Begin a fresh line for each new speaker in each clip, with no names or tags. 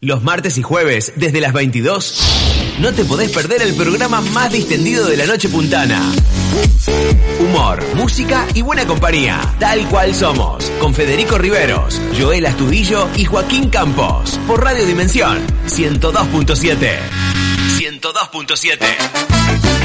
Los martes y jueves, desde las 22, no te podés perder el programa más distendido de la noche puntana. Humor, música y buena compañía, tal cual somos, con Federico Riveros, Joel Astudillo y Joaquín Campos, por Radio Dimensión 102.7. 102.7.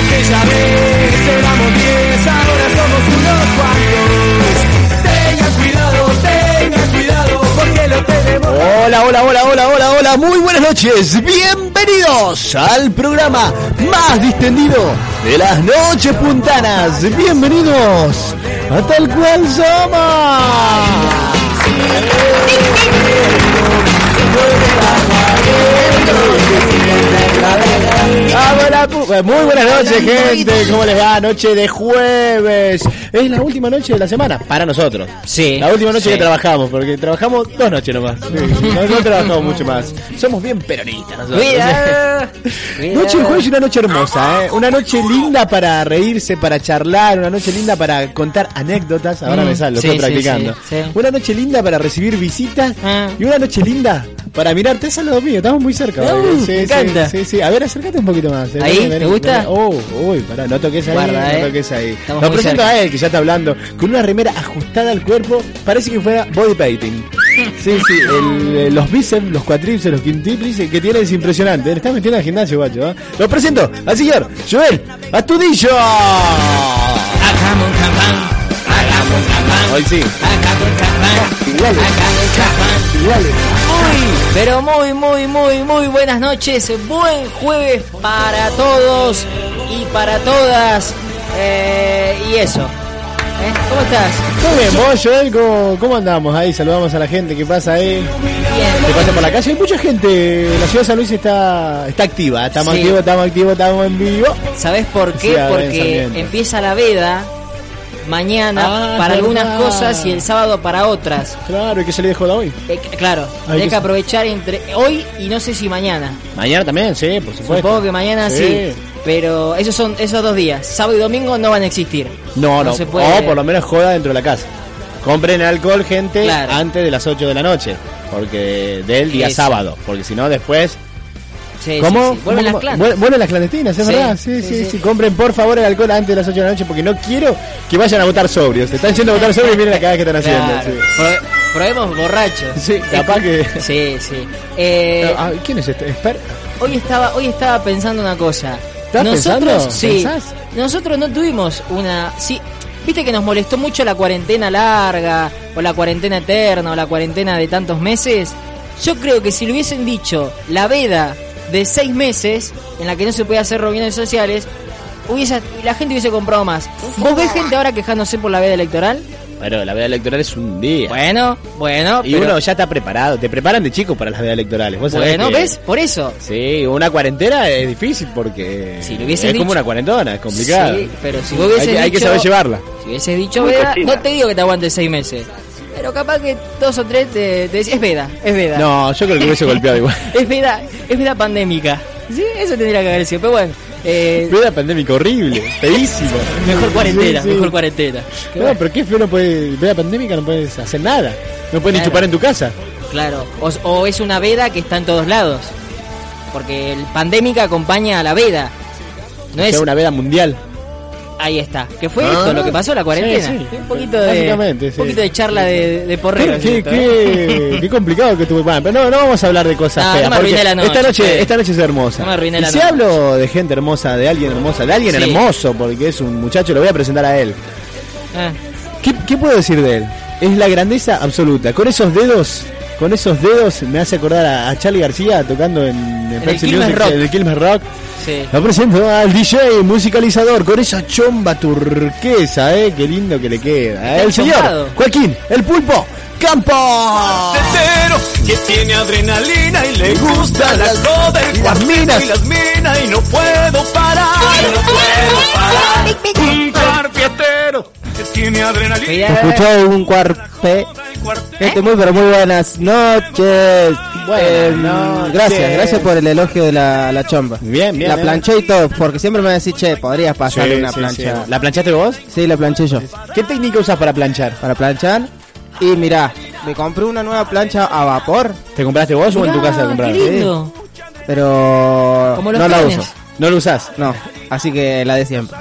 Aquella vez éramos diez, ahora somos unos cuantos. Tengan cuidado, tengan cuidado, porque lo tenemos.
Hola, hola, hola, hola, hola, hola, muy buenas noches, bienvenidos al programa más distendido de las noches puntanas, bienvenidos a tal cual somos. Vamos la pu- Eh, Muy buenas noches, gente. ¿Cómo les va? Noche de jueves. Es la última noche de la semana para nosotros.
Sí.
La última noche
Sí.
que trabajamos, porque trabajamos dos noches nomás. Sí, No, no trabajamos mucho más. Somos bien peronistas nosotros.
Cuidado. Cuidado.
Noche de jueves y una noche hermosa, ¿eh? Una noche linda para reírse, para charlar, una noche linda para contar anécdotas. Ahora
Mm.
me sal, lo
Sí,
estoy
sí,
practicando.
sí, sí.
Una noche linda para recibir visitas
Ah.
y una noche linda para mirar. Te saludo mío, estamos muy cerca.
Uh,
¿vale?
me encanta.
Sí, sí. A ver, acércate un poquito más. eh.
Ahí,
Vení, vení,
¿te gusta?
vení. Oh, uy, pará, no toques ahí,
Guarda,
no
eh.
toques ahí.
Estamos
Lo
muy
presento
cerca.
a él, que ya está hablando, con una remera ajustada al cuerpo, parece que fuera body painting. Sí, sí, el, eh, los bíceps, los cuatríceps, los quintíplices que tiene es impresionante. Le está metiendo al gimnasio, guacho. ¿eh? Lo presento al señor Joel Astudillo.
Hagamos un champán, hagamos un champán,
Hoy sí.
hagamos un champán, hagamos un champán. Muy, pero muy, muy, muy, muy buenas noches. Buen jueves para todos y para todas. Eh, y eso. ¿Eh? ¿Cómo estás?
¿Cómo bien, vos, Joel? ¿Cómo, cómo andamos ahí? Saludamos a la gente que pasa ahí. Que
Bien.
pasa por la calle. Hay mucha gente. La ciudad de San Luis está, está activa. Estamos
Sí.
activos, estamos activos, estamos en vivo.
¿Sabes por
Sí,
qué?
a ver,
Porque
Sarmiento.
empieza la veda mañana
Ah,
para
es
algunas
verdad.
cosas y el sábado para otras.
Claro, y que se le dejó la hoy.
Eh, c- claro,
Hay
hay
que-
que aprovechar entre hoy y no sé si mañana.
Mañana también, sí, por supuesto.
Supongo que mañana sí. Pero esos son esos dos días, sábado y domingo no van a existir.
No, no.
se puede-
O por lo menos joda dentro de la casa. Compren alcohol, gente,
Claro.
antes de las 8 de la noche. Porque del día
Eso.
sábado. Porque si no, después.
Sí, sí,
¿Cómo?
sí. Vuelven
¿Cómo,
las
cómo?
clans.
Vuel- vuelven las clandestinas, es
Sí,
verdad. Sí sí,
sí,
sí,
sí.
Compren por favor el alcohol antes de las 8 de la noche. Porque no quiero que vayan a votar sobrios. Se están yendo a votar sobrios y miren la cagada que están haciendo.
Claro. Pro- probemos borrachos.
Sí, capaz que-
Sí, sí. Eh,
Eh, ah, ¿Quién es este? ¿Esper?
hoy estaba hoy estaba pensando una cosa.
¿Estás
nosotros
pensando?
sí.
¿Pensás?
Nosotros no tuvimos una sí. Viste que nos molestó mucho la cuarentena larga o la cuarentena eterna o la cuarentena de tantos meses. Yo creo que si le hubiesen dicho la veda de seis meses en la que no se podía hacer reuniones sociales, hubiese, la gente hubiese comprado más. ¿Vos ves gente ahora quejándose por la veda electoral?
Bueno, la veda electoral es un día.
Bueno, bueno,
y
pero-
uno ya está preparado. Te preparan de chico para las vedas electorales. Vos sabés
bueno,
que-
¿ves? Por eso.
Sí, una cuarentena es difícil porque
Si lo
es
hubiesen
como
dicho-
una cuarentona, es complicado.
Sí, pero si vos hubieses
hay, que- hay que
dicho-
saber llevarla.
Si hubieses dicho veda, no te digo que te aguantes seis meses. Pero capaz que dos o tres te, te decís, es veda, es veda.
No, yo creo que hubiese golpeado igual.
Es veda, es veda pandémica. Sí, eso tendría que haber sido. Pero bueno, eh,
Fue una pandémica horrible, feísima.
mejor cuarentena,
Sí, sí.
mejor cuarentena.
No, pero qué feo no puede, veda pandémica no puedes hacer nada. No puedes ni
Claro.
chupar en tu casa.
Claro, o, o es una veda que está en todos lados. Porque el pandémica acompaña a la veda. No
Es
es
una veda mundial.
Ahí está. Que fue
Ah.
esto lo que pasó la cuarentena.
Sí, sí.
Un poquito de,
Básicamente,
un
sí.
poquito de charla de, de porrero.
Qué,
es
qué,
esto, ¿eh?
qué- qué complicado que tuve. Bueno, pero no, no vamos a hablar de cosas
No, no
feas.
me arruiné
porque
la noche,
esta noche,
che.
esta noche es hermosa.
No me arruiné
y
la
si
noche.
hablo de gente hermosa, de alguien hermosa, de alguien
Sí.
hermoso, porque es un muchacho, lo voy a presentar a él.
Ah,
¿Qué, qué puedo decir de él? Es la grandeza absoluta. Con esos dedos, con esos dedos me hace acordar a, a Charlie García tocando en, en
el
Pepsi
Quilmes
Music,
Rock.
en el Quilmes Rock.
sí.
Lo presento al DJ musicalizador con esa chomba turquesa, eh, qué lindo que le queda. eh.
Está
El señor
chombado.
Joaquín, el pulpo, Campo.
Tetero, que tiene adrenalina y le gusta la coda, el
Y las
cuarteto
minas.
y las minas y no puedo parar, no puedo parar. Un carpietero que tiene adrenalina.
Cuidado.
un cuarpe.
el cuarteto.
Gente, Este, muy pero muy buenas noches. Eh,
noches.
Gracias, gracias por el elogio de la, la chomba.
Bien, bien,
La
eh.
planché y todo, porque siempre me decís, che, podrías pasar una plancha.
¿La planchaste vos?
Sí, la planché yo.
¿Qué técnica usas para planchar?
Para planchar. Y mirá, me compré una nueva plancha a vapor,
¿Te compraste vos o en tu
Mirá,
casa compraron?
qué
eh.
lindo.
pero
Como los
no la
trenes.
uso.
No lo usás.
No, así que la de siempre.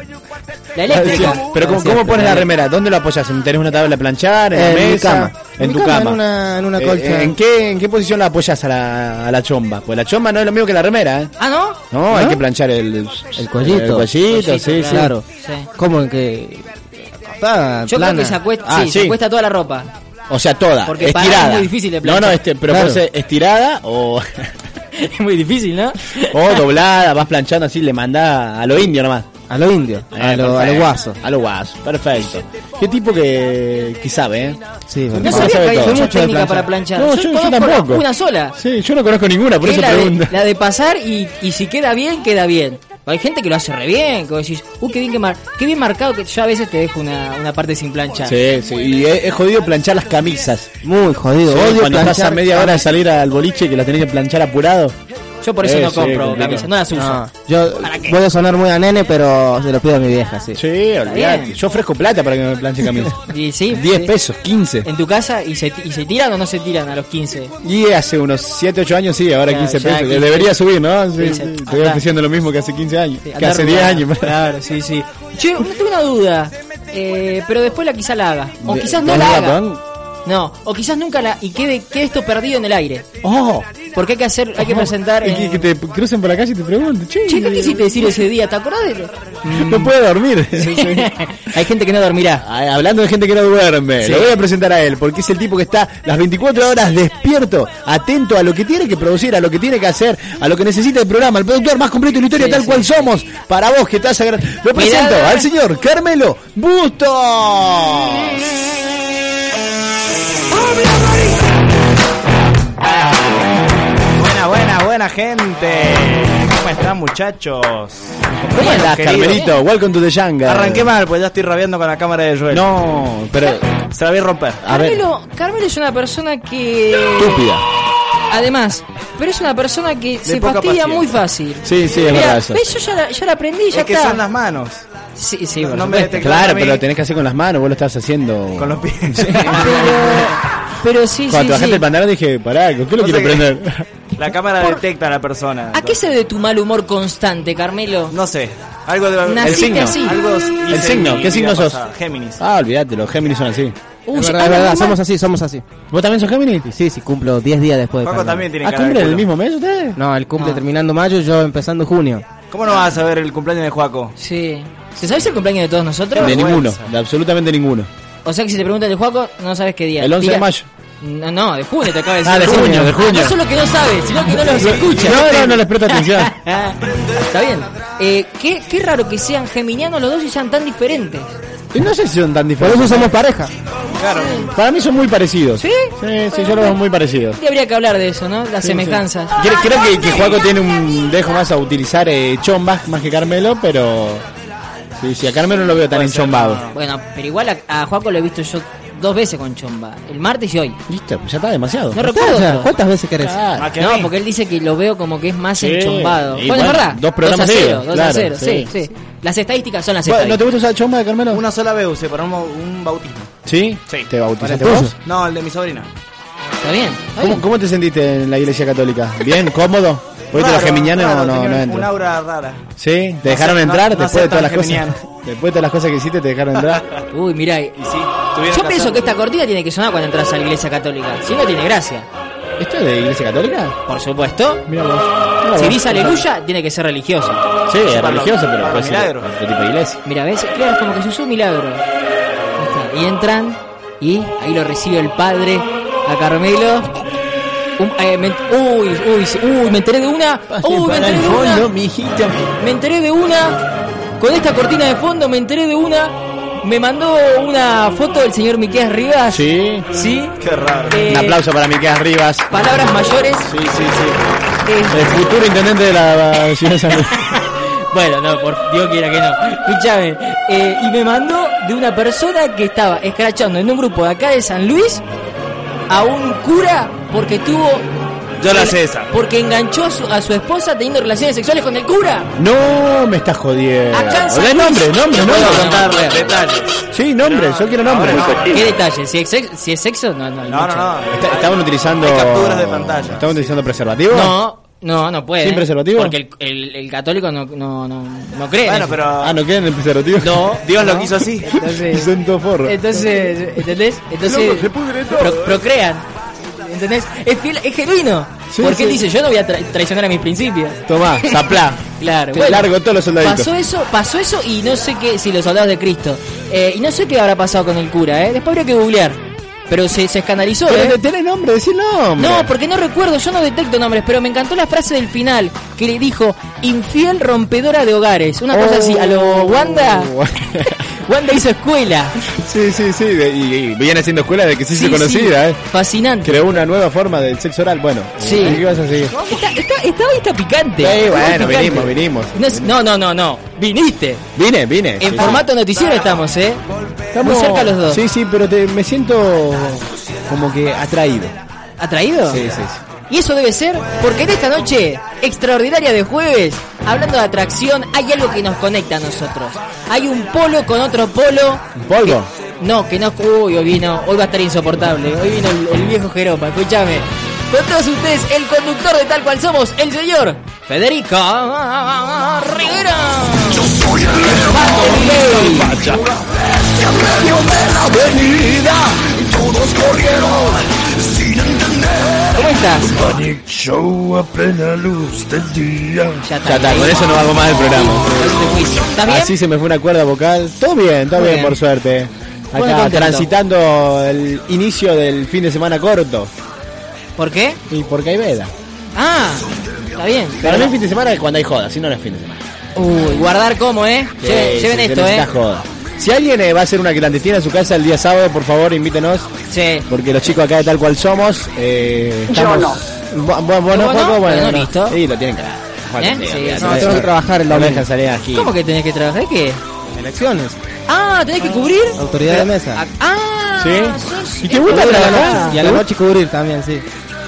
La eléctrica.
Pero ¿cómo,
Cierto,
cómo pones la
claro.
remera? ¿Dónde la apoyas? ¿Tenés una tabla de planchar? ¿En, la
En mi
mesa?
cama.
En,
Mi
tu
cama,
cama.
en una- en una
Eh,
colcha.
¿en, qué, ¿En qué posición la apoyas a la, a la chomba? Pues la chomba no es lo mismo que la remera, ¿eh?
Ah, ¿no?
No, hay que planchar el,
El cuellito.
El cuellito, sí, sí.
claro.
Sí.
¿Cómo que? Acostada,
Yo
plana.
creo que se acuesta,
Ah,
sí, se
sí.
acuesta toda la ropa.
O sea, toda.
Porque para
estirada.
es muy difícil de
no,
planchar.
no, este, pero
Claro.
puede ser estirada o,
Es muy difícil, ¿no?
o doblada, vas planchando así, le mandás a lo indio nomás.
A lo indio, a
Ah,
Eh,
lo, a lo
perfecto.
guaso.
A lo guaso, perfecto. Qué tipo que, que sabe, ¿eh?
Sí,
No
bueno.
sabe
sabía que había
todo.
mucha
Mucho de
técnica
planchar.
para planchar.
No, yo- yo
conozco
tampoco.
Una sola.
Sí, yo no conozco ninguna, por
que es
eso
la
pregunto.
de, la de pasar y, y si queda bien, queda bien. Hay gente que lo hace re bien, que vos decís, uh, qué bien, que mar- qué bien marcado que yo a veces te dejo una, una parte sin plancha.
Sí, sí, y es, es jodido planchar las camisas.
Muy jodido.
Sí,
Odio
cuando pasa
planchar
media hora de salir al boliche que las tenés que planchar apurado.
Yo por eso
Eh,
no
sí,
compro
complicado.
camisas, no las uso.
No, yo voy a sonar muy a nene, pero se lo pido a mi vieja, sí.
Sí, olvidate.
bien.
Yo ofrezco plata para que me planche camisas.
Y sí,
10
sí.
pesos, 15.
En tu casa y se, y se tiran o no se tiran a los 15.
Y hace unos 7, 8 años, sí, ahora
Claro,
15
ya
pesos.
15.
Debería subir, ¿no? Sí,
Sí,
sí,
sí.
Te voy
Andá.
diciendo lo mismo que hace 15 años.
Sí,
que
andar
hace 10
rulando.
años.
Claro, sí, sí. Che, no tengo una duda. Eh, pero después la quizás la haga. O
De-
quizás
¿de
no la
Lola
haga.
Pong?
No, o quizás nunca la. Y quede, quede esto perdido en el aire.
¡Oh!
Porque hay que hacer, hay que presentar.
Y que,
eh,
que te crucen por la calle y te pregunten, che,
Che, ¿qué quisiste decir ese día? ¿Te acordás de lo-
no puedo dormir.
Hay gente que no dormirá.
Ay, Ah, Hablando de gente que no duerme,
Sí.
lo voy a presentar a él, porque es el tipo que está las 24 horas despierto, atento a lo que tiene que producir, a lo que tiene que hacer, a lo que necesita el programa, el productor más completo de la historia,
Sí,
tal
sí,
cual somos. Para vos que estás agra- Lo presento
Mirá.
al señor Carmelo Bustos.
Buena, buena, buena gente. ¿Cómo están muchachos?
¿Cómo estás,
querido.
¿eh?
Carmelito? Welcome to the jungle.
Arranqué mal, pues ya estoy rabiando con la cámara de Joel.
No, pero
Este
Se la voy a romper.
a ver,
Carmelo, Carmelo es una persona que.
estúpida.
Además, pero es una persona que se
poca
fastidia
paciencia.
muy fácil.
Sí, sí,
Mirá,
es verdad eso.
¿ves? Yo ya la, ya la aprendí, ya
Es que
está.
son las manos.
Sí, sí,
No,
por
no me
supuesto.
detectó.
Claro,
a mí.
pero lo tenés que hacer con las manos, vos lo estás haciendo.
Con los pies.
Pero, pero sí,
Cuando te
sí,
bajaste
sí.
el pantalón dije, pará, ¿con qué lo
O sea
quiero
que
prender?
La cámara
Por-
detecta a la persona.
¿A qué se debe tu mal humor constante, Carmelo?
No sé. Algo de
Naciste
el signo.
así.
Algo
El signo, ¿qué signo sos?
Géminis.
Ah, olvídate, los Géminis son así.
Uy,
es verdad,
ah,
es
no,
verdad,
mal.
somos así, somos así.
¿Vos también sos Géminis?
Y sí, sí, cumplo 10 días después. de
Paco
Fernando.
también tiene
¿Ah,
cara de
cumplen el
culo.
mismo mes ustedes?
No, él cumple
No.
terminando mayo, yo empezando junio.
¿Cómo no vas a ver el cumpleaños de Juaco?
Sí. ¿Te sabes el cumpleaños de todos nosotros?
De
vergüenza.
ninguno, de absolutamente ninguno.
O sea que si te preguntan de Juaco, no sabes qué día.
El 11 de
Tira-
mayo.
No, no, de junio te acabo de decir.
Ah, de junio, de junio.
No solo que no sabes, sino que no los escuchas.
No, no, no les presto atención.
Está bien. Eh, qué, qué raro que sean geminianos los dos y sean tan diferentes.
Y no sé si son tan
Por
diferentes.
eso somos pareja.
Claro.
Para mí son muy parecidos.
¿Sí?
Sí, sí, yo los veo muy parecidos.
Y habría que hablar de eso, ¿no? Las semejanzas.
Creo, creo que, que Juaco tiene un dejo más a utilizar eh, chombas más que Carmelo, pero... Sí, sí, a Carmelo no lo veo tan enchombado.
Bueno, pero igual a, a Juaco lo he visto yo dos veces con Chomba. El martes y hoy.
Listo, ya está demasiado.
No
Claro,
recuerdo.
o sea,
otro.
¿Cuántas veces querés?
Ah,
¿A que
No,
mí?
porque él dice que lo veo como que es más
Sí.
enchombado.
Y
Bueno, es
bueno,
verdad.
dos programas
2 a 0,
seguidos,
2
claro,
a 0, sí,
sí.
sí, Las estadísticas son las
Bueno, ¿No te
estadísticas.
gusta usar chomba de Carmelo?
Una sola vez usé para un, un bautismo.
¿Sí?
Sí.
¿Te bautizaste
Para
vos?
entonces.
No, el de mi sobrina.
Está bien. está
¿Cómo,
bien.
¿Cómo te sentiste en la iglesia católica? ¿Bien? ¿Cómodo? Porque los
Raro,
geminianos
raro,
no, no,
tenía
no
un-
entran.
Un aura rara.
¿Sí? ¿Te
No
dejaron
sé, no-
entrar
no
después de
aceptan
todas las cosas?
geminiano.
Después de todas las cosas que hiciste te dejaron entrar.
Uy, mirá.
Y sí, tuvieron
Yo
que
pienso
hacer-
que esta cortina tiene que sonar cuando entras a la iglesia católica. Si no, tiene gracia.
¿Esto es de iglesia católica?
Por supuesto.
Mira vos. Mirá
Si
vos.
dice aleluya, tiene que ser religioso.
Sí, es religioso, pero
para
puede ser
milagro.
otro tipo de iglesia.
Mira, ¿ves? Claro, es como que se usó un milagro. Ahí está. Y entran, y ahí lo recibe el padre a Carmelo. Un- eh, me- uy, uy, sí, uy, me enteré de una. Uy, me enteré de una.
mijita.
Me enteré de una. Con esta cortina de fondo me enteré de una. Me mandó una foto del señor Miquel Rivas.
Sí.
Sí.
Qué raro.
Eh,
Un aplauso para Miquel Rivas.
Palabras mayores.
Sí, sí, sí.
eh,
El futuro intendente de la ciudad de San Luis.
Bueno, no, por Dios quiera que no. Escuchame. eh, y me mandó de una persona que estaba escrachando en un grupo de acá de San Luis a un cura porque tuvo.
Yo la sé esa.
Porque enganchó a su, a su esposa teniendo relaciones sexuales con el cura.
No me estás jodiendo.
Acá en San
Dale
Luis.
nombre, nombre,
Te
nombre.
puedo
contar.
contar.
Detalles.
Sí, nombre, yo quiero nombre.
Ahora
¿Qué detalle? ¿Si es sexo? Si es sexo? No, no, hay
No, no,
mucho.
no. no.
Está- estaban utilizando.
Hay capturas de pantalla.
Estaban utilizando preservativo.
No, no, no puede. ¿eh?
¿Sin preservativo?
Porque el, el- el católico no, no, no, no cree. en
Bueno,
eso.
pero
Ah, no quedan en el preservativo.
No.
Dios lo
no.
quiso así.
Y
Entonces.
son todos forros.
Entonces, ¿entendés? Entonces,
Loco, se pudre todo.
pro- procrean. ¿Entendés? Es, fiel, es genuino.
Sí,
porque él
sí.
dice, yo no voy a tra- traicionar a mis principios.
Tomá, zaplá.
Claro.
Te
bueno.
largo todos los soldaditos.
Pasó eso, pasó eso y no sé qué, si los soldados de Cristo. Eh, y no sé qué habrá pasado con el cura, ¿eh? Después habría que googlear. Pero se, se escandalizó, ¿eh?
Pero te- tenés nombre, decí nombre.
No, porque no recuerdo, yo no detecto nombres, pero me encantó la frase del final que le dijo infiel rompedora de hogares. Una cosa
Oh.
así, a lo Wanda. Wanda hizo escuela.
Sí, sí, sí. de- y, y viene haciendo escuela de que sí, se
Sí, sí,
conocida, ¿eh?
Fascinante.
Creó una nueva forma del sexo oral. Bueno,
Sí.
¿y ¿qué vas a seguir?
Está, está, estaba está picante.
Sí,
Estaba
bueno,
picante.
vinimos, vinimos.
No, es- No, no, no, no. Viniste.
Vine, vine.
En
Sí,
formato noticiero estamos, ¿eh? Estamos muy cerca los dos.
Sí, sí, pero te- me siento como que atraído.
¿Atraído?
Sí, sí, sí.
Y eso debe ser porque en esta noche extraordinaria de jueves, hablando de atracción, hay algo que nos conecta a nosotros. Hay un polo con otro polo.
¿Un polvo?
No, que no. Uy, hoy vino. Hoy va a estar insoportable. Hoy vino el, el viejo Jeropa, escúchame. Con todos ustedes, el conductor de Tal Cual Somos, el señor Federico Rivera. Yo soy el ¿Cómo estás?
Show a plena luz del día.
Ya
Ya está, con eso no hago más el programa.
¿Estás bien?
Así se me fue una cuerda vocal. Todo bien, todo
Muy
bien,
bien.
por suerte. Acá
Bueno, contento.
transitando el inicio del fin de semana corto.
¿Por qué?
Y porque hay veda.
Ah, está bien.
Para mí el fin de semana es cuando hay joda, si no no es fin de semana.
Uy, guardar cómo, ¿eh? Lleven,
Sí,
lleven
sí, se
esto,
necesita
¿eh?
joda. Si alguien eh, va a hacer una clandestina en su casa el día sábado, por favor, invítenos.
¿eh? Sí.
Porque los chicos acá de tal cual somos, eh, estamos... Yo no. Bueno,
¿Vos no?
Paco, bueno,
Bueno, listo.
Sí, lo tienen que dar.
¿Eh? Sí, sí,
sí.
tengo que trabajar el domingo. salir aquí.
¿Cómo que tenés que trabajar? ¿Qué?
Elecciones.
Ah, ¿tenés que cubrir?
Autoridad de mesa.
Ah,
Sí.
sos-
¿Y te gusta
eh,
trabajar?
Y a la noche cubrir también, sí.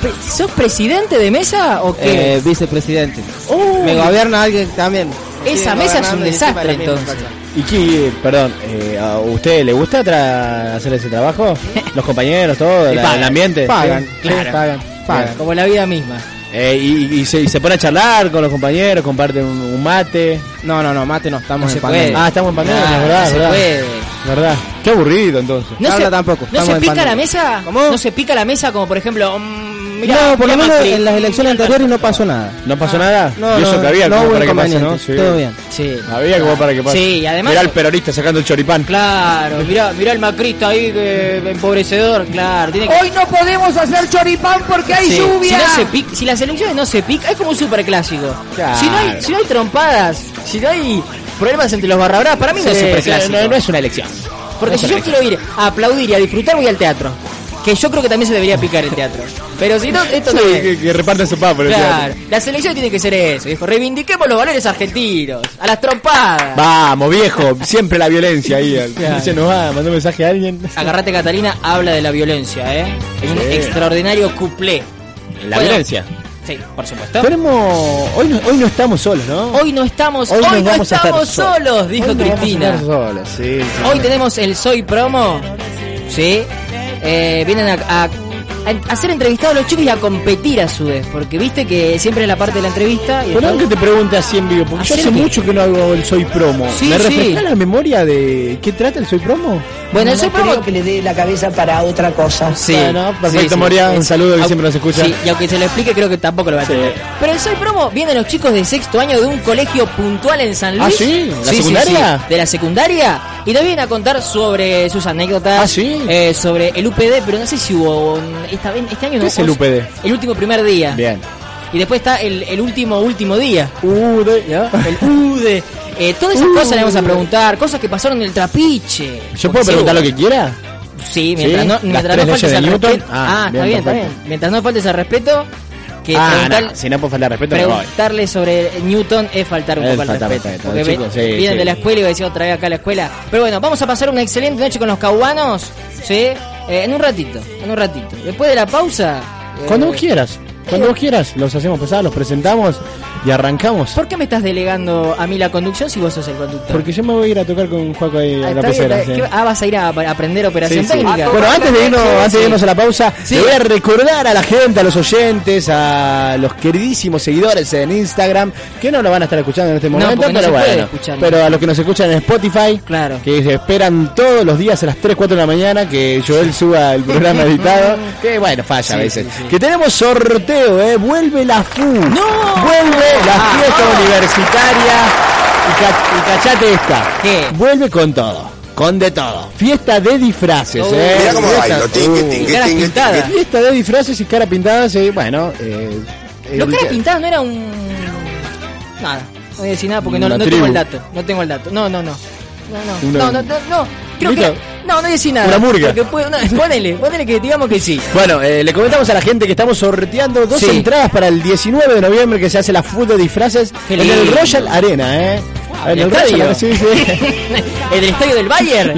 pre- ¿Sos presidente de mesa o qué? Oh,
Eh, vicepresidente.
Uy,
Me gobierna alguien también.
Esa
Sí,
mesa es
gobernando
un
y encima
desastre,
la misma
entonces.
cosa.
¿Y qué, perdón, eh, a usted le gusta tra- hacer ese trabajo? ¿Los compañeros, todo,
Y
la-
pagan.
el ambiente?
Pagan, sí,
Sí.
pagan, pagan.
como la vida misma.
Eh, y, y se, y se pone a charlar con los compañeros, comparten un, un mate.
No, no, no, mate no,
No
estamos
se
en
puede.
pandemia.
Ah, estamos en pandemia,
Claro,
verdad,
no se
verdad.
puede.
¿Verdad? Qué aburrido entonces.
No
Habla
se,
tampoco,
¿No
estamos
se
en
pica la
pandemia.
mesa?
¿Cómo?
¿No se pica la mesa como, por ejemplo... mm, mirá,
no, por lo
mirá
menos
Macri.
en las elecciones anteriores no pasó nada.
¿No pasó nada?
No,
y eso
no,
que había
no
como
hubo
para que pase, ¿no?
inconveniente, todo bien.
Sí.
Había como para que pase.
Sí, y además-
Mirá el peronista sacando el choripán.
Claro, mirá, mirá el macrista ahí, que empobrecedor, claro. Tiene que...
Hoy no podemos hacer choripán porque hay
Sí, Si,
lluvia.
no se pic- si las elecciones no se pican, es como un superclásico.
Claro.
Si, no hay, si no hay trompadas, si no hay problemas entre los barrabras, para mí no es
Sí,
superclásico.
no, no es una elección.
Porque si yo quiero ir a aplaudir y a disfrutar, voy al teatro. Que yo creo que también se debería picar el teatro. Pero si no, esto
Sí,
no es.
que, que reparten su pan por el
Claro,
teatro.
las elecciones tienen que ser eso, viejo. Reivindiquemos los valores argentinos, a las trompadas.
Vamos, viejo, siempre la violencia ahí.
Claro.
Se nos
Ah,
va, mandó un mensaje a alguien.
Agarrate Catalina habla de la violencia, ¿eh? En un
Sí.
extraordinario cuplé.
La
Bueno,
violencia.
Sí, por supuesto.
Tenemos. Hoy no, hoy no estamos solos, ¿no?
Hoy no estamos, hoy,
Hoy nos
no
vamos a estar
estamos
solos.
solos, dijo
Hoy no vamos a
Cristina.
estar solos, sí, sí.
Hoy tenemos el Soy Promo. Sí. Eh, vienen a, a a, a ser entrevistados los chicos y a competir a su vez. Porque viste que siempre es la parte de la entrevista. Y
Perdón que
después-
te pregunte así en vivo, porque yo hace
Hacelo.
mucho que no hago el Soy Promo.
Sí,
¿Me
sí.
refresca la memoria de qué trata el Soy Promo?
Bueno, eso
creo que le dé la cabeza para otra cosa.
Sí.
Bueno, perfecto, Moria, un saludo que
Au-
siempre nos escucha.
Sí, y aunque se lo explique, creo que tampoco lo va a
Sí.
entender. Pero el Soy Promo vienen los chicos de sexto año de un colegio puntual en San
Ah,
Luis.
¿sí? ¿La secundaria?
sí, De la secundaria. Y nos vienen a contar sobre sus anécdotas.
Ah, ¿sí?
eh, sobre el UPD, pero no sé si hubo. un- Esta, vez- este año no
es el
o-
UPD?
El último primer día.
Bien.
Y después está el, el último, último día.
Uh, de- ¿ya?
El UDE. Eh, todas esas cosas le vamos a preguntar. Cosas que pasaron en el trapiche.
¿Yo puedo
Sí,
preguntar
hubo-
lo que quiera?
Sí, mientras
Sí,
no,
las
mientras
tres
no faltes
leyes de
al
Newton.
respeto.
Ah,
Ah,
bien,
está bien, está
perfecto.
bien. Mientras no faltes al respeto, que
ah,
preguntar-
nah, si no puedo faltar respeto, me voy.
preguntarle sobre Newton es faltar un
Es
poco al
faltar
respeto.
respeto,
porque
chicos,
ve-
sí,
vienen
sí.
de la escuela y voy a decir otra vez acá a la escuela. Pero bueno, vamos a pasar una excelente noche con los caubanos, ¿sí? Eh, en un ratito, en un ratito. Después de la pausa. eh,
Cuando vos quieras, cuando vos quieras, los hacemos pasar, los presentamos y arrancamos.
¿Por qué me estás delegando a mí la conducción si vos sos el conductor?
Porque yo me voy a ir a tocar con Juaco ahí
Ah,
a la
está bien,
pecera.
está
sí.
bien. ¿Qué- ah, vas a ir a, a aprender operación
Sí, sí.
técnica.
Bueno, antes de irnos, antes de irnos a la pausa,
Sí.
le voy a recordar a la gente, a los oyentes, a los queridísimos seguidores en Instagram, que no lo van a estar escuchando en este
No,
momento,
porque no
pero
se puede
bueno.
escuchar.
Pero a los que nos escuchan en Spotify,
Claro.
que se esperan todos los días a las 3, 4 de la mañana que Joel suba el programa editado, que bueno, falla a veces. Que tenemos sorteo, eh, vuelve la FU. Vuelve la
Ah.
fiesta universitaria. Y, ca- y cachate esta.
¿Qué?
Vuelve con todo. Con de todo. Fiesta de disfraces,
Uh,
eh.
mirá cómo
Fiesta-
bailo, tingui, tingui,
Caras
tingui,
pintadas.
tingui.
Fiesta de disfraces y cara pintada, sí, bueno. Eh,
Lo
el-
que era pintado no era un. Nada. No voy a decir nada porque no,
Una
no tengo
tribu.
el dato. No tengo el dato. No, no, no. No,
Una-
no. No, no, no. no. Creo que.
Mira.
era- No, no voy a decir nada.
Una murga.
Porque puede- no, ponele, ponele que digamos que sí.
Bueno, eh, le comentamos a la gente que estamos sorteando dos
Sí.
entradas para el 19 de noviembre que se hace la FUT de disfraces
Qué
en el
lindo.
Royal Arena, ¿eh? en el
estadio.
Royal Arena, sí, sí.
el del estadio del Bayern.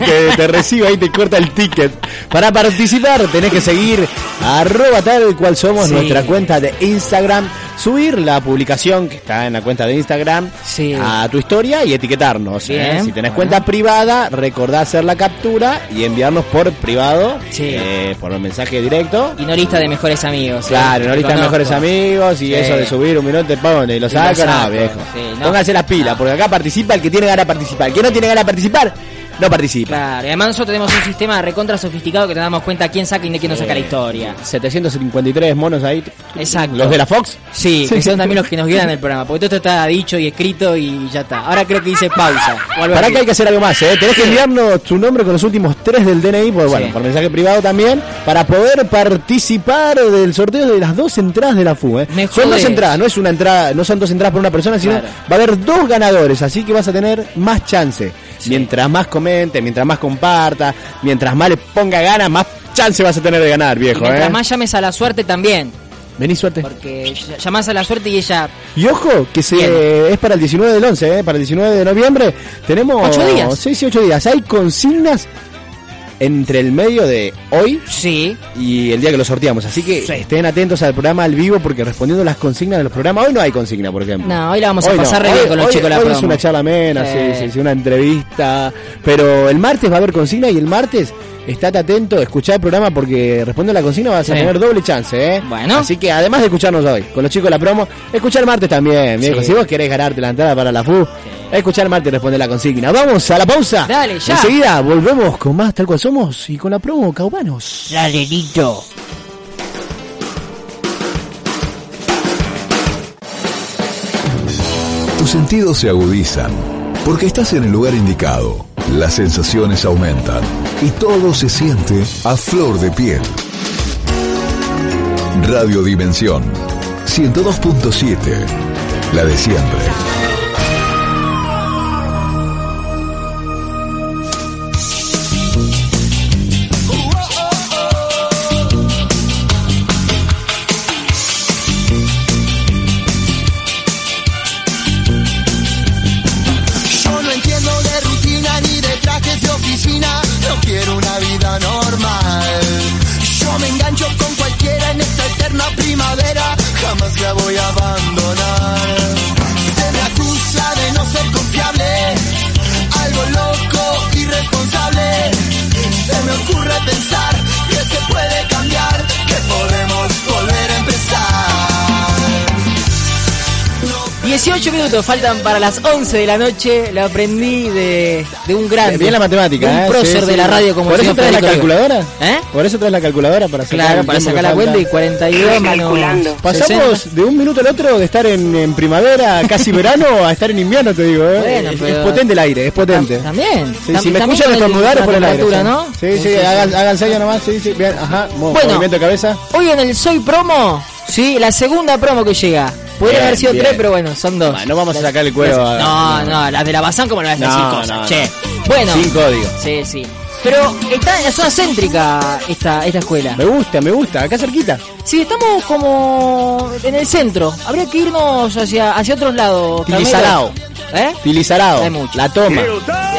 te, te recibe ahí, te corta el ticket. Para participar tenés que seguir arroba tal cual somos
Sí.
nuestra cuenta de Instagram, subir la publicación que está en la cuenta de Instagram
Sí.
a tu historia y etiquetarnos. ¿eh?
Bien,
Si tenés
bueno.
cuenta privada, recordá hacer la captura y enviarnos por privado,
Sí.
eh, por un mensaje directo.
Y no lista de mejores amigos. ¿eh?
Claro, no
Te
listan
conozco.
mejores amigos y
Sí.
eso de subir un minuto, pon, y lo
lo
saco, no,
saco,
viejo.
sí, no.
Pónganse las pilas, porque acá participa el que tiene ganas de participar. El que no tiene ganas de participar, no participa.
Claro, y además nosotros tenemos un sistema recontra sofisticado que te damos cuenta quién saca y de quién no saca la historia.
753 monos ahí.
Exacto.
Los de la Fox.
Sí, que son también los que nos guían el programa, porque todo esto está dicho y escrito y ya está. Ahora creo que dice pausa. O algo
Para
así.
que hay que hacer algo más, ¿eh? Tenés que enviarnos tu nombre con los últimos tres del DNI, por, pues, bueno,
Sí.
por mensaje privado también, para poder participar del sorteo de las dos entradas de la FU, ¿eh?
Me
son dos
jodés.
entradas, no es una entrada, no son dos entradas por una persona, sino
Claro.
va a haber dos ganadores, así que vas a tener más chance. Mientras más comente, mientras más comparta, mientras más le ponga ganas, más chance vas a tener de ganar,
Y
viejo,
mientras
¿eh?
más llames a la suerte también.
Vení, suerte.
Porque ll- llamás a la suerte y ella.
Y ojo, que se,
Bien.
es para el 19 del 11, ¿eh? para el 19 de noviembre. Tenemos
Ocho días.
6 y 8 días. Hay consignas entre el medio de hoy
Sí.
y el día que lo sorteamos. Así que estén atentos al programa al vivo porque respondiendo las consignas de los programas, hoy no hay consigna, por ejemplo.
No, hoy la vamos a
Hoy no.
pasar re bien
Hoy-
con los
hoy-
chicos de la
hoy es
promo.
una charla amena, sí.
Sí.
Sí, sí, una entrevista. Pero el martes va a haber consigna y el martes estate atento, escuchá el programa porque responde la consigna vas
Sí.
a tener doble chance, ¿eh?
Bueno.
Así que además de escucharnos hoy con los chicos de la promo, escuchar el martes también, viejo.
Sí.
Si vos querés ganarte la entrada para la FU, escuchar el martes y responde la consigna. Vamos a la pausa.
Dale, ya.
Enseguida volvemos con más tal cual somos y con la promo Caubanos.
La delito.
Tus sentidos se agudizan porque estás en el lugar indicado. Las sensaciones aumentan y todo se siente a flor de piel. Radio Dimensión 102.7, la de siempre.
Yo no entiendo de rutina ni de trajes de oficina. No quiero una vida normal. Yo me engancho con cualquiera en esta eterna primavera. Jamás la voy a abandonar. Se me
18 minutos faltan para las 11 de la noche. Lo aprendí de, de un grande.
Bien la matemática,
de un
¿eh?
prócer
Sí,
de
sí.
la radio como
¿Por
el
eso
señor
traes la
Federico Rivas.
calculadora?
¿Eh?
¿Por eso traes la calculadora? Para sacar
Claro,
el
para
tiempo
sacar
que
la
falta?
cuenta y 42 menos.
Pasamos
60.
de un minuto al otro de estar en, en primavera, casi verano, a estar en invierno, te digo. ¿eh?
Bueno,
es,
pero-
es potente el aire, es potente.
También.
Sí,
Tam-
si me
también
escuchan
con el-
estornudar es
la
por el aire.
temperatura,
sí.
¿no?
Sí, sí, hagan, hagan sello nomás, sí, sí, bien, ajá, mo-
Bueno.
movimiento de cabeza.
Hoy en el Soy Promo, sí, la segunda promo que llega. Podría
Bien,
haber sido
bien.
tres, pero bueno, son dos.
Bueno, no vamos a sacar el cuero a-
No, no, las de la Bazán, como las de
No,
decir cosas,
no, no.
che. Bueno,
Sin código.
sí, sí. Pero está en la zona céntrica esta, esta escuela.
Me gusta, me gusta, acá cerquita.
Si estamos como en el centro, habría que irnos hacia, hacia otros lados. Carmelo.
Tilizarao.
¿Eh?
Filizarado,
Es mucho.
la toma.
Es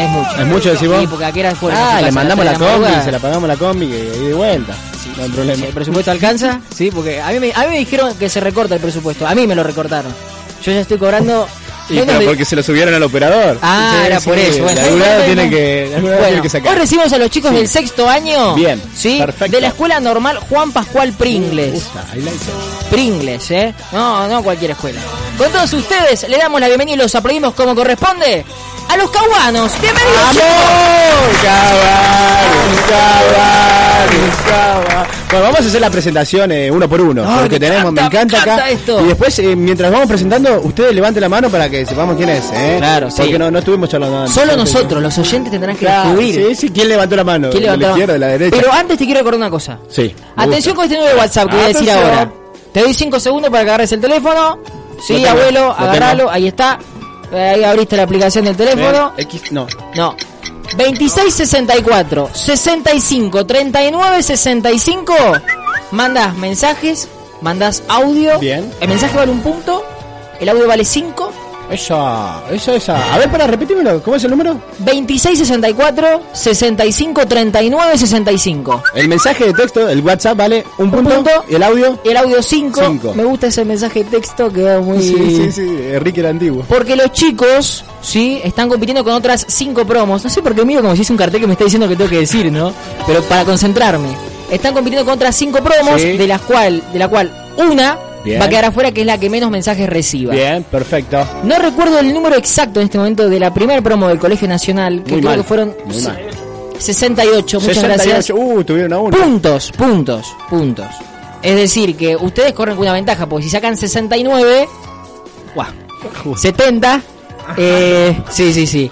mucho.
Es mucho, decís vos.
Sí, porque aquí era fuera.
Ah, le mandamos la, combi, se la
El
pagamos la combi que- y de vuelta. No hay problema.
presupuesto alcanza, sí, porque a mí, me, a mí me dijeron que se recorta el presupuesto. A mí me lo recortaron. Yo ya estoy cobrando.
Y
menos
pero
de-
porque se lo subieron al operador.
Ah,
Sí,
era
sí,
por eso.
de
Bueno,
algún
Bueno,
lado
bueno,
tiene
bueno.
que, de algún lado
Bueno,
tiene que sacar.
Hoy recibimos a los chicos del sexto año.
Bien,
¿sí?
perfecto.
De la escuela normal Juan Pascual
Me
Pringles.
gusta, I like it.
Pringles, ¿eh? No, no cualquier escuela. Con todos ustedes le damos la bienvenida y los aplaudimos como corresponde a los cahuanos. ¡Bienvenidos!
¡Vamos! ¡Caballo, caballo, caballo! Bueno, vamos a hacer la presentación eh, uno por uno.
Ay, me
porque tenemos, me
encanta,
encanta
me
acá.
encanta esto.
Y después, eh, mientras vamos presentando, ustedes levanten la mano para que sepamos quién es, ¿eh?
Claro, sí.
Porque no, no estuvimos charlando antes.
Solo nosotros, los oyentes, tendrán que
Claro,
descubrir.
sí, sí, ¿quién levantó la mano?
¿Quién
¿De la
levantó?
izquierda, de la derecha?
Pero antes te quiero recordar una cosa.
Sí. me
Atención con este número de WhatsApp que voy a decir
Atención.
ahora. Te doy 5 segundos para que agarres el teléfono. Sí,
Lo tengo,
abuelo,
lo
agarralo.
tengo.
Ahí está. Eh, Ahí abriste la aplicación del teléfono.
gusta. Eh, X, no.
No. 2664 65 39 65 Mandás mensajes, mandás audio.
Bien.
El mensaje vale un punto, el audio vale 5.
Esa, esa, esa. A ver, para, repetímelo. ¿Cómo es el número?
2664 65 39 65.
El mensaje de texto, el WhatsApp, vale un punto.
punto.
¿Y el audio?
El audio 5.
Cinco.
Me gusta ese mensaje de texto que va muy
Enrique era antiguo.
Porque los chicos, sí, están compitiendo con otras cinco promos. No sé por qué miro como si es un cartel que me está diciendo que tengo que decir, ¿no? Pero para concentrarme. Están compitiendo con otras cinco promos,
Sí.
de las cual, de la cual una
Bien.
va a quedar afuera, que es la que menos mensajes reciba.
Bien, perfecto.
No recuerdo el número exacto en este momento de la primera promo del Colegio Nacional, que
Muy
creo
mal,
que fueron
muy
se-
mal.
68, muchas gracias.
Uh, tuvieron a uno.
Puntos, puntos, puntos. Es decir, que ustedes corren con una ventaja, porque si sacan 69, guau, 70, eh, sí, sí, sí.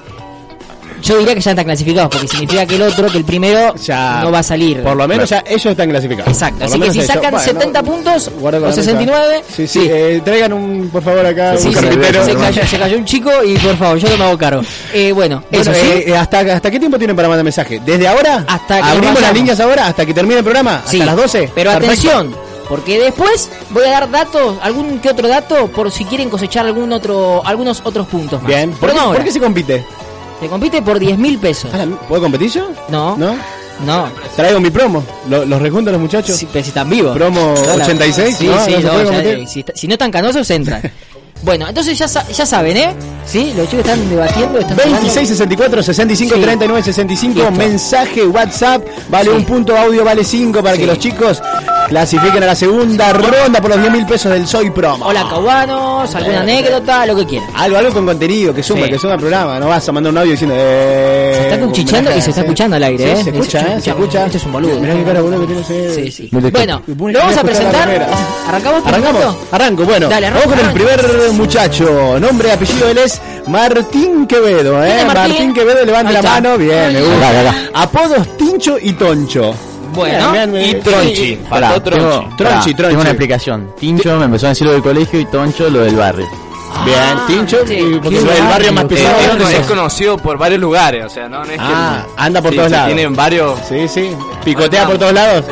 Yo diría que ya están clasificados, porque significa que el otro, que el primero,
Ya.
no va a salir.
Por lo menos ya ellos están clasificados.
Exacto,
Por lo
así que
menos
si
ellos.
sacan 70 puntos,
guarda con
o
la mesa.
69,
Sí, sí. eh, traigan un, por favor, acá.
Sí,
un
sí,
carpintero.
se, cayó, se cayó un chico y por favor, yo no me hago caro. Eh, bueno,
Bueno,
eso sí.
eh, eh, ¿hasta, ¿Hasta qué tiempo tienen para mandar mensaje? ¿Desde ahora?
Hasta que
¿Abrimos
vayamos.
las líneas ahora? ¿Hasta que termine el programa? ¿Hasta
Sí,
las 12?
Pero
Perfecto.
atención, porque después voy a dar datos, algún que otro dato, por si quieren cosechar algún otro, algunos otros puntos más.
Bien. ¿Por,
Pero
qué,
no
¿Por
ahora.
qué se compite?
Te compite por 10 mil pesos.
Ah, la- ¿Puedo competir yo?
No.
¿No?
No.
Traigo mi promo. ¿Lo- ¿Los rejunto a los muchachos?
Sí, pero si están vivos.
Promo
No, la-
86,
Sí,
¿no?
sí,
¿No se
no,
puede
ya- eh,
competir?
si, está- si no están canosos, entran. bueno, entonces ya, sa- ya saben, ¿eh? Sí, los chicos están debatiendo. Están
26
hablando.
64 65
Sí.
39 65
Listo.
mensaje WhatsApp vale
Sí.
un punto audio vale 5 para
Sí.
que los chicos clasifiquen a la segunda ronda por los 10 mil pesos del Soy Promo
Hola, caguanos, alguna anécdota, lo que quieran.
algo algo con contenido que suma
Sí.
que suma el programa no vas a mandar un audio diciendo eh,
Se está cuchicheando y se está escuchando al aire,
Sí,
¿eh?
se escucha
Se
eh, se escucha
Este es un boludo.
mirá qué cara boludo que tiene ese-
Sí, sí.
Me te-
Bueno,
me pone-
lo vamos a
me escucha la
presentar.
remera.
¿Arrancamos por
Arrancamos,
supuesto?
arranco, bueno,
Dale, arranca,
vamos con el
arranca.
primer muchacho, nombre y apellido él es Martín Quevedo,
¿Quién
eh,
es Martín?
Martín? Quevedo, levanta
Ahí
la
está.
mano, bien,
Ahí
me
está.
gusta, apodos Tincho y Toncho,
Bueno,
y
Tronchi. Faltó Tronchi.
Tronchi, Tronchi,
explicación. Tincho me empezó a decir lo del colegio y Toncho lo del barrio.
bien, Tincho,
sí.
y porque
Qué
el barrio es más
barrio,
pesado,
qué
Es,
barrio.
entonces-
es conocido por varios lugares, o sea, no, no es
ah,
que...
anda por
Sí,
todos
sí,
lados,
Tienen varios...
sí, sí, picotea por todos lados,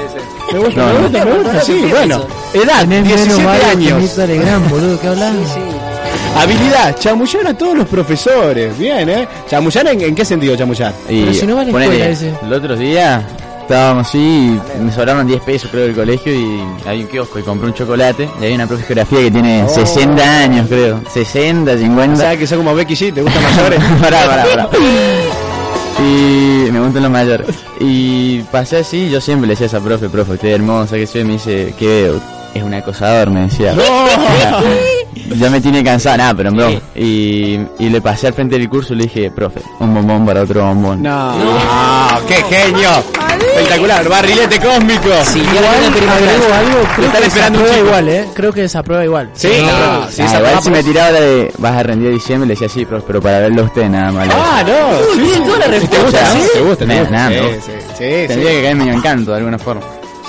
me gusta,
No,
me
no.
gusta, me gusta, sí, bueno, edad,
Tenés menos
17
barrio que
años,
Nito Legrand, boludo, ¿qué hablas?
habilidad, chamullar a todos los profesores, bien, eh, chamullar en, en qué sentido chamullar,
Y
Pero si no va a la
ponele,
escuela ese.
el otro día estábamos así y me sobraron 10 pesos creo del colegio y hay un kiosco y compré un chocolate y hay una profe de geografía que
Oh.
tiene 60 años creo. 60, 50.
o sea que son como Becky G, te gustan mayores,
pará, pará, pará. Y me gustan los mayores. Y pasé así, yo siempre le decía a esa profe, profe, usted es hermosa, que soy, me dice, qué veo. es un acosador, me decía.
¡No!
ya me tiene cansado, nada, pero bro. Y, y le pasé al frente del curso y le dije, profe, un bombón para otro bombón.
No.
¡No! Ah, ¡Qué genio! Espectacular, barrilete cósmico. Sí,
Agrego algo, creo
Están
que
esperando un
desaprueba
chico.
igual, ¿eh? Creo que desaprueba igual.
Sí, no,
sí,
ah,
esa
igual
tapa,
si me
pues.
tiraba la de vas a rendir diciembre, le decía sí, profe, pero para verlo a usted nada más.
Ah, no.
Sí,
Muy bien, toda la respuesta,
¿Te
¿sí?
gusta? ¿Te gusta?
Me-
Nada,
nada,
me
me
gusta. Tendría que caer medio encanto de alguna forma.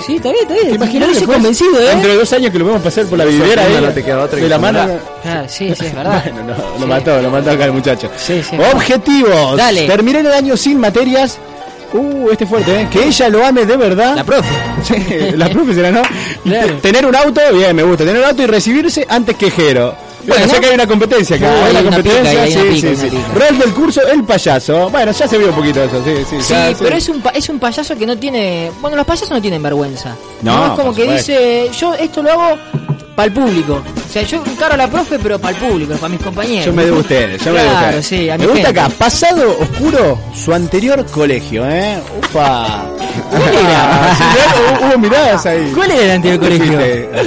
Sí, está bien, está bien.
Imagínate,
Imagínate,
después,
convencido, ¿eh?
Dentro de dos años que lo vamos a pasar por la
Sí,
vidriera
sorprenda,
ahí,
no te queda otra que
de la mano.
ignorar. Ah, sí, sí, es verdad.
Bueno, no, lo mató, lo mató acá el muchacho.
sí.
Objetivos.
Dale.
Terminar el año sin materias. Uh, este fuerte, ¿eh? Que ella lo ame de verdad. La
profe.
la profe será, ¿no?
Claro.
Tener un auto, bien, me gusta. Tener un auto y recibirse antes que Jero. Bueno,
Bueno.
sé que hay una competencia acá.
Sí,
hay
hay
una
una pica,
competencia,
hay una
sí,
pica,
sí,
una
sí.
pica.
Rol del curso, el payaso. Bueno, ya se vio un poquito eso, sí, sí.
Sí,
ya,
pero es un, pa- es un payaso que no tiene. Bueno, los payasos no tienen vergüenza.
No,
es como
por
que
supuesto.
dice: Yo esto lo hago para el público. O sea, yo encaro a la profe, pero para el público, para mis compañeros.
Yo me debo a ustedes, yo me debo Eh, a
Claro,
ustedes.
sí, a
me
mi
gusta
gente.
acá, pasado oscuro, su anterior colegio, ¿eh? Upa. ¿Cuál era? Sí, mirá, hubo- Hubo miradas ahí.
¿Cuál era el anterior colegio?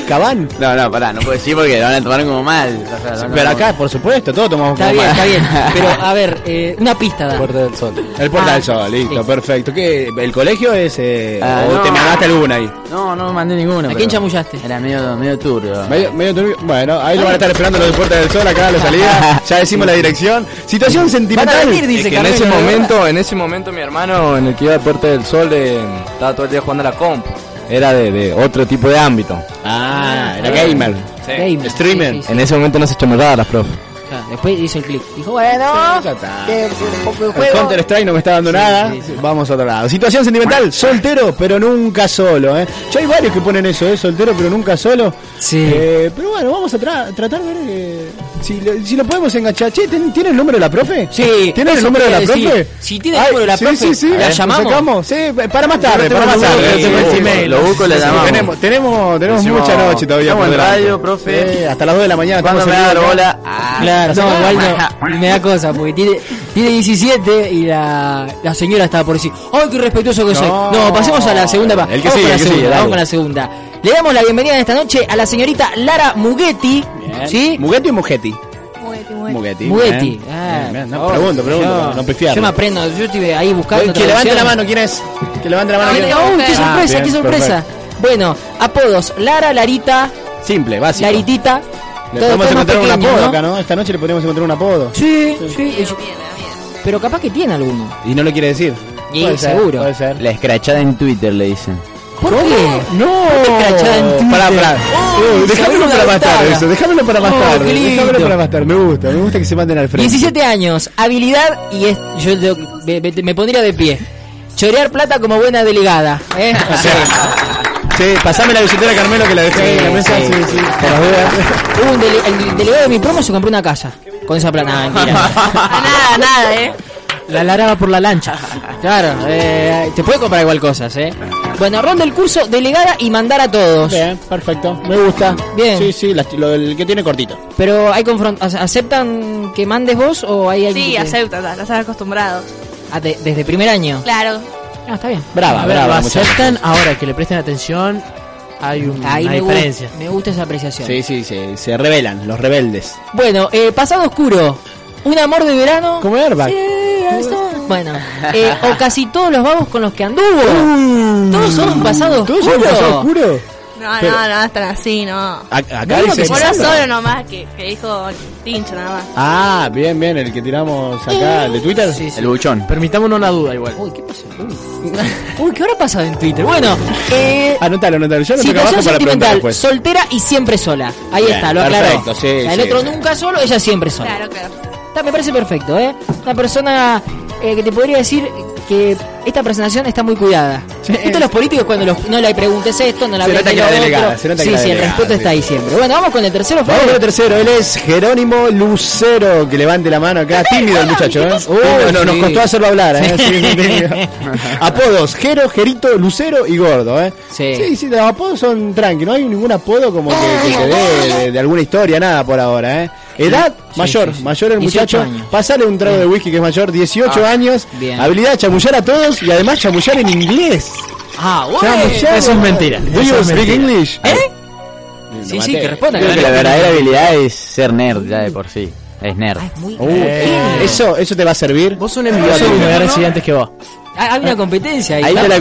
¿Cabán?
No, no, pará, no puedo decir porque lo van a tomar como mal. O sea, no,
Pero
no,
acá, por supuesto, todos tomamos
Está
como
bien,
mal.
está bien. Pero a ver, eh, una pista, da.
Puerta del Sol.
El portal
Ah,
del sol, listo, perfecto. ¿Qué, ¿El colegio es...? eh,
Ah,
¿O
no.
te mandaste alguna ahí?
No, no mandé ninguno.
¿A
pero
quién chamullaste?
Era medio, medio turbio.
Medio, medio turbio. Bueno, ahí lo van a estar esperando los de Puerta del Sol, acá a la salida. Ya decimos la dirección. Situación sentimental.
Es que en ese momento, en ese momento mi hermano en el que iba a Puerta del Sol eh, estaba todo el día jugando a la compu. Era de, de otro tipo de ámbito.
Ah, era gamer.
Sí.
Gamer,
Streamer.
sí, sí, sí.
En ese momento no se chamorraba las profe.
Claro, Después hizo el clic. Dijo: Bueno,
Ya está.
que un poco de
El
juego.
Counter Strike no me está dando nada. Vamos a otro lado. Situación sentimental, soltero, pero nunca solo. ¿eh? Ya hay varios que ponen eso, ¿eh? soltero, pero nunca solo.
Sí.
Eh, pero bueno, vamos a tra- tratar de ver eh, si, lo, si lo podemos enganchar. Che, ¿tien- ¿tiene el número de la profe?
Sí,
¿Tiene el
eso
número de la
quería decir.
profe?
Si tiene el número de la
sí,
profe,
sí, sí.
¿la
¿Lo
llamamos?
sacamos? Sí, eh, para más tarde,
Yo
para
no
más
tengo
tarde.
el número,
Yo tengo el
lo
email.
busco, lo busco, la
Sí,
llamamos.
Tenemos, tenemos, tenemos
Decimos,
mucha noche todavía.
estamos
por
en
delante.
radio, profe.
Eh, hasta las 2 de la mañana.
¿Cuándo
estamos
me
en
da la
vivo acá.
bola? Ah,
Claro,
No.
no, igual no. Me da cosa, porque tiene, tiene 17 y la, la señora estaba por decir, ¡ay, qué respetuoso que soy!
No.
No, pasemos a la segunda. pa-
El que
vamos
sigue,
con la
el que sigue,
segunda,
dale.
vamos con la segunda. Le damos la bienvenida en esta noche a la señorita Lara Mugetti, ¿sí?
¿Mugetti o Mugetti? Mugetti.
Mugetti.
bien.
Ah,
Bien, bien. No,
oh,
pregunto, pregunto,
yo-
no, no pifiarlo.
Yo me aprendo, yo estoy ahí buscando.
Que levante
traducciones.
la mano, ¿quién es? Que levante la mano.
Ah,
¿quién es?
mira, oh, ¡Qué
Ah,
sorpresa,
bien,
qué sorpresa!
perfecto.
Bueno, apodos, Lara, Larita,
Simple, básico.
Laritita.
Le
todos todos
podemos
más
encontrar un
pequeños,
apodo
¿no?
acá, ¿no? Esta noche le podríamos encontrar un apodo.
Sí, sí. Pero capaz que tiene alguno.
Y no lo quiere decir.
Y
Puede ser,
seguro.
Puede ser.
La escrachada en Twitter le dicen.
¿Por qué?
¡No!
escrachada en Twitter.
Oh. Pará, pará.
Oh,
Uh, dejámelo
se abrió
para
una
más tarde
ventana.
eso. Dejámelo para más
Oh,
tarde.
qué lindo.
Dejámelo para más tarde. Me gusta, me gusta que se manden al frente.
17 años, habilidad y es- yo lo- me, me- me pondría de pie. Chorear plata como buena delegada. ¿eh?
Sí, pasame la billetera Carmelo que la dejé ahí en la mesa. Sí, sí. Por las dudas.
Hubo un dele- el delegado de mi promo se compró una casa con esa plata.
Ah,
Nada, mentira.
nada, nada, eh.
La laraba por la lancha. Claro, eh, te puede comprar igual cosas, ¿eh? Bueno, ronda el curso, delegada y mandar a todos.
Bien, perfecto. Me gusta.
Bien.
Sí, sí, las- lo, el que tiene cortito.
Pero hay confron- ace- ¿aceptan que mandes vos o hay alguien
Sí,
que-
acepta, ya estás acostumbrado.
Ah, de- desde primer año?
Claro.
Ah, está bien.
Brava,
A ver, lo
brava, muchacho.
aceptan ahora, que le presten atención. Hay un-
Ahí
una
me, gu-
diferencia.
me gusta esa apreciación.
Sí, sí, sí, se rebelan, los rebeldes.
Bueno, eh, pasado oscuro. Un amor de verano.
Como Airbag.
Bueno, eh, o casi todos los vagos con los que anduvo.
Mm.
Todos son un pasado
¿Todo
oscuro.
oscuro?
No,
Pero-
no, no, están así, no.
Acá
Uno
dice...
que fuera solo nomás, que, que dijo Tincho nada más.
Ah, bien, bien, el que tiramos acá, el de Twitter. Sí,
El buchón.
Permitámonos una duda igual.
Uy, ¿qué pasó? Uy. Uy, ¿qué habrá pasado en Twitter? Bueno, eh,
Anótalo, anótalo. Yo Ah, no tengo abajo
situación
para preguntar
sentimental.
después.
Soltera y siempre sola. Ahí
Bien,
está, lo aclaró.
perfecto, sí,
O sea, el
sí,
otro
sí.
nunca solo, ella siempre sola.
Claro, claro.
Está, me parece perfecto, ¿eh? Una persona eh, que te podría decir que esta presentación está muy cuidada. Esto los políticos cuando los- no le preguntes esto, no le
Se nota
preguntes
que
lo
la
otro.
delegada, se nota que
Sí,
la
sí, el
delegada,
respeto
sí.
está ahí siempre. Bueno, vamos con el tercero,
Vamos con
Fede.
el tercero, él es Jerónimo Lucero, que levante la mano acá, tímido el muchacho, ¿eh? Uh, no, nos costó hacerlo hablar, ¿eh? Sí, sí, tímido. apodos, Jero, Jerito, Lucero y Gordo, ¿eh?
Sí.
sí, sí, los apodos son tranqui, no hay ningún apodo como que, que se dé de, de alguna historia, nada por ahora, ¿eh? Edad, mayor,
sí, sí.
mayor el
18
muchacho,
años.
pasarle un trago de whisky que es mayor, 18 años,
bien.
habilidad chamullar a todos y además chamullar en inglés.
Ah, bueno.
Chamullar.
Eso es mentira.
Do you
Eso es
speak
mentira.
English?
¿Eh? Sí, sí, que responda.
Creo que la
claro.
verdadera habilidad es ser nerd ya de por sí. Es nerd.
Uh,
Eh.
eso, eso te va a servir. Vos son
envidioso.
antes que vos.
Ah, Hay una competencia ahí.
Ahí está la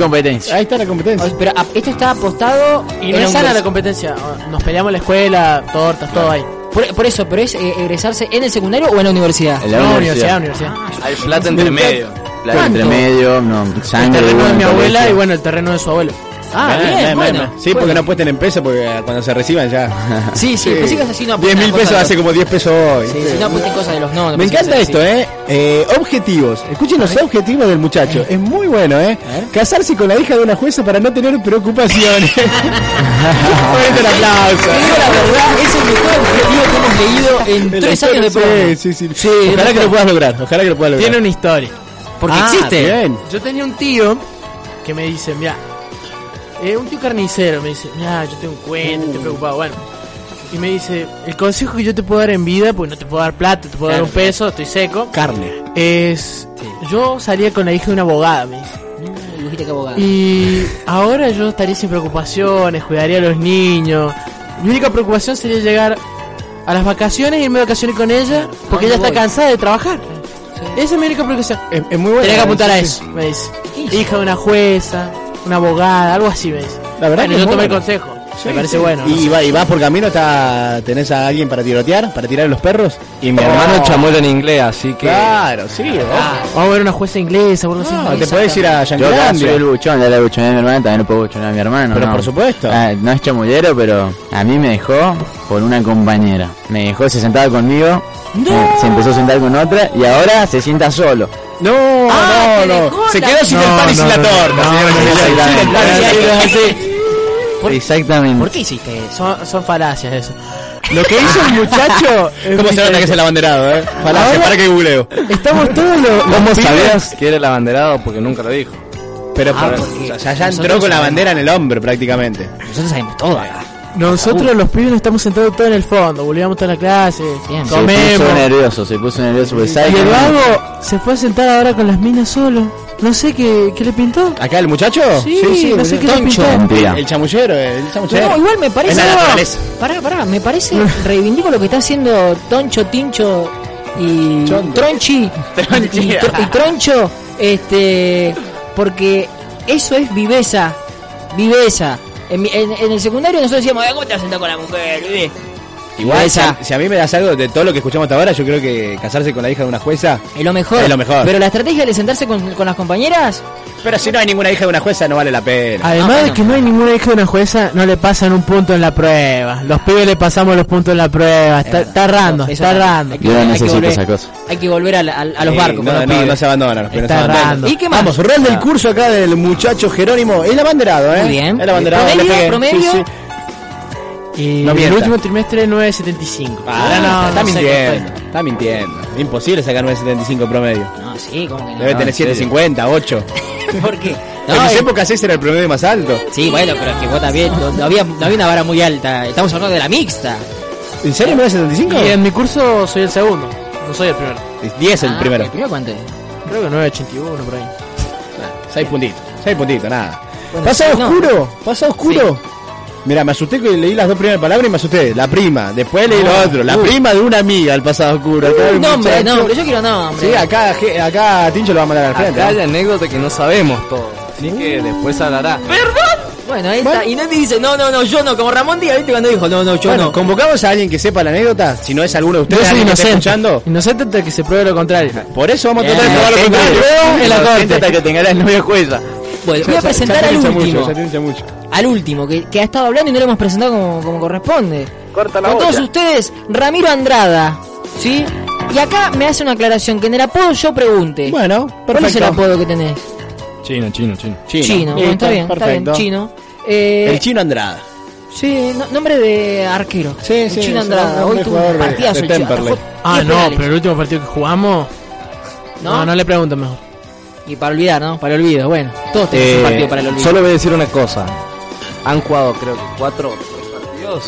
Ahí está la competencia.
Pero ah, esto está apostado.
Y no
en
es
un
sana
cons-
la competencia. Nos peleamos en la escuela, tortas, todo ahí.
Por, por eso, pero es eh, egresarse en el secundario o en la universidad. Ah,
En la
no,
universidad.
universidad, universidad.
Hay plata entre medio.
Claro, entre
¿Cuánto?
medio, no,
El
sangre.
terreno de
bueno,
mi abuela y
colegio.
bueno, el terreno de su abuelo.
Ah, bien, bueno.
Sí, porque no apuesten en pesos, porque ah, cuando se reciban ya.
Sí, sí, pensé que así no apuestan
10 mil
cosas
pesos
pues, de
hace
los-
como 10 pesos hoy.
Sí, si no apuesten cosas de los no. no
Me
pensé que
encanta
sea
esto,
así.
¿eh? Eh, Objetivos. Escuchen los objetivos del muchacho. Es muy bueno, ¿eh? Casarse con la hija de una jueza para no tener preocupaciones. Fuerte el Este aplauso.
Te digo la verdad, es el mejor objetivo que hemos leído en
De la
tres años de
historia,
programa.
sí, sí, sí.
Sí,
Ojalá
no
que lo
está.
puedas lograr. Ojalá que lo puedas lograr.
Tiene una historia.
Porque
Ah,
existe.
bien.
Yo tenía un tío que me dice, mira, eh, un tío carnicero me dice, mira, yo tengo un cuento,
Uh.
estoy preocupado, bueno. Y me dice, el consejo que yo te puedo dar en vida, pues no te puedo dar plata, te puedo
Claro.
dar un peso, estoy seco,
Carne.
es... Yo salía con la hija de una abogada, me dice.
Dijiste que abogado.
Y ahora yo estaría sin preocupaciones, cuidaría a los niños. Mi única preocupación sería llegar a las vacaciones, irme de vacaciones con ella, porque ella
dónde
está
voy?
cansada de trabajar. Esa es mi única preocupación.
Es, es muy bueno.
Tenés que apuntar a
Sí,
eso, me dice. Hija de una jueza, una abogada, algo así me dice.
La verdad
Bueno,
que es
yo tomé
muy
el
bueno.
consejo.
sí,
me parece
sí.
bueno.
Y, va- y vas por camino, está, tenés a alguien para tirotear, para tirar a los perros.
Y
Oh,
mi hermano chamuelo en inglés, así que.
Claro, sí.
Vamos a ver una jueza inglesa, por no,
No, Ah, te podés ir a
Yo acá soy el
Yanquilandia.
buchón, ya le buchoné a mi hermana, también lo puedo buchonar a mi hermano.
Pero
no.
por supuesto.
Ah, no es chamullero, pero a mí me dejó por una compañera. Me dejó, se sentaba conmigo, eh, se empezó a sentar con otra y ahora se sienta solo.
No,
Ah, te
no,
dejó
no. Se
la-
quedó sin el
No,
pan y
no,
sin la
no,
torta.
no,
señora
no,
Yanquilandia.
no,
Sin el pan y sin la torta.
Exactamente.
¿Por qué hiciste eso?
Son, son falacias eso.
Lo que hizo el muchacho. es
muy
¿Cómo se nota que es el abanderado, eh? Falacia, para que googleo.
Estamos todos los.
¿Cómo sabías que era el abanderado? Porque nunca lo dijo.
Pero
Ah,
por-
porque
o sea, ya entró
nosotros
con la
sabemos.
bandera en el hombro prácticamente.
Nosotros sabemos todo acá.
Nosotros los pibes nos estamos sentados todos en el fondo, volvíamos toda la clase,
Bien.
Se puso
comemos.
nervioso, se puso nervioso. porque sabe
Y
que
el
no-
vago se fue a sentar ahora con las minas solo. No sé qué, qué le pintó.
¿Acá el muchacho?
Sí, no sé qué
boludo.
le pintó.
Mentira.
El chamullero, el chamullero.
No, igual me
Es
parece.
la naturaleza.
Pará, pará, me parece. Reivindico lo que está haciendo Toncho, Tincho y.
Chonto.
Tronchi. Y, tro- y Troncho. Este. Porque eso es viveza. Viveza. En, mi- en- en el secundario nosotros decíamos, "Eh, ¿cómo te vas a sentar con la mujer? bebé?"
Igual, si
Esa.
a, si a mí me das algo de todo lo que escuchamos hasta ahora, yo creo que casarse con la hija de una jueza.
Es lo mejor.
Es lo mejor.
Pero la estrategia de sentarse con, con las compañeras.
Pero si no hay ninguna hija de una jueza, no vale la pena.
Además
Ah, bueno.
de que no hay ninguna hija de una jueza, no le pasan un punto en la prueba. Los pibes le pasamos los puntos en la prueba. Está,
verdad.
está rando,
Eso
está
no.
rando.
Yo no
Hay que
necesito
volver.
esa cosa.
Hay que volver a, la- a- a los
Sí,
barcos.
no,
con los
no,
pibes.
no se abandonan los pibes, no se
Está
abandonan.
rando.
¿Y qué más?
Vamos, rol del curso acá del muchacho Jerónimo. El abanderado, ¿eh?
Muy bien.
El abanderado.
Promedio,
le pegué.
promedio.
Sí, sí.
Y
No
el
mienta.
último trimestre 9.75.
Ah,
no,
está
no sé
mintiendo.
cuánto
Está mintiendo. Imposible sacar 9.75 promedio.
No, sí, como que no.
Debe tener 7.50, 8.
¿Por qué?
en
No,
mis
es-
épocas ese era el promedio más alto.
Sí, bueno, pero es que vos también. No, no había, no había una vara muy alta. Estamos hablando de la mixta.
¿En serio me da 75?
es. Y en mi curso soy el segundo. No soy el primero.
10 el
Ah,
primero.
¿El primero cuánto es?
Creo que 9.81 por ahí.
6 puntitos. 6 puntitos, nada.
Bueno,
Pasa
no.
oscuro, pasa oscuro. Mira, me asusté que leí las dos primeras palabras y me asusté. La prima, después leí lo otro. La prima de una amiga, el pasado oscuro. Acá el
Nombre,
muchacho-
nombre, yo quiero nombre.
Sí, ah, acá, je- acá Tincho lo va a mandar al frente.
Acá
¿eh?
hay anécdota que no sabemos todos. Así que después hablará.
Bueno, ahí está. Y Nati dice, no, no, no, yo no. Como Ramón Díaz, ¿viste cuando dijo, no, no, yo
Bueno,
no?
convocamos a alguien que sepa la anécdota, si no es alguno de ustedes
Yo soy
alguien que esté
inocente.
escuchando.
Inocente hasta que se pruebe lo contrario.
Por eso vamos a tratar de
Bien,
probar lo
tengo
contrario.
prueba en la
Inocente
corte.
hasta que tenga la novia jueza.
Bueno, voy
Ya-
a
ya
presentar
te
al
hincha
último.
mucho, ya te hincha mucho.
Al último, que, que ha estado hablando y no lo hemos presentado como, como corresponde.
Corta la
Con todos
olla.
ustedes, Ramiro Andrada. ¿Sí? Y acá me hace una aclaración, que en el apodo yo pregunte.
Bueno,
¿Cuál es el
perfecto.
apodo que tenés?
Chino, chino, chino.
Chino. bueno, está bien, está bien, chino. Eh,
El chino Andrada.
Sí, no- nombre de arquero.
Sí,
El
sí,
Chino
es un
Andrada.
nombre
Hoy tuvo
jugador
un
de-
partidazo.
de
el Chino.
Temperley.
Atajó
Ah,
diez
no,
penales.
pero el último partido que jugamos.
¿No?
No, no, le pregunto mejor.
Y para olvidar, ¿no? Para el olvido, bueno. Todos tenemos
Eh,
un partido para el olvido.
Solo voy a decir una cosa. Han jugado creo que cuatro o tres partidos.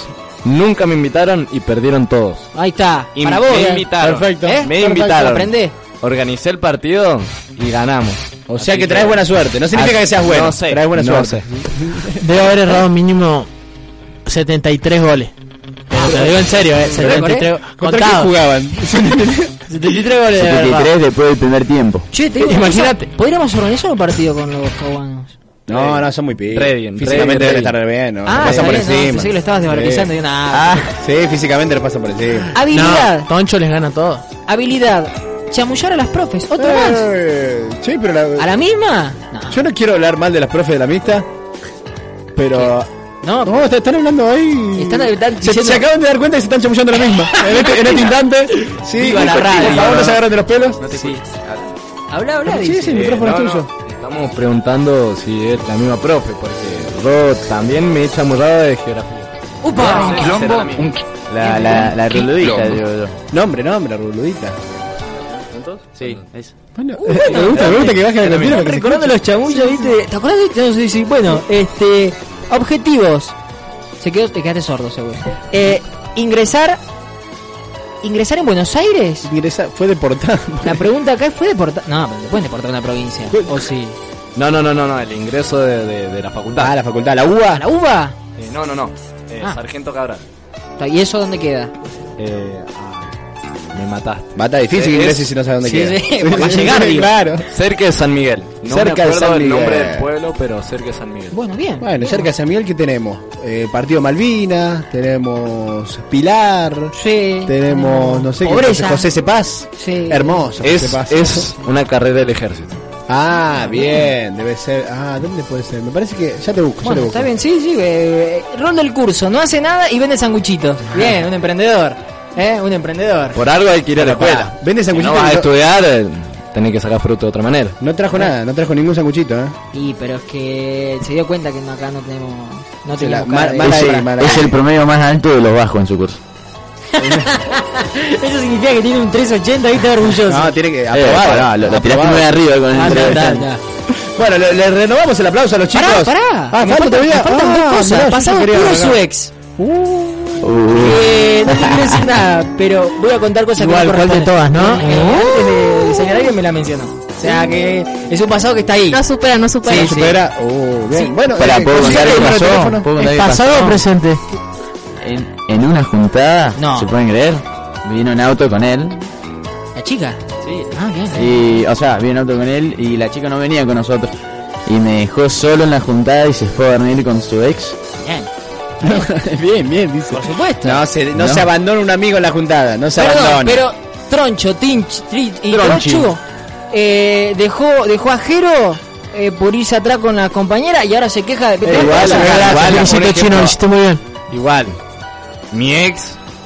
Nunca me invitaron y perdieron todos.
Ahí está.
Y
para
me
vos. ¿eh?
invitaron.
Perfecto.
Me
¿Eh? Perfecto,
invitaron.
aprendé.
Organicé el partido y ganamos.
O sea que traes buena suerte. No significa
Así-
que seas bueno.
No sé,
Traes buena
no
suerte.
Debe haber errado mínimo 73 goles. Te lo digo en serio, eh.
¿Contra
73
Corea? ¿Contra quién
contados.
jugaban?
73 goles. de verdad.
73 después del primer tiempo.
Che, te digo,
Imagínate.
imagínate. ¿Podríamos organizar un partido con los caguanos?
No, no, son muy pibes.
Re bien, re bien,
Físicamente deben
re
estar bien, ¿no?
Ah,
Le pasan
está
por
bien, no,
encima.
pensé que lo estabas desvalorizando,
Sí.
digo, nah.
Ah, sí, físicamente le pasan por encima.
Habilidad,
Toncho les gana todo.
habilidad. Chamullar a las profes, otra más.
Eh, sí, pero la-
¿A la misma?
Yo no quiero hablar mal de las profes de la mixta, pero...
No,
te están hablando ahí.
Están- están
se,
diciendo-
se acaban de dar cuenta y se están chamullando la misma. En este, en este instante. Sí,
Viva la
por
radio.
favor, no se agarran de los pelos.
No te escucho.
Habla, habla.
Sí, sí, el micrófono es
no,
tuyo.
no, Estamos preguntando si es la misma profe, porque yo también me he chamurrado de geografía.
Ah.
¡Upa!
Será la misma.
La, la, la
¿Qué?
reludita,
Quilombo.
digo yo.
Nombre, nombre, ruludita.
Sí, eso.
eh, Me gusta, me gusta que baje
Mira,
la cortina. porque se
recordando los chamullos, ¿viste? ¿Te acordás de no, sí, sí. Bueno, este. Objetivos. Se quedó, te quedaste sordo, seguro. Eh, ingresar. ¿Ingresar en Buenos Aires?
Ingresa, fue deportada.
La pregunta acá es: ¿fue deportar? No, pero te pueden deportar a una provincia. ¿O sí?
No, no, no, no, no, el ingreso de, de- de la facultad.
Ah, la facultad, la UBA.
¿A la UBA?
Eh, no, no, no. eh,
Ah.
Sargento Cabral.
¿Y eso dónde queda?
Eh, ah, me mataste.
Mata difícil que
Eh,
ingreses
es-
si no sabes dónde
sí,
queda.
sí, para llegar, digo.
Claro.
Cerca de San Miguel. No
Cerca de
me acuerdo
San
el nombre
Miguel.
del pueblo, pero cerca de San Miguel.
Bueno, bien.
Bueno,
bien.
cerca de San Miguel, ¿qué tenemos? Eh, Partido Malvinas, tenemos Pilar,
Sí.
tenemos, no sé qué,
Pobreza.
José Cepaz.
Sí.
Hermoso, José
Es,
Cepaz.
es una carrera del ejército.
Ah, bien, debe ser. Ah, ¿dónde puede ser? Me parece que ya te busco, ya te
Bueno,
busco.
está bien, sí, sí. eh, rol del curso, no hace nada y vende sanguchitos.
Ah.
Bien, un emprendedor. ¿Eh? Un emprendedor.
Por algo hay que ir a la escuela.
Vende
Si no
sanguchito.
vas a
y no,
estudiar, eh, tenés que sacar fruto de otra manera.
no trajo nada, no trajo ningún sanguchito, ¿eh?
Y, pero es que se dio cuenta que no- acá no tenemos. No
Se la-
tenemos.
mal-
cara de-
mal
Es,
ahí,
el-
mal
es
ahí.
el promedio más alto de los bajos en su curso.
Eso significa que tiene un 380 y está orgulloso.
No, tiene que.
Eh,
Aprobado.
pará, lo, lo tiraste
Aprobado.
muy arriba con el
Ah, ta, ta,
entrevistante.
ta.
Bueno, le, le renovamos el aplauso a los chicos.
Pará, pará.
Ah,
me
falta
faltan-
todavía.
me faltan
Ah,
dos
mirá,
cosas.
yo
Pasamos
te quería
puro
agregar.
su ex.
Uh,
Eh, no te quiero decir nada, pero voy a contar cosas
Igual,
que no
¿cuál de
corresponden.
todas, no?
Eh,
Uh.
Antes de, de señalar alguien me la mencionó. O sea que es un pasado que está ahí.
No supera, no supera.
Sí,
Se supera. Uh, bien.
Sí.
Bueno,
Pará,
eh,
¿puedo
consigue
contar
el
qué
número de
pasó?
teléfono.
¿Puedo contar
¿Es
qué
pasado o
pasó?
presente?
En, en una juntada,
No.
¿se pueden creer? Vino en auto con él.
La chica. Sí. Ah, bien.
Y, o sea, vino en auto con él y la chica no venía con nosotros. Y me dejó solo en la juntada y se fue a dormir con su ex.
Bien.
bien, bien, dice.
Por supuesto.
No se, no,
No.
se abandona un amigo en la juntada, no se
Perdón,
abandona.
pero Troncho, Tinch, Tri- y
Tronchi.
Troncho eh, dejó, dejó a Jero eh, por irse atrás con la compañera y ahora se queja de que
Eh, igual, igual,
Gracias,
igual, por
felicito, chino,
ejemplo,
lo hiciste muy bien.
Igual, mi ex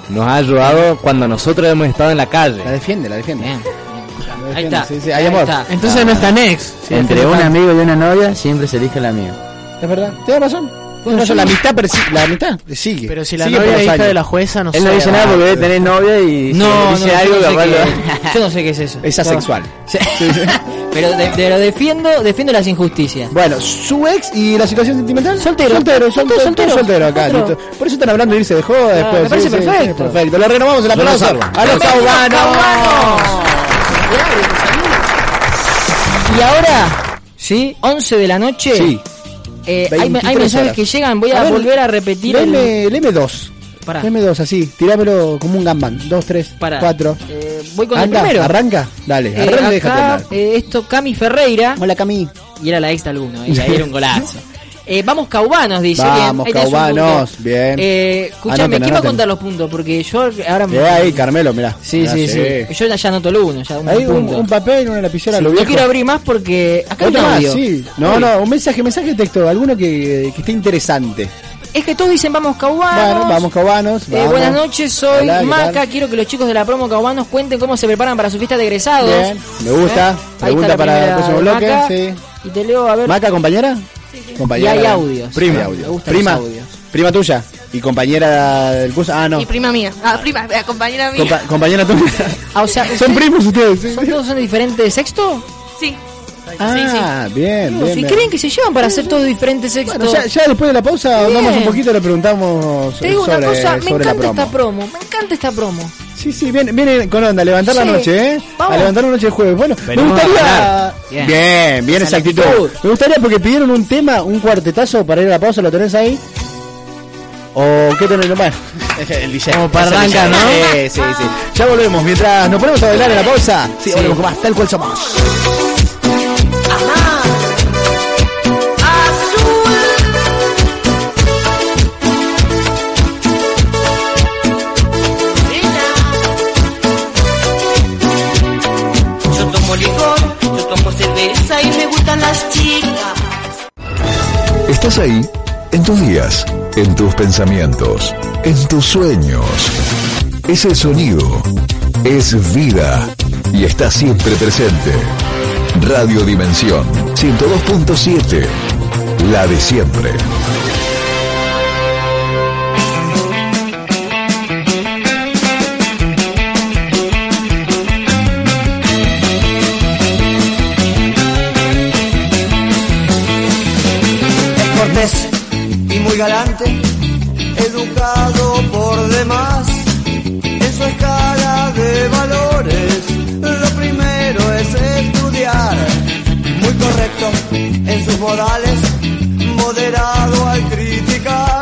nos ha ayudado cuando nosotros hemos estado en la
La
calle.
defiende, la defiende.
Bien,
La defiende,
Ahí está.
sí, sí, hay
ahí
amor.
está.
Entonces no está Nex.
Entre un amigo y una novia siempre se elige el amigo.
Es verdad, tienes razón. Tienes razón, La amistad, persi- la amistad sigue.
Pero si la
sigue
novia
por los
es hija
años.
de la jueza, no sé.
Él no dice nada porque debe tener novia y si le
No, no,
dice
yo
algo
no sé
capaz lo-
qué- yo no sé qué es eso.
Es
Yo-
asexual.
Sí. Pero de- pero defiendo, defiendo las injusticias.
Bueno, su ex y la situación sentimental.
Soltero.
soltero, soltero,
Soltero, soltero.
soltero, acá,
Soltero.
listo. Por eso están hablando de irse de joda después.
me parece perfecto.
perfecto. Le renovamos el aplauso a los caubanos.
Y ahora, ¿sí? 11 de la noche.
Sí.
Eh, hay, me- hay
23
mensajes
horas.
que llegan, voy a,
A ver,
volver a repetir. el-
Leme, leme dos.
Pará.
Leme dos, así. Tirámelo como un gambán. Dos, tres,
Pará.
cuatro.
Eh, voy con
Anda,
el primero.
arranca. Dale,
Eh,
arranca y déjate
acá,
andar.
eh, esto, Cami Ferreira,
Hola, Cami.
y era la ex de alguno, eh, y ahí era un golazo. Eh, vamos caubanos, dice. bien,
Vamos,
ahí tenés un
caubanos,
punto.
bien.
Eh, escúchame, ¿quién
Anoten,
va a
anoten.
contar los puntos? Porque yo ahora
Eh, ahí, Carmelo, mirá.
Sí,
Mirá,
sí, sí, Yo ya- ya anoto el uno, ya un
Ahí un,
punto.
un papel, una lapicera,
Sí,
lo
no
viejo.
quiero abrir más porque acá hay un
Otro más,
audio.
sí. No, no, un mensaje, mensaje de texto, alguno que, que esté interesante.
Es que todos dicen Ah, vamos caubanos.
Bueno, vamos, cabanos.
Eh, buenas noches, soy
Hola, ¿qué
Maca.
tal?
Quiero que los chicos de la promo Caubanos cuenten cómo se preparan para su fiesta de egresados. Eh,
Bien, me gusta.
Ahí está
Pregunta
la
para el
primera
próximo
de
bloque,
Maca.
sí.
Y te leo a ver.
¿Maca, compañera? Compañera.
Y hay
bien.
audios.
Prima.
Sí,
Hay audios.
me gustan
Prima.
los audios.
Prima tuya. Y compañera del curso. Ah, no.
Y prima mía. Ah, prima, eh, compañera mía.
Compa- compañera tuya.
Ah, o sea,
Son
¿ustedes-
primos ustedes. sí.
¿son todos son de diferente sexto?
Sí. Sí, sí.
Ah, bien,
Dios,
bien.
¿Y
bien.
qué bien que se llevan para ser todos de diferente sexto?
Bueno, ya, ya después de la pausa
Bien.
andamos un poquito, le preguntamos
te digo
sobre,
una cosa, me
sobre la
encanta
promo.
esta promo. Me encanta esta promo.
Sí, sí, viene, viene con onda, a levantar la
Sí,
noche, ¿eh?
vamos.
A levantar la noche el jueves. Bueno,
Venimos
me
a
gustaría.
ganar.
Bien.
Bien, bien, esa actitud. Me gustaría porque pidieron un tema, un cuartetazo para ir a la pausa, ¿lo tenés ahí? ¿O qué tenés nomás? El DJ.
Como parranca, ¿no?
Sí, sí, sí. Ya volvemos. Mientras nos ponemos a bailar en la pausa, sí, volvemos con más, tal cual somos.
Yo tomo licor, yo tomo cerveza y me gustan las chicas.
Estás ahí, en tus días, en tus pensamientos, en tus sueños. Es el sonido, es vida y está siempre presente. Radio Dimensión 102.7, la de siempre.
Es cortés y muy galante, educado por demás. En su escala de valores, lo primero es estudiar. Muy correcto en sus modales, moderado al criticar.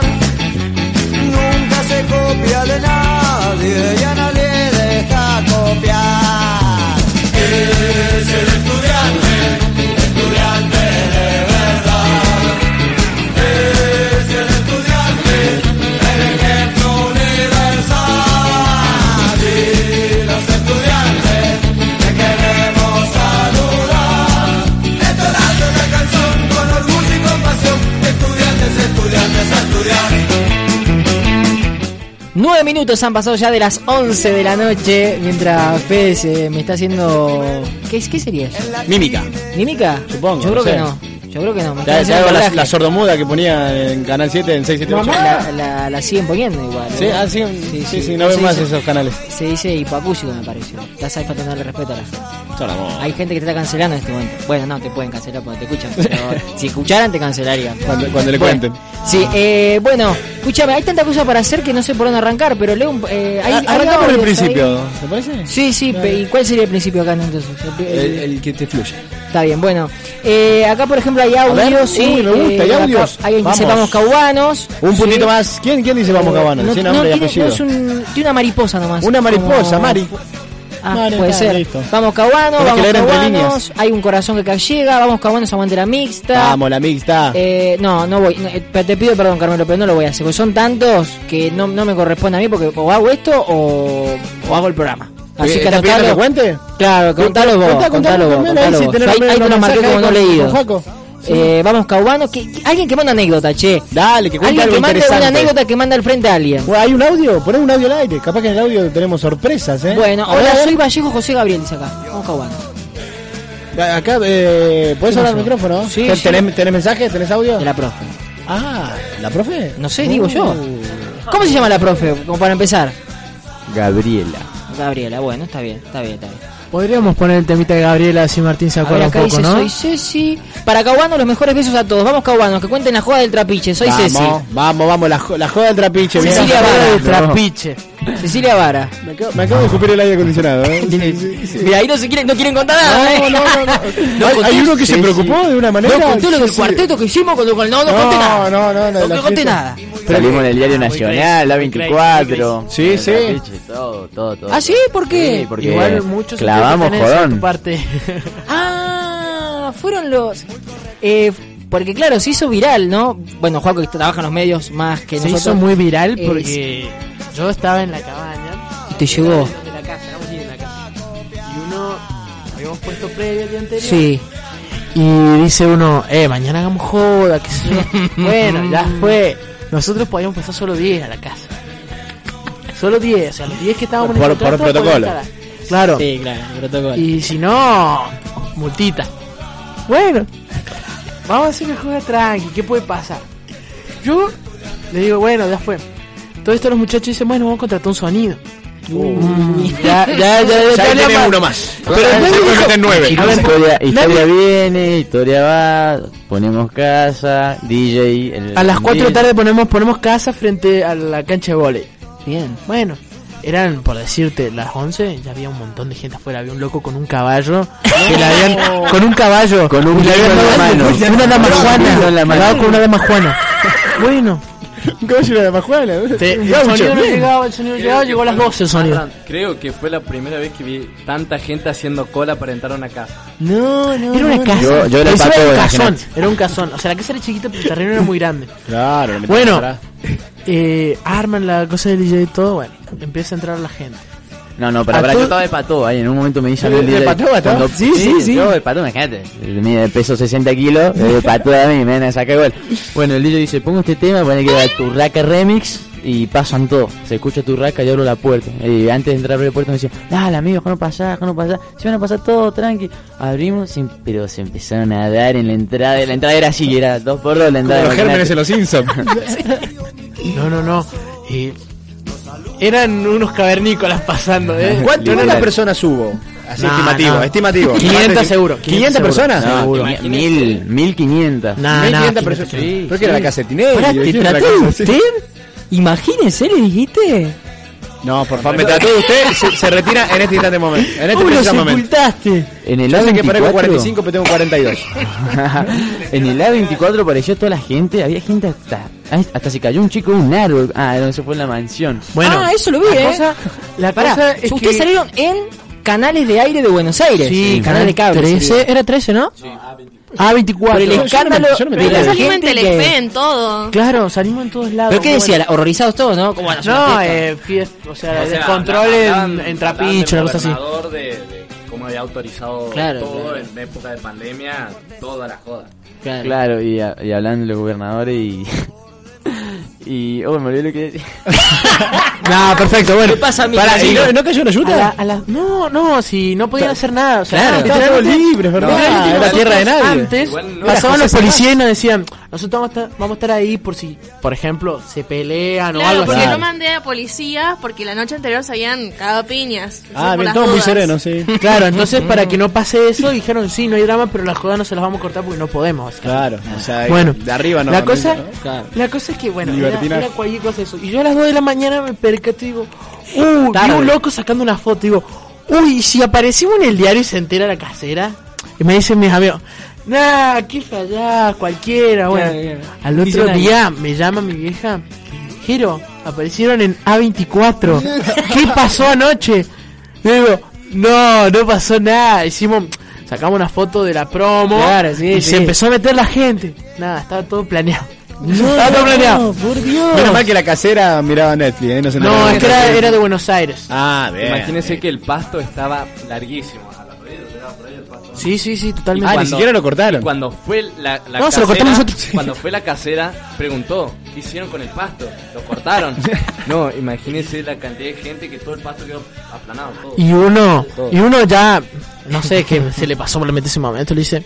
Nunca se copia de nadie y a nadie deja copiar. Es el estudiante, estudiante de verdad. Es el estudiante, el ejemplo universal. Y los estudiantes te queremos saludar. Entonando la canción con orgullo y compasión. Estudiantes, estudiantes, a estudiar.
9 minutos han pasado ya de las 11 de la noche mientras Fede se- me está haciendo... ¿Qué, es- qué sería eso?
Mímica.
¿Mímica?
Supongo,
Yo
no
creo que
sé.
no. Yo creo que no. me está
Ya, ya
haciendo
hago la,
doblaje.
la sordomuda que ponía en Canal 7, en 678.
La, la, la siguen poniendo igual.
Sí,
¿verdad?
ah, sí, sí, sí, no veo
Se
más
dice-
esos canales.
Se dice hipacusico, me pareció. Estás ahí faltándole respeto a la gente. Hay gente que te está cancelando en este momento. Bueno, no, te pueden cancelar porque te escuchan. pero si escucharan, te cancelarían.
Cuando, cuando le
Bueno,
cuenten.
Sí, eh, bueno, escúchame, hay tanta cosa para hacer que no sé por dónde arrancar, pero leo un... Eh, hay-
Ah,
hay
arranca por el
audios ahí.
principio, ¿te parece?
Sí, sí,
Dale.
pe- ¿y cuál sería el principio acá no, entonces? El-
El, el que te fluye.
Está bien, bueno. Eh, acá, por ejemplo, hay
ver,
audios.
uy,
sí,
me gusta, hay
acá
audios.
Hay alguien que dice
Vamos.
vamos caubanos.
Un
sí.
puntito más. ¿Quién, quién dice vamos cabana?
No,
Sin
no
nombre y
tiene-
apellido.
no es un- tiene una mariposa nomás.
Una mariposa,
Como-
Mari.
Ah,
Mari,
puede
está,
ser.
listo.
Vamos
Tenés
cabanos,
que
vamos
leer entre
cabanos.
líneas.
Hay un corazón que acá llega, vamos cabanos, aguante la mixta.
Vamos, la mixta.
Eh, no, no voy. no, eh, pero te pido perdón, Carmelo, pero no lo voy a hacer. porque son tantos que no, no me corresponde a mí porque o hago esto o, o hago el programa. Así
Eh,
que
¿estás pidiendo
anotalo.
que cuente?
Claro, contalo vos.
Contá, contá,
Contalo vos.
contá, ahí
contalo
si
vos.
tenés
Ahí-
menos
Ahí te lo marqué
mensajes
como
ahí
no
con-
leído.
con Jaco. Sí.
Eh, vamos, Caubano. Que, que- alguien que manda anécdota, che. Dale,
que cuente
Alguien
algo
que mande una
interesante.
anécdota que manda al frente a alguien.
Bueno, ¿Hay un audio? Poné un audio al aire. Capaz que en el audio tenemos sorpresas, ¿eh?
Bueno,
A ver,
hola,
a ver.
soy Vallejo José Gabriel, dice acá. Vamos, Caubano.
Acá, eh, ¿podés
¿Qué
hablar al
pasó?
micrófono?
Sí,
¿Ten-
sí.
Em,
¿Tenés, ¿Tenés mensaje? ¿Tenés audio? De
la profe.
Ah, ¿la profe?
No sé, digo yo.
Uh.
¿Cómo se llama la profe? Como para empezar.
Gabriela.
Gabriela, bueno, está bien, está bien, está bien.
Podríamos poner el temita de Gabriela si Martín se
A ver,
acuerda
acá
un poco,
dice,
¿no?
soy Ceci. Para Caubano, los mejores besos a todos. Vamos, Caubano, que cuenten la joda del trapiche. Soy
vamos,
Ceci.
Vamos, vamos, la, jo- la joda del trapiche. bien. La
Cecilia
joda
Vara.
del trapiche.
Cecilia Vara.
Me acabo, me acabo de escupir el aire acondicionado. ¿eh? Sí, sí, sí.
Mira, ahí no, se quieren, no quieren contar nada.
No,
¿eh?
no, no, Hay-
contó-
hay uno que se
Sí,
preocupó de una manera.
No contó lo del
Sí, sí.
cuarteto que hicimos con, con- No, no,
No,
conté nada.
no, no, no,
No,
la
conté
fiesta.
nada.
Salimos en el Diario Nacional, la 24.
Sí, sí.
Todo, todo, todo.
¿Ah, sí? ¿Por qué?
Sí, porque
Igual muchos
clavamos
creo que tenés
jodón.
tu parte.
Ah, fueron los. eh, porque claro, se hizo viral, ¿no? Bueno, Juaco que trabaja en los medios más que
Se
nosotros.
hizo muy viral
Eh,
porque yo estaba en la cabaña.
Te llegó.
De la casa, éramos diez en la casa. Y uno, habíamos puesto previo el día anterior.
Sí.
Y dice uno, eh, mañana hagamos joda, que sé yo. bueno, ya fue. Nosotros podíamos pasar solo 10 a la casa. Solo 10, o sea, los 10 que estábamos
Por-
el
por
contrato,
protocolo.
podíamos estar. Claro.
Sí, claro, protocolo.
Y si no, multita. Bueno, vamos a hacer una joda tranqui, ¿qué puede pasar? Yo le digo, bueno, ya fue. Todo esto los muchachos dicen, bueno, vamos a contratar un sonido. Ya, ya, ya, ya,
Ya
tenía
tiene
más.
uno más.
Pero después dijo- A ver,
historia historia
nadie-
viene, historia va, ponemos casa, DJ. el-
A las 4 de
el-
la tarde ponemos, ponemos casa frente a la cancha de volei.
Bien.
Bueno, eran, por decirte, las 11, ya había un montón de gente afuera. Había un loco con un caballo. que le habían, con un caballo. Con
un
le habían
vino en la
dado-
mano.
Una damajuana.
Con un vino en la mano.
le habían dado con una damajuana. Bueno,
Un caballo era la pajuela.
El sonido no llegaba, el sonido no llegaba, llegó a las 12 el sonido.
Creo que fue la primera vez que vi tanta gente haciendo cola para entrar a una casa.
No, no. Era
no.
una casa.
Yo- yo era
Pero encima
Paco
era un
de la
cazón.
Genat.
Era un cazón. O sea, la casa era chiquita, pero el terreno era muy grande.
Claro, lo metí
Bueno,
atrás.
eh, arman la cosa del DJ y todo. Bueno, empieza a entrar la gente.
No, no, para,
A
para, yo
todo-
estaba de pató ahí. En un momento me dice
¿De-
a mí el
de
DJ,
pató, pató?
cuando-
Sí, sí, sí.
Yo de pató, imagínate. Mide peso 60 kilos, eh, de pató a mí, me van a sacar igual. Bueno, el DJ dice: Pongo este tema, pone que era Turraca Remix. Y pasan todo. Se escucha Turraca y abro la puerta. Y antes de entrar a abrir la puerta me decía: Dale, amigo, no pasar, no pasar. Se van a pasar todo, tranqui. Abrimos, se- em-, pero se empezaron a dar en la entrada. La entrada era así, era dos por dos la entrada.
los gérmenes
imagínate.
en los Simpsons.
No, no, no. Eh, eran unos cavernícolas pasando. ¿eh?
¿Cuánto- ¿Cuántas
Literal.
personas hubo? Así
No,
estimativo,
no.
estimativo.
500 seguro.
500, personas.
No, quini- mil, mil quinientas.
Nah, nah,
1500 personas. Creo que era la casetinera.
Pará,
yo
¿te
dije, era la
trató de
casetinera.
usted? Imagínese, le dijiste.
No, por favor, me trató de usted. Se, se retira en este instante momento. En este
¿Cómo lo
preciso momento.
sepultaste?
En el
Yo sé que parezco
24.
45, pero tengo 42.
en el A24 apareció toda la gente, había gente hasta ay, hasta se cayó un chico de un árbol. Ah, no, se fue en la mansión.
ah, eso lo vi,
La
¿eh?
cosa-
la
Pará,
cosa es
ustedes
que-
salieron en canales de aire de Buenos Aires.
Sí,
canal de cable.
13,
sería.
era 13, ¿no? Ah, 24.
Por el escándalo de la
Salimos en
gente que-
Telefe, en todo.
Claro, salimos en todos lados.
¿Pero qué
Bueno,
decía? La- Horrorizados todos, ¿no? Como, bueno, es una
No,
fiesta.
eh, fiesta, o sea,
O sea,
descontrol
hablaban-
en, en
hablaban
trapicho,
del
una cosa así.
gobernador De, de cómo había autorizado
Claro,
todo
claro.
en época de pandemia, toda la joda.
Claro, y, a- y hablando de los gobernadores y y oh, me olvidé lo que decía.
Ah, perfecto, bueno.
¿Qué pasa, mi
Pará, ¿y
amigo?
no, no cayó una
A la-
Ah,
ayuda?
a la- no, no, si no podían hacer nada. O sea,
Claro.
estaban
Estaban
literalmente-
todos libres, ¿verdad?
literalmente
Era
nosotros
tierra de nadie.
Antes
Igual no era
pasaban
José
los
Paz.
policías y nos decían, nosotros vamos a estar, vamos a estar ahí por si, por ejemplo, se pelean o
Claro,
algo
porque
así.
no mandé a policía porque la noche anterior se habían cagado a piñas.
Ah,
Por
bien,
las
todo muy
dudas.
sereno, sí.
Claro, entonces para que no pase eso dijeron, sí, no hay drama, pero las jodas no se las vamos a cortar porque no podemos.
Claro, o sea,
Bueno,
de arriba no.
la
también,
cosa-
¿no?
La cosa es que, bueno, era,
Libertinaje.
era cualquier cosa eso. Y yo a las 2 de la mañana me percato y digo, uh, vi
Tarde.
un loco sacando una foto. Digo, uy, ¿y si aparecimos en el diario y se entera la casera. Y me dicen mis amigos, nah, qué fallás, cualquiera, bueno.
Claro, claro.
Al otro
Visionario.
día me llama mi vieja, Jero, aparecieron en A24. ¿Qué pasó anoche? Yo digo, no, no pasó nada. Hicimos, sacamos una foto de la promo
Claro, sí,
y
sí.
se empezó a meter la gente. Nada, estaba todo planeado.
No,
estaba todo planeado.
por Dios.
Menos mal que la casera miraba Netflix, ¿eh? No, se
No,
enteraba.
es que era, era de Buenos Aires.
Ah, bien.
Imagínense que el pasto estaba larguísimo. Eh, a la rodilla, estaba por ahí el pasto.
Sí, sí, sí,
Y
totalmente.
Ah,
cuando- y
y cuando-
Cuando fue la, la
No, se lo cortamos nosotros.
Cuando fue la casera, preguntó, ¿qué hicieron con el pasto? Lo cortaron. no, imagínense la cantidad de gente que todo el pasto quedó aplanado. todo.
Y uno,
Todo.
y uno ya, no sé qué se le pasó probablemente ese momento, le dice,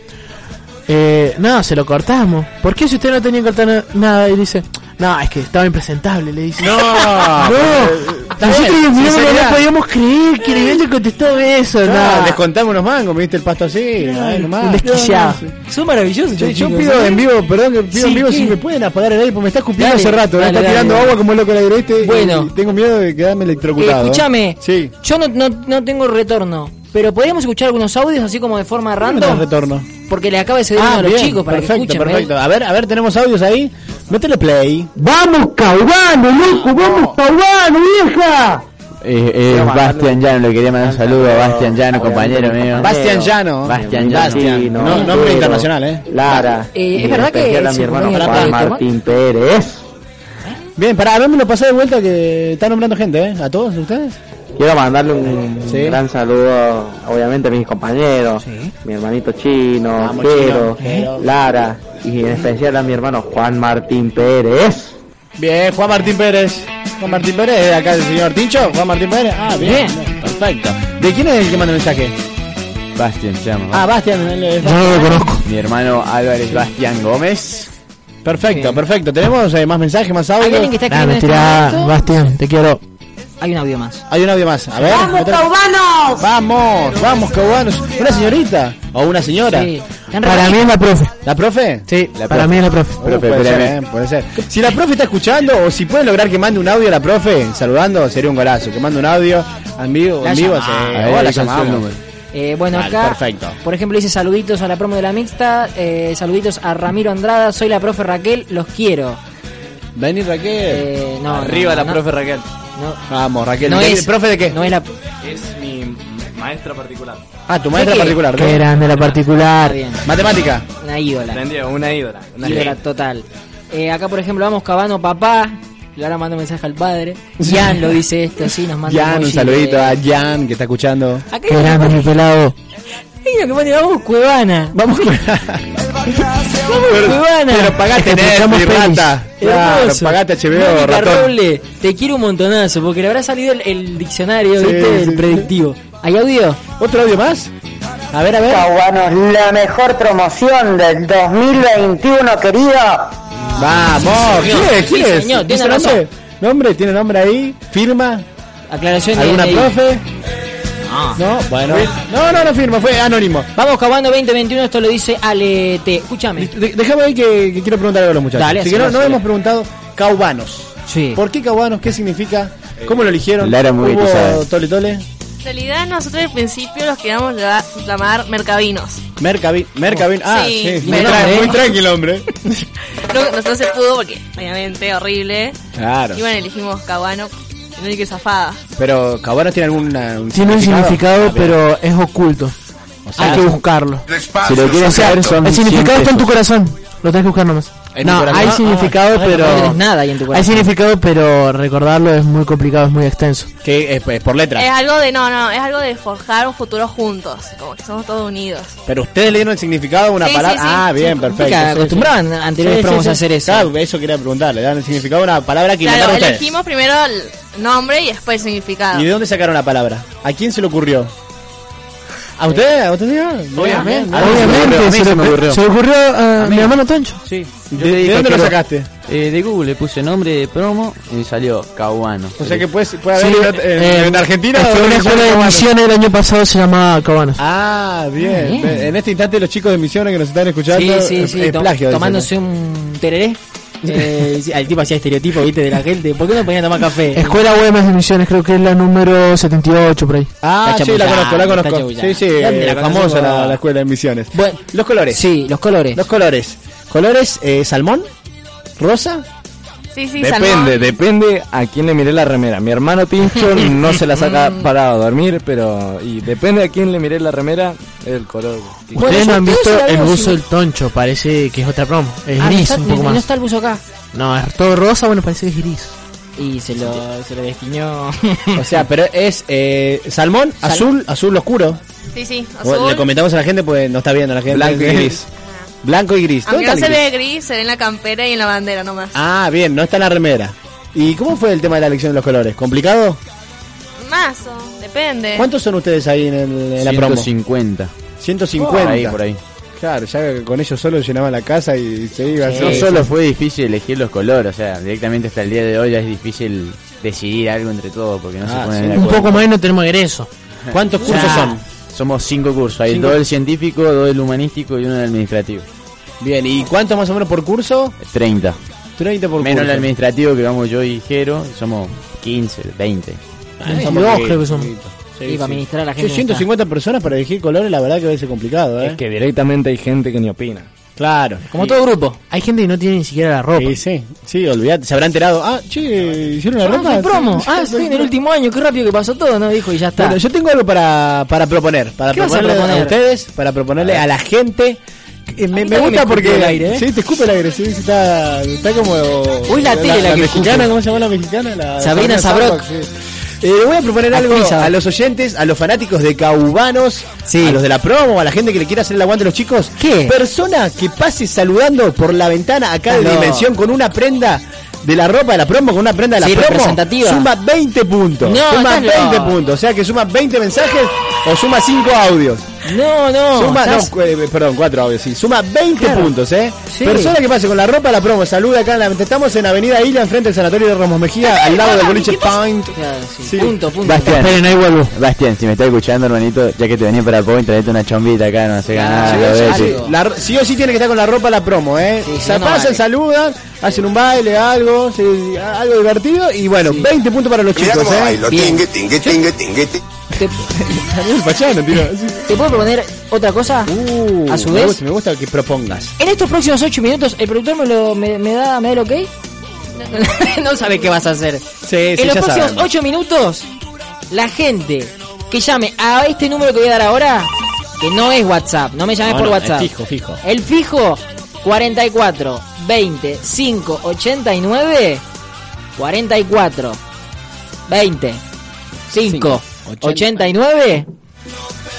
eh, no, se lo cortamos. ¿Por qué si usted no tenía que cortar na- nada? Y dice, no, es que estaba impresentable, le dice.
No,
no.
está
Nosotros
bien,
le miramos, no
sinceridad.
podíamos creer que le habían contestado eso,
Ah,
no.
les contamos unos mangos, me diste el pasto así. ay, nomás.
un desquiciado.
No, no,
Son maravillosos.
Che,
estos
yo
chicos,
pido
¿eh?
en vivo, perdón que pido
Sí,
en vivo
¿qué?
si me pueden apagar el aire, porque me está escupiendo
Dale,
hace rato, me
dale,
está
dale,
tirando
dale.
agua como loco al aire este y-
Bueno.
y tengo miedo de quedarme electrocutado.
Eh, escúchame,
Sí.
yo no, no, no tengo retorno, pero podríamos escuchar algunos audios así como de forma
Dame el
random,
retorno.
porque le acaba de
Ah,
ceder uno a los
Ah, bien,
chicos para
perfecto,
que escuchen. ¿eh? ¿ves?
¿eh?
perfecto. A ver, a ver, tenemos audios ahí. Métele play.
¡Vamos, Caubano, loco! ¡Vamos, Caubano, vieja!
Eh, eh, Bastian Llano, le quería mandar un saludo a Bastian Llano, compañero mío.
Bastian Llano.
Bastian Llano.
No, nombre internacional, ¿eh?
Lara.
Eh, es verdad que
Era
se
mi hermano
componía
Juan
para-
Martín Pérez.
Bien, pará, a ver, me lo pasé de vuelta que está nombrando gente, ¿eh? ¿A todos ustedes?
Quiero mandarle un
Sí.
gran saludo, obviamente, a mis compañeros, mi hermanito Chino,
Vamos, Chino,
Jero,
Jero.
Lara, y en especial a mi hermano Juan Martín Pérez.
Bien, Juan Martín Pérez. Juan Martín Pérez, de acá el señor Tincho. Juan Martín Pérez. Ah, bien. Perfecto. ¿De quién es el que manda el mensaje?
Bastian se llama.
Ah, Bastian. él es-
Mi hermano Álvarez Bastián Gómez.
Perfecto, perfecto. Tenemos eh, más mensajes, más audios.
Hay alguien que está
Nah,
escribiendo en
mentira.
este momento.
Bastián, te quiero.
Hay un audio más.
Hay un audio más. A ver.
¡Vamos,
otra-
caubanos!
Vamos, vamos, caubanos. Una señorita o una señora.
Sí.
Para mí es la profe.
¿La profe?
Sí, para mí es la profe.
Uh, puede, ser, eh, puede ser. Si la profe está escuchando o si pueden lograr que mande un audio a la profe saludando, sería un golazo. Que mande un audio en vivo,
La
en vivo,
llamamos.
sí.
Ahí,
O la
ahí
llamamos.
con su Eh, bueno,
Dale,
acá,
perfecto.
por ejemplo, dice saluditos a la promo de la mixta, eh, saluditos a Ramiro Andrada, soy la profe Raquel, los quiero.
Vení Raquel.
Eh, no,
Arriba
no,
la
no.
profe Raquel.
No.
Vamos, Raquel.
No
Vení,
es-
¿Profe de qué?
No es la.
Es mi maestra particular.
Ah, tu maestra
¿De qué?
particular.
Qué grande la particular.
Matemática.
Una ídola.
Entendido, Una ídola. Una
Ídola total. Eh, acá, por ejemplo, vamos cavando papá. Y ahora mando mensaje al padre. Jan lo dice esto, sí, nos manda
Jan, un
emoji
saludito
de-
a Jan que está escuchando.
Acá hay uno que-
pelado.
hay uno que pone, vamos, Cuevana.
Vamos,
Vamos, Cuevana.
Pero pagate Netflix, rata. Claro,
Hermoso.
pagate HBO,
Mónica
ratón.
Roble, te quiero un montonazo, porque le habrá salido el, el diccionario,
Sí,
¿viste?
sí,
el predictivo. ¿Hay audio?
¿Otro audio más? A ver, a ver.
Caguanos, la mejor promoción del 2021, querido.
Vamos,
Sí,
¿quién
señor.
es? ¿Quién
Sí,
es?
señor,
¿Dice
tiene
nombre? ¿Nombre? ¿Tiene nombre ahí? ¿Firma?
Aclaración de
¿Alguna
DNI.
profe?
Ah.
No, bueno. No, no, no firma, fue anónimo.
Vamos cavando 2021, esto lo dice Ale T. Escúchame.
De- Déjame ahí que, que quiero preguntar algo a los muchachos.
Dale,
Así que no,
hacelo,
no
hacelo.
hemos preguntado caubanos.
Sí.
¿Por qué caubanos? ¿Qué significa? ¿Cómo lo eligieron?
Lara Mugi, tú
¿Hubo
sabes.
tole tole?
En realidad nosotros al principio los queríamos lleva- llamar mercavinos.
Mercavin. Mercavin. Ah,
Sí,
sí. Muy,
pero-
tra- muy tranquilo, hombre.
No, no se pudo porque, obviamente, horrible.
Claro.
Y bueno, elegimos Cabano, no hay que zafada.
Pero caubanos tiene alguna. un
Tiene un significado,
Ah, bien.
pero es oculto.
sea,
hay que buscarlo.
Si lo quieres
O sea,
saber, son
el significado
100
está en tu
pesos.
corazón. Lo tenés que buscar nomás.
¿En tu
No,
corazón?
hay
Ah,
significado,
ah,
pero.
no tenés nada ahí en tu corazón.
Hay significado, pero recordarlo es muy complicado, es muy extenso.
Que es, es por
Es
letra.
algo de, no, no, es algo de forjar un futuro juntos, como que somos todos unidos.
Pero ustedes le dieron el significado a una
Sí,
palabra.
sí, sí.
Ah, bien, perfecto.
Porque
Sí, sí.
acostumbraban anteriores
Sí, sí,
promos
sí.
a hacer eso.
Claro, eso quería preguntarle. Dan el significado a una palabra que
Claro,
inventaron ustedes.
elegimos primero el nombre y después el significado.
¿Y de dónde sacaron la palabra? ¿A quién se le ocurrió? ¿A usted? ¿A usted, señor?
Obviamente,
¿A mí se me ocurrió, a mí
se, le- se le ocurrió a mi hermano Toncho.
Sí.
¿De- de dónde lo sacaste?
Eh, de Google, puse nombre de promo y salió Caguano.
O sea que puede, puede
Sí,
haber en- en,
eh,
en Argentina.
es que
o
una
en
escuela de
Cubano.
misiones el año pasado se llamaba Cabanos.
Ah, bien.
Bien.
Ve- En este instante los chicos de misiones que nos están escuchando
Sí, sí,
es-
sí,
es
to-
plagio. dicen,
tomándose un tereré. Eh, sí, al tipo hacía estereotipo, viste, de la gente. ¿Por qué no ponían a tomar café?
Escuela UEMS de Misiones, creo que es la número 78 por ahí.
¿no? Ah,
Está
sí, la conozco, la
chamullando, está
conozco. Sí,
chamullando.
sí,
Ya me la
eh,
conocemos.
famosa la, la escuela de misiones.
Bueno,
Los colores.
sí, los colores.
Los colores. ¿Colores eh, salmón? ¿Rosa?
Sí, sí,
Depende, depende a quién le miré la remera. Mi hermano Tincho no se la saca para dormir, pero. Y depende a quién le miré la remera, el color.
Ustedes no han visto el buzo
uso
del toncho, parece que es otra promo. Es
Ah, no
gris
está-
un
no
poco más.
está el buzo acá.
No, es todo rosa, bueno, parece que es gris.
Y se lo, se lo destiñó.
O sea, pero es eh, salmón, azul, azul oscuro.
Sí, sí,
Bueno, Le
azul.
comentamos a la gente porque no está viendo la gente.
Blanco y gris.
Blanco y gris.
Aunque
¿Dónde
no
está
se
el gris?
ve gris, se ve en la campera y en la bandera nomás.
Ah, bien, no está en la remera. ¿Y cómo fue el tema de la elección de los colores? ¿Complicado?
Mazo, depende.
¿Cuántos son ustedes ahí en, el- en la promo?
150.
150.
Por ahí, por ahí.
Claro, ya con ellos solo llenaban la casa y se iba
No solo fue difícil elegir los colores, o sea, directamente hasta el día de hoy ya es difícil decidir algo entre todos porque no
Ah,
se ponen
sí.
de
Un
acuerdo.
poco más y no tenemos egreso.
¿Cuántos
O sea,
cursos son?
Somos cinco cursos, hay
Cinco.
dos del científico, dos del humanístico y uno del administrativo.
Bien, ¿y cuánto más o menos por curso?
30.
30 por
Menos el
curso.
administrativo que vamos yo y Jero, y somos 15, 20.
Ah, somos
22
poquitos,
creo que son.
poquitos.
Y para administrar a la
Che,
gente.
150 personas para elegir colores, la verdad que a veces es complicado, ¿eh?
Es que directamente hay gente que ni opina.
Claro.
Como todo grupo.
Hay gente que no tiene ni siquiera la ropa.
Sí, sí, sí, olvidate, se habrá enterado. Ah, che, hicieron la
Ah,
ropa.
fue promo. Ah, sí, en el último año, qué rápido que pasó todo, ¿no? Dijo, y ya está.
Bueno, yo tengo algo para, para proponer, para
¿Qué vas a
proponerle a,
proponer?
ustedes, para proponerle a la gente. Eh, Me,
mí
me
también me
gusta
escupe
porque
el aire, ¿eh?
sí, te escupe el aire, sí, sí, está, está como
Hoy la tele la que
mexicana,
escupe.
¿cómo se llama la mexicana? La,
Sabrina Sabrot.
Sabrok, sí. Eh, le voy a proponer algo
Actriz,
a los oyentes, a los fanáticos de Caubanos, a los de la promo, a la gente que le quiera hacer el aguante a los chicos.
¿Qué?
Persona que pase saludando por la ventana acá de
Aló.
dimensión con una prenda de la ropa de la promo, con una prenda de la
Sí,
promo,
representativa.
suma 20 puntos.
No,
suma
estás
20
loco.
puntos. O sea que suma 20 mensajes o suma 5 audios.
No, no.
suma,
estás-
no, eh, perdón, 4 audios, sí. Suma 20 puntos, ¿eh?
Sí.
Persona que pase con la ropa de la promo, saluda acá en la Estamos en Avenida Isla, enfrente del Sanatorio de Ramos Mejía, al lado del boliche Point.
Claro, sí.
Sí.
Punto, punto.
Bastián,
Esperen, ahí vuelvo.
Bastián, si me estás escuchando, hermanito, ya que te venía para Point, traete una chombita acá, no sé ganar,
Sí,
lo ves,
sí,
sí.
sí. La ro- sí o sí tiene que estar con la ropa la promo, ¿eh?
Sí, si
Se
no, no
pasan,
vale.
saludan, hacen un baile, algo, sí, sí, a- algo divertido y bueno, 20 puntos para los chicos, ¿eh?
Bien. ¿Te,
Daniel Pachano, tío. Sí.
te puedo proponer otra cosa?
Uh,
A su
me
vez-
gusta, me gusta que propongas.
En estos próximos 8 minutos, ¿el productor me, lo, me, me da, me da el ok? no sabes qué vas a hacer.
sí,
en los
ya
próximos
sabemos.
8 minutos, la gente que llame a este número que voy a dar ahora, que no es WhatsApp, no me llames
No,
por
no,
WhatsApp.
es fijo, fijo.
El fijo 44 20 5 89 44 20 5 89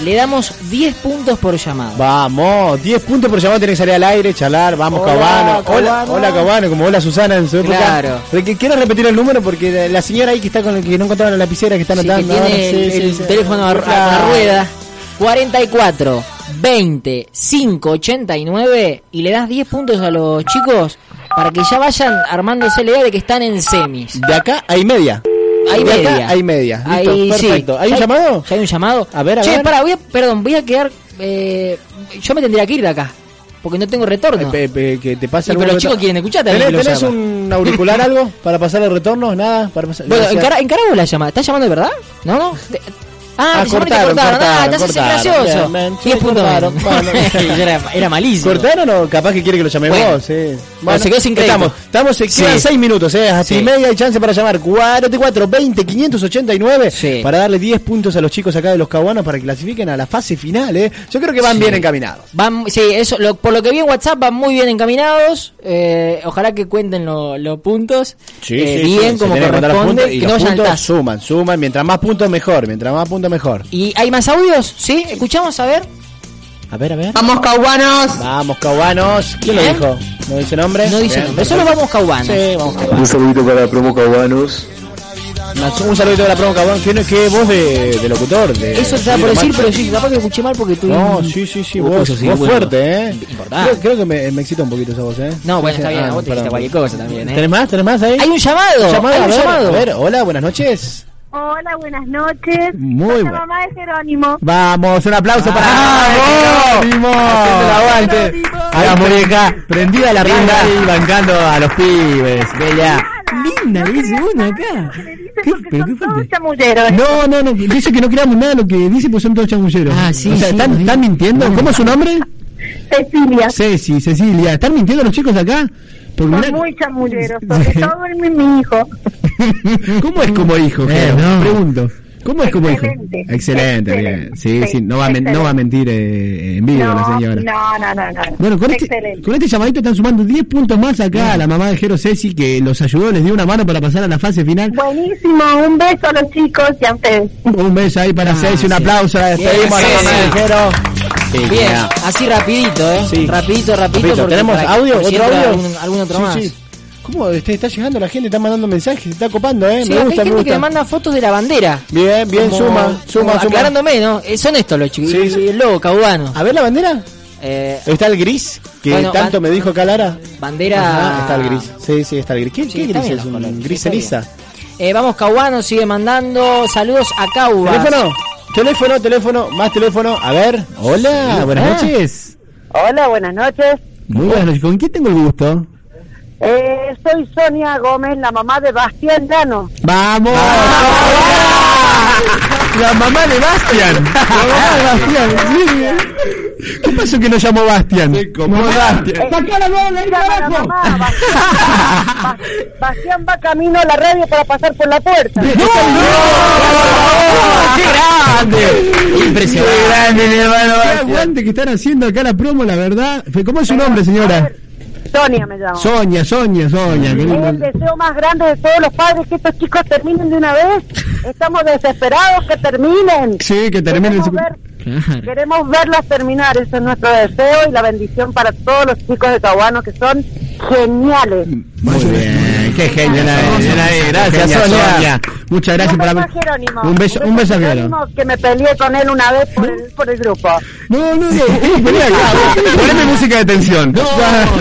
le damos 10 puntos por llamada.
Vamos, 10 puntos por llamado, tenés que salir al aire, charlar, vamos
Hola,
Cabano. Hola,
Cabano.
hola Cabano, como hola Susana en su época.
Claro.
Pero que- Quiero repetir el número porque la- la señora ahí que está con el que no encontraba la lapicera que está
Sí, que
anotando. ahora,
tiene el,
sí, sí,
el
sí.
teléfono a, a- a
Claro.
rueda. 44 20 5 89 y le das 10 puntos a los chicos para que ya vayan armándose la idea de que están en semis.
De acá hay media.
Hay
De acá
media.
hay media. Listo,
Ahí, sí.
perfecto. ¿Hay un llamado?
¿Ya hay un llamado?
A ver, a
che,
ver.
pará, voy a- perdón, voy a quedar. eh, yo me tendría que ir de acá porque no tengo retorno.
Eh, Pe- pe- que te pasa
Sí, pero
algún
los chicos
retorno.
quieren escuchar también
¿Tenés,
que lo
tenés
llaman.
un auricular algo para pasar los retornos? Nada. Para pasar,
Bueno,
Gracias.
encara, encara vos la llamada. ¿Estás llamando de verdad? No, no. Te- Ah,
Ah,
te llamaron y te
cortaron,
cortaron. Ah,
cortaron,
te haces el
cortaron.
gracioso.
Bien, bien.
10
Sí,
puntos
cortaron.
menos.
Bueno, bueno.
era, era malísimo.
¿Cortaron o capaz que quiere que lo llamemos?
Bueno.
sí.
se quedó sin crédito.
Estamos, estamos se quedan
Sí.
6 minutos, ¿eh? Hasta
Sí.
y media hay chance para llamar. 44, 20, 589. Para darle 10 puntos a los chicos acá de los caguanos para que clasifiquen a la fase final, ¿eh? Yo creo que van
Sí.
bien encaminados.
Van, sí, eso, lo- por lo que vi en WhatsApp van muy bien encaminados. Eh, ojalá que cuenten lo- los puntos eh, bien como
Se tienen que contar los puntos
corresponde,
y
que
los
no vayan al
puntos
tazo.
Suman, suman. Mientras más puntos, mejor. Mientras más puntos, mejor.
¿Y hay más audios? ¿Sí? ¿Escuchamos? A ver.
A ver, a ver.
¡Vamos, caubanos!
Vamos, caubanos. ¿Quién
Bien.
lo dijo? ¿No dice nombre?
No dice
Bien,
nombre, solo
perfecto.
vamos caubanos.
Sí, vamos caubanos.
Un saludito para Promo Cabanos.
Nacho, Un saludito de la promo Cabán, que, que voz de, de locutor. De,
Eso estaba
sí,
por
de
decir,
macho.
pero sí, capaz que escuché mal porque tú...
No, sí, sí, sí, vos, vos fuerte, ¿eh? Creo, creo que me, me excita un poquito esa voz, ¿eh?
No, bueno,
Sí,
está
sí.
bien,
Ah,
a vos te
perdón.
dijiste cualquier cosa también, ¿eh?
¿Tenés más? ¿Tenés más ahí?
Hay un llamado, hay
a
un
ver,
llamado.
a ver, hola, buenas noches.
Hola, buenas noches.
Muy
Soy
buena.
la mamá de Jerónimo.
Vamos, un aplauso para Jerónimo. Haciendo el aguante.
A la muñeca,
prendida la
rinda y bancando a los pibes. Bella.
Linda, dice uno acá.
¿Qué? ¿Pero qué fuerte? No, no, no. Dice que no creamos nada de lo que dice, pues son todos chamulleros. Ah, sí. O sea, ¿están, están mintiendo? ¿Cómo es su nombre?
Cecilia.
Ceci, Cecilia. ¿Están mintiendo los chicos acá? Porque
Son
mirá-
muy chamulleros, sobre todo el mi hijo.
¿Cómo es como hijo?
Eh,
Jero? Pregunto. ¿Cómo es como hijo?
Excelente.
Excelente, bien. Sí, sí,
Sí,
no, va a men- no va a mentir eh, en vivo la
No,
señora.
no, no, no, no.
Bueno, con este,
Excelente.
con este llamadito están sumando 10 puntos más acá a la mamá de Jero Ceci que los ayudó, les dio una mano para pasar a la fase final.
Buenísimo, un beso a los chicos y a ustedes.
Un beso ahí para Ceci, un aplauso, la
Ah, Bien,
despedimos a la
Ceci.
mamá de Jero.
Bien, así rapidito, ¿eh? Rapidito, rapidito.
Rapidito,
porque
¿tenemos
para-
audio?
por si
¿Otro
entra
audio?
Algún, algún otro
Sí,
más.
sí. ¿Cómo? Este, está llegando la gente, está mandando mensajes, se está copando, ¿eh?
Sí,
me
acá
gusta,
hay
me
gente que
gusta.
me manda fotos de la bandera.
Bien, bien,
Como-
suma,
como
suma, suma.
Aclarándome, ¿no? Eh, son estos los chicos.
Sí, Ah.
Y- y el lobo, caubano.
A ver la bandera.
Eh,
Está el gris, que
Bueno, ah,
tanto me dijo acá Lara.
bandera.
Ajá, está el gris. Sí, sí, está el gris. ¿Qué,
Sí,
qué
está
gris
bien
es?
los
Un
colores,
gris
está bien.
ceniza.
Eh, vamos, Caubano sigue mandando saludos a Cauba.
Teléfono, teléfono, teléfono, más teléfono. A ver, hola,
Sí,
buenas
ah.
noches.
Hola, buenas noches.
Muy buenas noches. ¿Con quién tengo el gusto?
Eh, soy Sonia Gómez, la mamá de Bastián Dano.
¡Vamos! La mamá de Bastian. La mamá de Bastián. Bien, bien. ¿Qué pasó que no llamó Bastian? No, Bastian.
la Bastián va camino a la radio para pasar por la puerta.
¡Qué grande! Impresionante. ¡Qué grande, mi hermano! ¡Qué aguante que están haciendo acá la promo, la verdad! Fe- ¿Cómo es su nombre, señora?
Eh, Sonia me Eh, llama.
Sonia, Sonia, Sonia. qué
Es
lindo.
el deseo más grande de todos los padres que estos chicos terminen de una vez. Estamos desesperados que terminen.
Sí, que termine el...
Queremos ver, queremos verlas terminar. Eso es nuestro deseo y la bendición para todos los chicos de Caguano que son geniales.
Muy bien, qué genial. Gracias,
Genia,
Sonia.
Sonia.
Muchas gracias por
un beso
haber...
a Jerónimo.
Un beso, un beso a Jero.
Jerónimo, que me peleé con él una vez por el, por el grupo.
No, no, no. Uy, vení acá. Poneme música de tensión. No,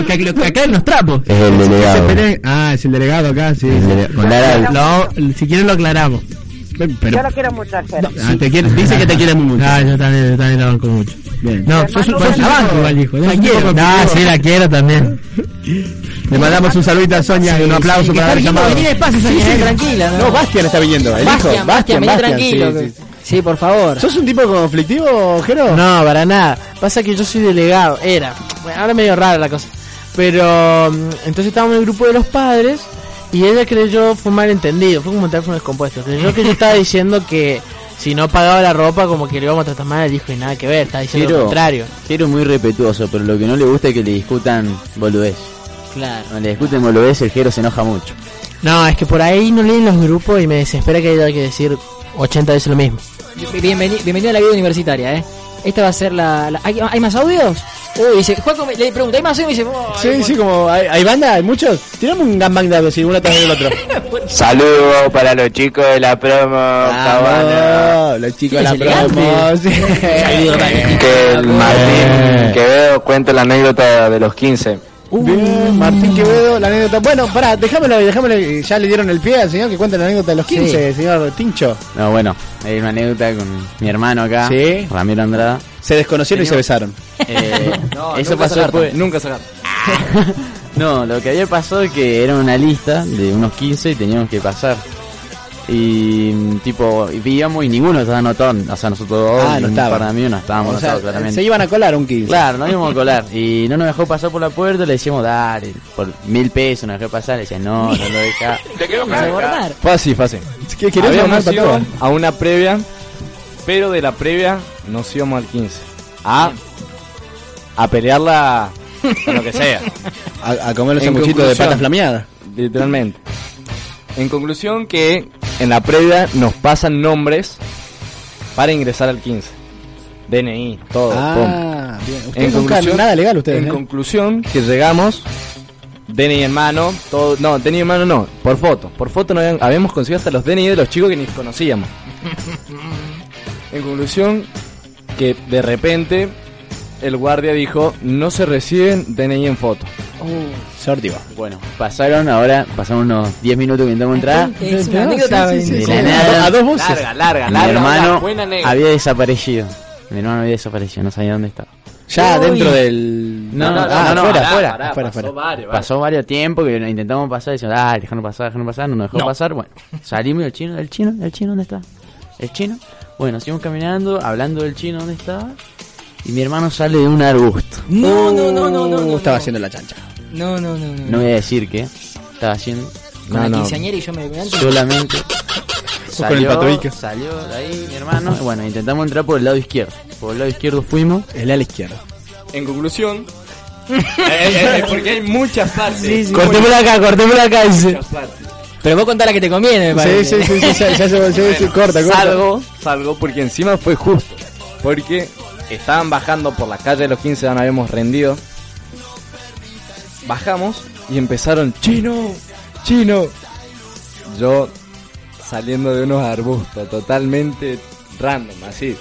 que aquí- que acá en los trapos.
Es el
Que se
delegado.
peleen. Ah, es el delegado acá, sí.
Con Lara.
No, si quieren lo aclaramos. Pero,
Yo lo quiero mucho a Jero.
ah, te quiere- dice que te quiere muy mucho. Ah, yo también, yo también la banco mucho. Bien. No,
sos un- sos un-
igual, hijo.
La quiero.
Ah, sí, la quiero también. Le mandamos un saludito a Sonia y un aplauso para haber llamado.
Sonia, eh, tranquila, ¿no?
No, Bastián está viniendo. El
Bastian,
hijo,
Bastian, vení tranquilo,
sí,
que-
sí, sí.
Sí, por favor.
¿Sos un tipo conflictivo, Jero?
No, para nada. Pasa que yo soy delegado. Era. Bueno, ahora es medio rara la cosa. Pero mm, entonces estábamos en el grupo de los padres. Y ella creyó, fue un malentendido, fue como un teléfono descompuesto. Creyó que yo estaba diciendo que si no pagaba la ropa, como que le íbamos a tratar mal al hijo y nada que ver, estaba diciendo lo contrario.
Ciro muy respetuoso, pero lo que no le gusta es que le discutan boludez.
Claro.
Cuando le discuten boludez, el Jero se enoja mucho.
No, es que por ahí no leen los grupos y me desespera que haya que decir 80 veces lo mismo.
Bienveni- bienvenido a la vida universitaria, ¿eh? Esta va a ser la... la- ¿Hay, hay más audios? Uy, dice, Juaco, me- le pregunté, ¿hay más audios? Y me dice, "Oh,
Sí, sí, como hay, hay banda, hay muchos. Tirame un gangbang de así, uno tras del otro.
Saludos para los chicos de la promo,
Ah,
Cabana.
Ah, Los chicos de la promo. sí.
Eh.
Que el Martín Quevedo cuenta la anécdota de los 15.
Bien, Martín Quevedo, la anécdota. Bueno, pará, dejámelo, ahí, dejámelo. ahí. Ya le dieron el pie al señor que cuenta la anécdota de los 15, señor Tincho.
No, bueno, hay una anécdota con mi hermano acá,
Sí.
Ramiro Andrada.
Se desconocieron y se besaron.
Eh,
No,
eso
nunca
pasó
sacaron,
después. Nunca No, lo que había pasado es que era una lista de unos 15 y teníamos que pasar. Y mm, tipo, y íbamos y ninguno estaba anotado. O sea, nosotros dos
Ah,
y
no
un
estaban.
par de amigos no estábamos
O sea,
anotados claramente.
se iban a colar un 15.
Claro, nos íbamos a colar. Y no nos dejó pasar por la puerta, le decíamos, dale, por mil pesos nos dejó pasar. Le decía, no, no lo deja.
Te quedó
Fácil, fácil.
¿Qué querés
Habíamos
llamar,
ido
Patoa?
a una previa, pero de la previa nos íbamos al 15. A, a pelearla con lo que sea.
A, a comer los
En
sanguchitos de
conclusión.
patas flameadas.
Literalmente. En conclusión que en la previa nos pasan nombres para ingresar al 15. DNI, todo.
Ah,
pum.
bien. Ustedes nunca- nada legal ustedes,
En
¿eh?
conclusión que llegamos, DNI en mano, todo, no, DNI en mano no, por foto. Por foto no habían- habíamos conseguido hasta los DNI de los chicos que ni conocíamos. En conclusión que de repente el guardia dijo, no se reciben DNI en foto.
Oh. Sortiva.
Bueno, pasaron ahora, pasaron unos 10 minutos que intentamos entrar.
Es una anécdota.
sí, sí,
bendita.
sí. De la nada.
A dos voces.
Larga, larga, Mi hermano había desaparecido. Mi hermano había desaparecido, no sabía dónde estaba.
Ya dentro del.
No, no, no,
ah,
no, no,
afuera,
pará,
afuera,
pará,
afuera,
pasó
afuera.
Pasó varios tiempos que intentamos pasar y decíamos, ah, déjanos pasar, déjanos pasar, no nos dejó
No.
pasar. Bueno, salimos y el chino, el chino, el chino, ¿dónde está? El chino. Bueno, seguimos caminando, hablando del chino, ¿dónde estaba? Y mi hermano sale de un arbusto.
No, no, no, no, no, no.
Uh, Estaba haciendo la chancha.
No, no, no, no.
No voy a decir qué estaba haciendo.
Con la quinceañera y yo me antes.
Solamente.
Vos con el patobique.
Salió de ahí mi hermano. Bueno, intentamos entrar por el lado izquierdo. Por el lado izquierdo fuimos.
El ala izquierdo.
En conclusión, eh, eh, eh, porque hay muchas partes.
Cortémosla acá, cortémosla acá, dice.
Muchas partes.
Pero vos contá la que te conviene, me
Sí,
parece.
sí, sí, sí, ya, ya se volvió, sí, corta, corta. Salgo, salgo porque encima fue justo. Porque estaban bajando por la calle de los 15, ya no habíamos rendido. Bajamos y empezaron, chino, chino. Yo saliendo de unos arbustos, totalmente random, así.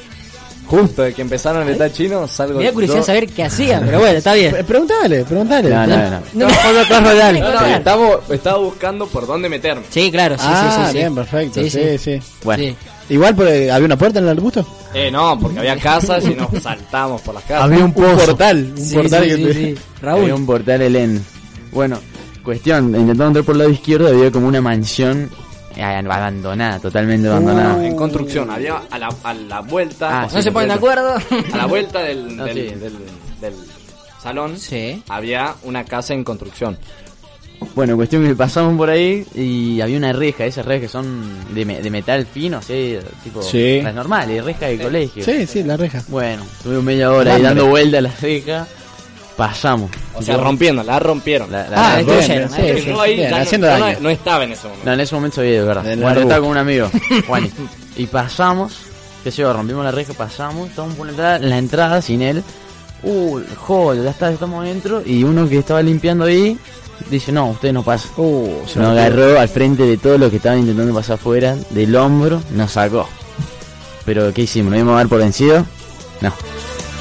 Justo de que empezaron a gritar chino, salgo
Me da curiosidad
yo-
saber qué hacía, pero bueno, está bien.
Pre- Preguntale, preguntale.
No, no, no.
No, no, no, claro, dale.
No, no, estaba, estaba buscando por dónde meterme.
Sí, claro, sí,
ah,
sí, sí, sí.
bien, perfecto. Sí,
Sí,
sí.
sí.
Bueno.
Igual por, eh, había una puerta en el arbusto.
Eh, no, porque había casas y nos saltamos por las casas.
portal. Un portal que te-
Raúl. Había un portal Elen. Bueno, cuestión, intentando entrar por el lado izquierdo había como una mansión eh, abandonada, totalmente abandonada.
En construcción, había a la, a la vuelta.
Ah, sí, No se ponen de
acuerdo.
A la vuelta del,
No,
del,
sí.
del, del salón había una casa en construcción.
Bueno, cuestión que pasamos por ahí y había una reja, esas rejas que son de, me- de metal fino, así, tipo
Sí.
las normales, rejas de colegio.
Sí, sí, la reja.
Bueno, estuve media hora ahí
Hombre.
dando vuelta a la reja, pasamos.
O sea, rompieron, la rompieron.
Ah,
la-
esto
rompieron, sí, sí,
yo
sí.
ahí
Bien,
ya no-
haciendo
yo no,
daño.
no estaba en ese momento.
No, en ese momento había, de verdad.
Del
Bueno, yo
árbol.
estaba con un amigo, Juani. y pasamos, qué sé yo, rompimos la reja, pasamos, estamos por la entrada, la entrada sin él. Uh, joder, ya está, estamos dentro. Y uno que estaba limpiando ahí dice, no, ustedes no pasan.
se
nos
metió.
agarró al frente de todos los que estaban intentando pasar afuera, del hombro, nos sacó. Pero, ¿qué hicimos? ¿Nos íbamos a dar por vencido? No.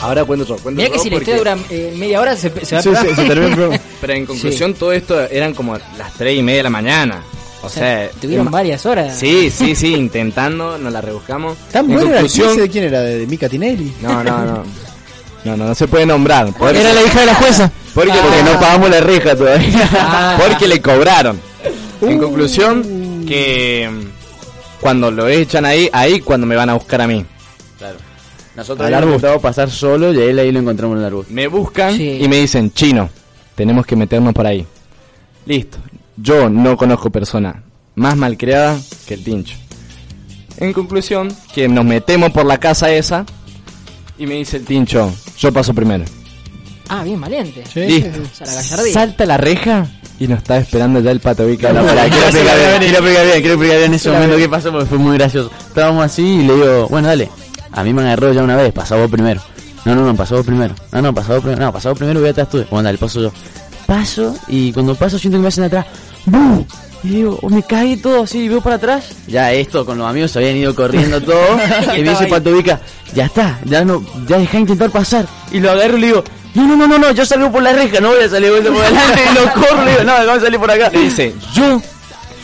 Ahora cuento yo. cuento
Mirá
yo
que si la
porque-
historia dura eh, media hora se, se va a
Sí,
pegar.
sí, se termina el programa. Pero en conclusión, todo esto eran como las 3 y media de la mañana. O, sea,
Tuvieron
ima-
varias horas.
Sí, sí, sí, intentando, nos la rebuscamos.
Tan
En
bueno era el
conclusión-
15 de quién era, de, de Mica Tinelli.
No, no, no. No, no, no se puede nombrar. Por-
Era la hija de la jueza. Ah.
Porque, porque no pagamos la reja todavía. Porque le cobraron.
Uh.
En conclusión, que mm, cuando lo echan ahí, ahí cuando me van a buscar a mí.
Claro.
Al
Nosotros habíamos
arbusto.
intentado pasar solo y a él ahí lo encontramos en el arbusto.
Me buscan y me dicen, chino, tenemos que meternos por ahí. Listo. Yo no conozco persona más malcriada que el tincho. En conclusión, que nos metemos por la casa esa y me dice el tincho, yo paso primero.
Ah, bien valiente.
Listo.
O sea, la gallardía.
Salta la reja y nos está esperando ya el pato Vica.
No, pará, quiero explicar bien, quiero explicar bien, quiero explicar bien en ese momento qué pasó porque fue muy gracioso. Estábamos así y le digo, bueno, dale, a mí me agarró ya una vez, pasá vos primero. No, no, no, pasá vos primero. No, no, pasá vos primero. No, pasá vos primero y voy atrás tú. Bueno, dale, paso yo. Paso y cuando paso siento que me hacen atrás. ¡Bum! Y digo, oh, me caí todo así y veo para atrás. Ya esto, con los amigos se habían ido corriendo todo. y me dice Pato Vica, ya está, ya no, ya dejá de intentar pasar. Y lo agarro y le digo, no, no, no, no, no, yo salgo por la reja, no voy a salir vuelta por adelante. Y lo corro, le digo, no, acabo de salir por acá.
Le dice, yo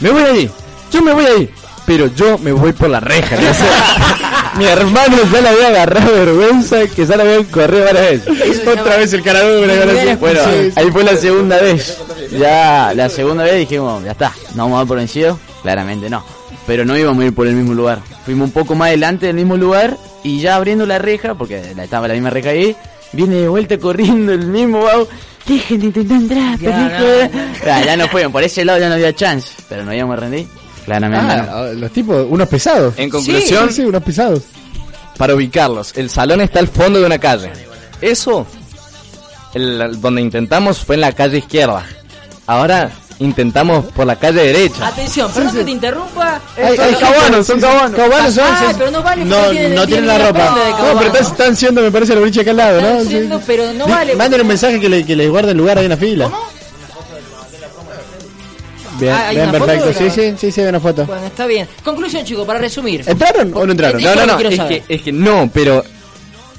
me voy ahí, yo me voy ahí, pero yo me voy por la reja. O sea, mi hermano ya la había agarrado de vergüenza que ya la había corrido varias veces. Otra vez el carajo me la agarró así.
Bueno,
Bueno,
ahí fue la segunda vez. Ya, la segunda vez dijimos, ya está, no vamos a dar por vencido. Claramente no. Pero no íbamos a ir por el mismo lugar. Fuimos un poco más adelante del mismo lugar y ya abriendo la reja, porque la- estaba la misma reja ahí, viene de vuelta corriendo el mismo vago. Dejen de intentar entrar,
Ya,
pendejo".
no.
Ah, Ya, ya no fueron, por ese lado ya no había chance, pero no íbamos a rendir. Claramente no.
Ah, los tipos, unos pesados.
En conclusión-
Sí, sí, unos pesados.
para ubicarlos, el salón está al fondo de una calle. Eso, el- donde intentamos fue en la calle izquierda. Ahora intentamos por la calle derecha.
Atención, perdón que te interrumpa. Eh,
Ay, ay, cabanos, son cabanos.
Cabanos son.
Ah, pero no vale.
No,
porque
no tienen la ropa.
prenda de
No,
cabano.
pero están, están siendo, me parece, la boliche acá al lado, ¿no?
Están siendo, pero no vale.
Manden un mensaje que, le, que les guarde el lugar ahí en la fila. Bien,
Ah, ¿hay
bien,
una foto
perfecto.
de
Sí,
la-
sí, sí, sí, hay una foto.
Bueno, está bien. Conclusión, chicos, para resumir.
¿Entraron o no entraron?
Eso
No, no,
lo
no,
quiero
es
saber.
que, es que no, pero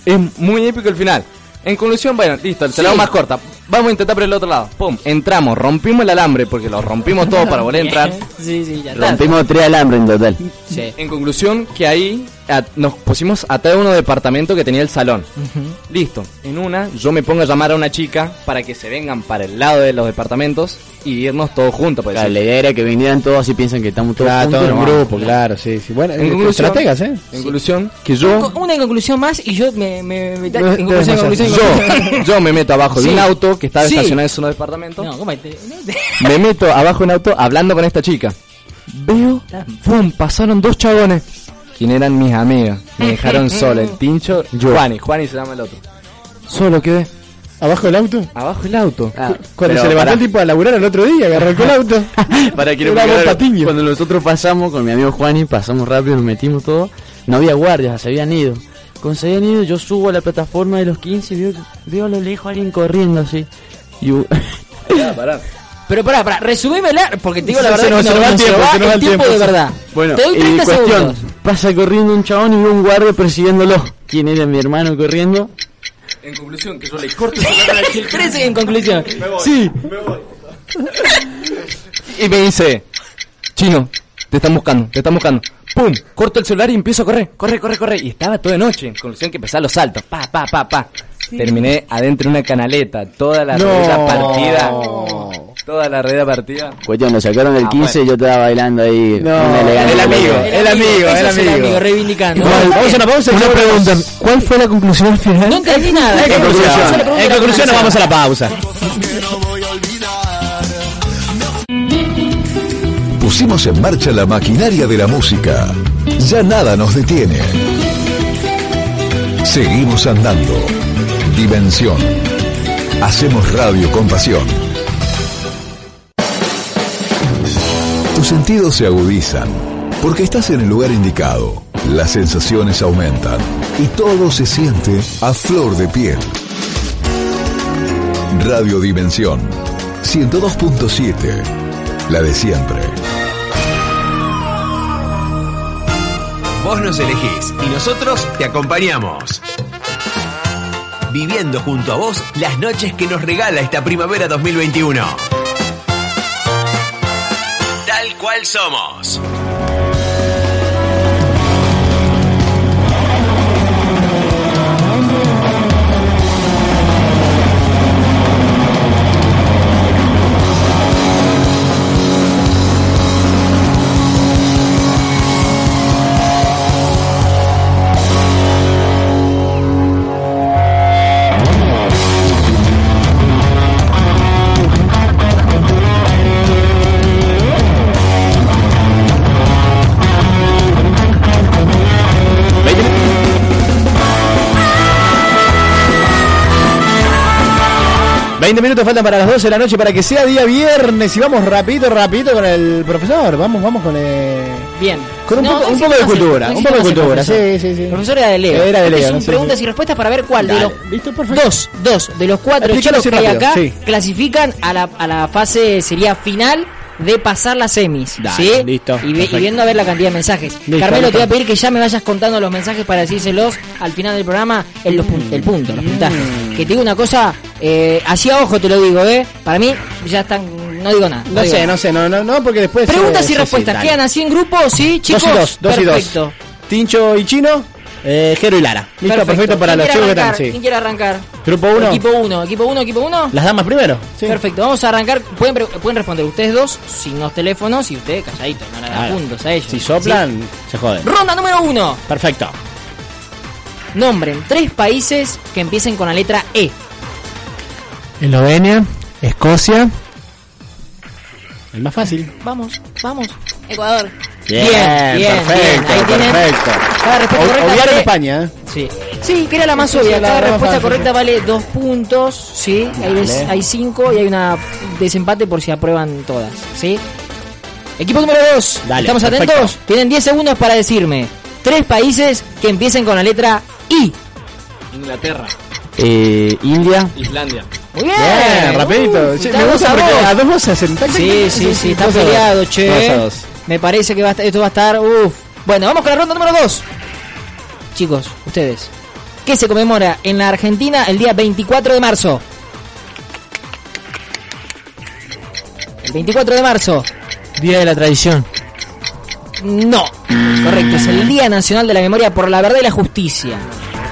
es muy épico el final. En conclusión, bueno, listo, el salón
Sí.
más corta. Vamos a intentar por el otro lado. Pum, entramos, rompimos el alambre porque lo rompimos todo para volver a entrar.
Sí, sí, ya está.
Rompimos tres alambres en total.
En conclusión, que ahí a- nos pusimos atrás de uno departamento que tenía el salón. Listo, en una yo me pongo a llamar a una chica para que se vengan para el lado de los departamentos y irnos todos juntos. pues, Por
Claro, la idea era que vinieran todos y piensan que estamos
Ah,
todos
Claro,
juntos.
todo en
no,
grupo, claro, sí, sí. Bueno,
En
eh,
conclusión-
estrategas, ¿eh?
En conclusión, que yo,
Una conclusión más y yo me. me, me-
No,
en conclusión, en conclusión, en conclusión.
yo, yo me meto abajo de
Sí.
un auto que estaba
Sí.
estacionado en su departamento.
No, ¿cómo te- no te-
Me meto abajo en auto hablando con esta chica. Veo, ¡pum! Pasaron dos chabones. Quien eran mis amigas. Me dejaron sola, el tincho,
Yo.
Juani. Juani se llama el otro. Solo quedé.
¿Abajo del auto?
Abajo del auto. Ah,
Cuando se levantó el tipo a laburar el otro día, agarró el auto.
Para que
Era un
Cuando nosotros pasamos con mi amigo Juani, pasamos rápido, nos metimos todo. No había guardias, se habían ido. Cuando se habían ido, yo subo a la plataforma de los 15 y veo, veo a lo lejos a alguien corriendo así. Y u-
Pero pará, pará, resumímela, porque te digo la
Se
verdad.
nos-
que
se nos va el tiempo, se nos
el
va el
tiempo de
tiempo.
verdad.
Bueno,
te doy
y
30
cuestión,
segundos.
pasa corriendo un chabón y veo un guardia persiguiéndolo. ¿Quién era mi hermano corriendo?
En conclusión, que yo le corto
Tres en conclusión.
Sí. Y me dice, Chino, te están buscando, te están buscando. ¡Pum! Corto el celular y empiezo a correr, corre, corre, corre. Y estaba toda de noche, en conclusión que empezaba los saltos. Pa, pa, pa, pa. Terminé adentro de una canaleta, toda la
No.
rueda partida. Toda la rueda partida.
Cuestión, lo sacaron del
Ah,
15 y yo estaba bailando ahí. un elegante
el amigo,
baile.
el amigo,
Eso
el
es el
amigo.
amigo, reivindicando.
Vamos a una pausa. Una pregunta. ¿Cuál fue la conclusión final?
No entendí nada.
En conclusión.
En conclusión, nos vamos a la pausa.
Pusimos en marcha la maquinaria de la música. Ya nada nos detiene. Seguimos andando. Dimensión. Hacemos radio con pasión. Tus sentidos se agudizan porque estás en el lugar indicado. Las sensaciones aumentan y todo se siente a flor de piel. Radio Dimensión 102.7, la de siempre.
Vos nos elegís y nosotros te acompañamos. Viviendo junto a vos las noches que nos regala esta primavera 2021. Tal cual somos.
20 minutos faltan para las 12 de la noche para que sea día viernes y vamos rapidito, rapidito con el profesor. Vamos, vamos con el...
Bien.
Con un
No,
poco-
no existe
un poco de
más el-
cultura,
no
un
existe más
poco de
el
cultura,
profesor.
sí, sí, sí.
El profesor era de Leo.
Era de
Este
Leo,
son
sí,
preguntas
sí.
y respuestas para ver cuál de
Dale,
los dos, dos de los cuatro
Explícalo
chicos que
así
hay
rápido,
acá
sí.
clasifican a la, a la fase sería final de pasar las semis, ¿sí?
listo,
Y, ve- y
perfecto.
viendo a ver la cantidad de mensajes.
Listo,
Carmelo,
listo.
te voy a pedir que ya me vayas contando los mensajes para decírselos al final del programa, en los pun- el punto,
Mm.
los puntajes. Que te digo una cosa, eh, así a ojo te lo digo, ¿eh? Para mí ya están, no digo nada.
No
digo
sé,
nada.
no sé, no, no, no, porque después...
Preguntas
eh, sí,
y
sí,
respuestas,
dale.
¿quedan así en grupo? ¿Sí, chicos?
Dos y dos, dos y dos.
Perfecto.
Tincho y Chino, eh, Jero y Lara. Listo, perfecto, para
¿Quién
los
quiere
chicos que
arrancar?
están.
¿Quién
Sí.
quiere arrancar?
Grupo 1.
Equipo 1, equipo 1, equipo 1.
¿Las damas primero?
Perfecto, vamos a arrancar. Pueden, pre- pueden responder ustedes dos sin los teléfonos y ustedes calladitos, no la dan
Claro.
juntos a ellos.
Si soplan, se joden.
¿sí? Ronda número 1.
Perfecto.
Nombren tres países que empiecen con la letra E.
Eslovenia, Escocia.
El más fácil.
Vamos, vamos. Ecuador.
Bien,
bien,
perfecto,
bien. Ahí tienen.
perfecto.
Cada respuesta
O-
correcta
obviaron
vale-
España, ¿eh?
Sí. Sí, que era la más
Esa es
obvia.
la-
Cada
la más
respuesta
fácil,
correcta
sí.
vale dos puntos, ¿sí? Hay,
Dale.
des- hay cinco y hay una desempate por si aprueban todas, ¿sí? Equipo número dos.
Dale,
¿Estamos
perfecto.
atentos? Tienen 10 segundos para decirme tres países que empiecen con la letra I.
Inglaterra,
Eh, India.
Islandia.
Muy bien.
Bien, Eh, rapidito.
Uf,
Che,
está
me gusta
dos a
porque
dos.
a dos voces hacen tac, tac,
Sí,
tac,
sí, sí, está
dos a dos.
peleado,
Dos a
che.
dos.
Me parece que va a estar- esto va a estar. Uf. Bueno, vamos con la ronda número 2. Chicos, ustedes. ¿Qué se conmemora en la Argentina el día 24 de marzo? El 24 de marzo.
Día de la tradición.
No. Correcto, es el Día Nacional de la Memoria por la Verdad y la Justicia.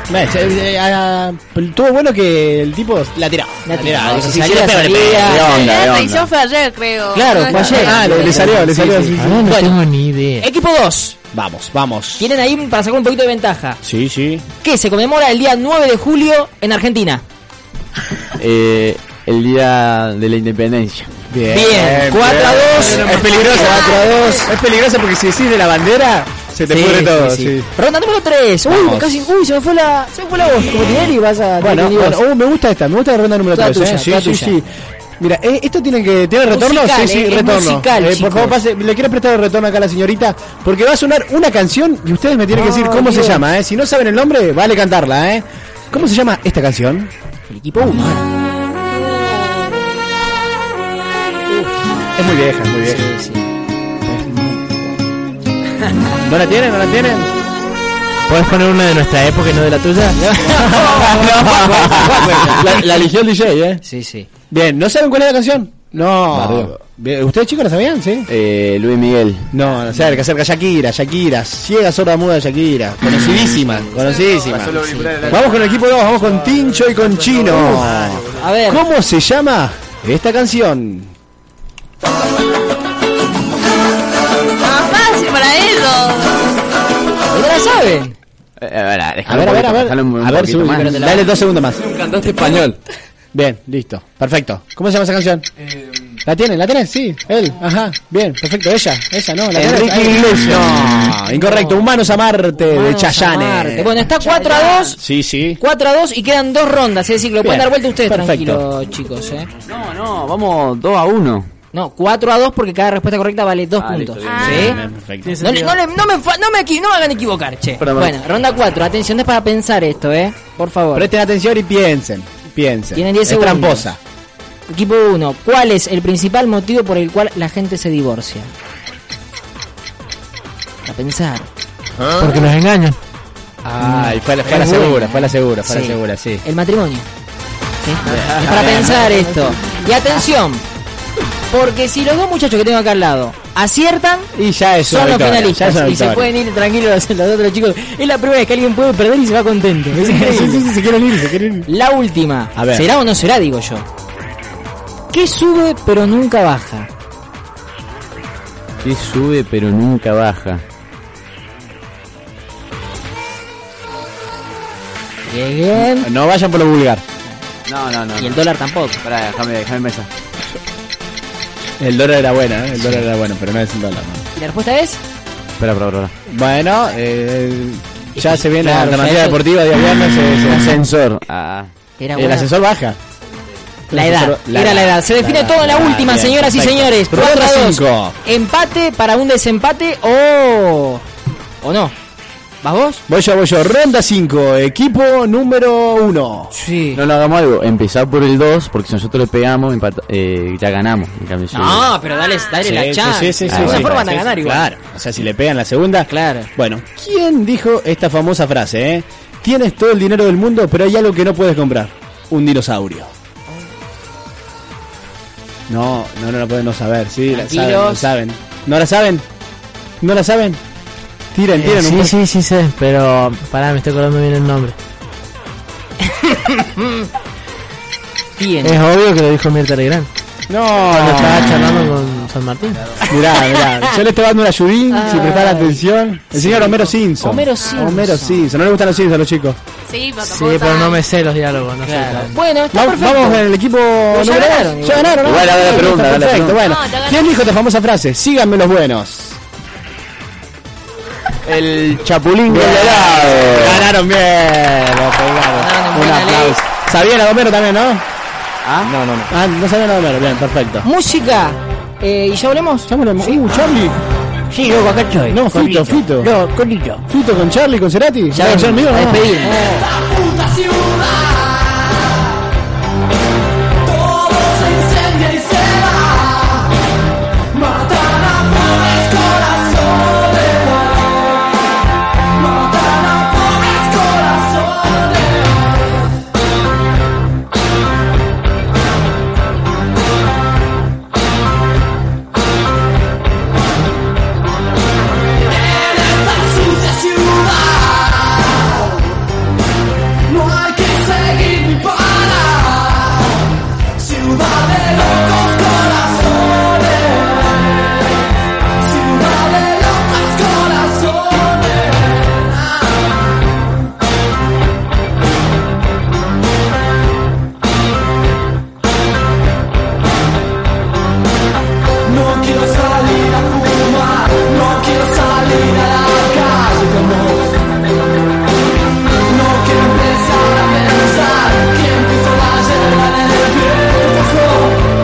Ves, eh, eh, ah, Estuvo bueno que el tipo la tiró.
La tiró,
tiró.
que si
Sí,
salía,
sí, le pegó, le pegó.
salía.
De onda, de
La
onda.
traición fue ayer, creo.
Claro,
No,
fue
no,
ayer.
no.
Ah, le, le salió, le
Sí,
salió.
sí.
sí, sí.
Ahora no
Bueno,
tengo ni idea.
Equipo 2.
vamos, vamos.
Tienen ahí para sacar un poquito de ventaja.
Sí, sí.
¿Qué se conmemora el día 9 de julio en Argentina?
Eh, el día de la independencia.
Bien.
Bien,
4 a 2.
Bien.
Es peligroso. 4 a 2. Es peligroso porque si decís de la bandera, se te
Sí,
pudre
sí, sí.
todo. Ah, eh. sí.
Ronda número 3. Uy,
Vamos.
me casi, uy, se me fue la, se me fue la voz. Como Tinelli vas a
Bueno,
Tinelli
bueno,
vos.
oh, me gusta esta, me gusta la ronda número
Toda
3.
tuya,
sí,
toda
sí,
tuya.
sí. Mira, eh, esto tiene que tiene retorno,
Musical,
sí, sí,
eh, es
retorno.
musical,
Eh, por
chicos.
favor, pase, le quiero prestar el retorno acá a la señorita porque va a sonar una canción y ustedes me tienen que decir
Oh,
cómo
Dios.
se llama, eh. Si no saben el nombre, vale cantarla, eh. ¿Cómo se llama esta canción?
El equipo 1.
Es muy vieja, es muy vieja. ¿No la tienen? ¿No la tienen?
¿Puedes poner una de nuestra época y no de la tuya? la, la eligió el DJ, ¿eh?
Sí, sí.
Bien, ¿no saben cuál es la canción? No.
Bardeo.
Bien, ¿Ustedes chicos la sabían? Sí.
Eh, Luis Miguel.
No, no, cerca, cerca, Shakira, Shakira, ciega, sorda, muda, Shakira, conocidísima, conocidísima.
Pasó los auriculares de la-
Vamos con el equipo 2, vamos con Tincho y con Chino.
A ver.
¿Cómo se llama esta canción?
Más Ah, fácil para ellos.
¿No la saben?
A
Eh,
ver, a ver, a ver, a ver, sube, dale dos segundos más.
Un cantante español.
Bien, listo, perfecto. ¿Cómo se llama esa canción?
Eh,
¿La tienen? ¿La tenés? Sí, él, ajá, bien, perfecto, ella, ella, no, la tenés.
Enrique
Ahí.
Iglesias.
No, incorrecto, Humanos a Marte de
Vamos a
Chayanne.
Marte. Bueno, está 4 a 2.
Sí, sí.
4 a 2 y quedan dos rondas, es decir, que lo pueden
Bien,
dar vuelta ustedes
perfecto.
tranquilos, chicos, ¿eh?
No, no, vamos 2 a 1.
No, 4 a 2 porque cada respuesta correcta vale 2 puntos. ¿Sí? No, le- no, le- no me, fa- no, me, equi- no me hagan equivocar, che.
Perdón.
Bueno, ronda 4. Atención, es para pensar esto, ¿eh? Por favor.
Presten atención y piensen, piensen.
Tienen 10
es
segundos.
tramposa.
Equipo 1. ¿Cuál es el principal motivo por el cual la gente se divorcia? A pensar.
Porque nos engañan.
Ay, fue, la- fue
Es
la
buena.
segura, fue la segura, fue
Sí.
la segura, sí.
El matrimonio. ¿Sí? Es para pensar esto. Y atención. Porque si los dos muchachos que tengo acá al lado aciertan,
Y ya es una
son los
victoria, ya
finalistas.
es una
Y se
victoria.
pueden ir tranquilos los, los otros chicos. Es la primera vez que alguien puede perder y se va contento. Es increíble.
se quieren ir, se quieren ir.
La última.
A ver.
¿Será o no será, digo yo? ¿Qué sube pero nunca baja?
Que sube pero nunca baja.
Bien.
No vayan por lo vulgar.
No, no, no.
Y el dólar tampoco.
Pará, déjame, déjame pensar.
El dólar era bueno, ¿eh? el dólar era bueno, pero no es un dólar. ¿no?
¿Y la respuesta es?
Espera, espera, espera.
Bueno, eh, ya se viene la
Claro,
alternativa
ya-
deportiva, día viernes. se- se-
ascensor. Ah.
Era
el
buena.
ascensor baja.
La edad, era la edad. Se define todo en la última, señoras y señores. 4 a 2. Empate para un desempate o. o no. ¿Vas vos?
Voy yo, voy yo. Ronda 5, equipo número 1.
Sí.
No, no hagamos algo. Empezar por el 2, porque si nosotros le pegamos, empata- eh, ya ganamos. En cambio, yo-
No, pero dale, dale
Sí,
la
sí,
chance.
sí, sí,
de
sí,
alguna
sí,
forma van a
sí,
ganar
sí,
igual.
Claro, o sea, si le pegan la segunda.
Claro.
Bueno, ¿quién dijo esta famosa frase, eh? Tienes todo el dinero del mundo, pero hay algo que no puedes comprar. Un dinosaurio. No, no, no la pueden no saber, sí, la saben,
Tranquilos.
la saben. ¿No la saben? ¿No la saben? Tiren, tiren un
Eh, sí, sí, sí sé, pero pará, me estoy acordando bien el nombre.
Bien.
Eh,
Es obvio que lo dijo Mirta Legrand.
No,
Cuando Ah, estaba charlando con San Martín.
Mirá, mirá, yo le estoy dando una ayudín, si prestan atención. El señor Homero Simpson.
Homero Simpson.
Homero Simpson. No le gustan los Simpsons a los chicos.
Sí, pero
Sí, pero no me sé los diálogos, no
Claro.
sé.
Bueno, está
Vamos-
perfecto.
Vamos en el equipo
Pero ya
número dos.
ganaron,
Ya
igual.
ganaron, ¿no?
Igual, a ver, la
Está
pregunta, a ver, la
Perfecto,
pregunta.
bueno.
No, ya ganaron.
¿Quién dijo esta famosa frase? Síganme los buenos.
El Chapulín
Colorado. Ganaron bien. lo pegaron. Un aplauso. Sabían a Homero también, ¿no?
¿Ah?
No, no, no. Ah, no sabían a Homero. Bien, perfecto.
Música. Eh, ¿Y ya volvemos?
Ya volvemos. Uh, Charlie.
Sí, loco, acá estoy.
No, Fito, Fito.
No, Colito.
¿Fito con Charlie, con Cerati?
Ya
¿No,
ven,
Charlie,
a
no?
despedirme.
puta ciudad Todo se incendia y se va Matan a pobres corazones Matan a pobres corazones En esta sucia ciudad no hay que seguir mi pana Ciudad de locos corazones Ciudad de locos corazones No quiero salir a fumar No quiero salir a la calle con vos no quiero empezar a pensar que empiezo a llenar el viejo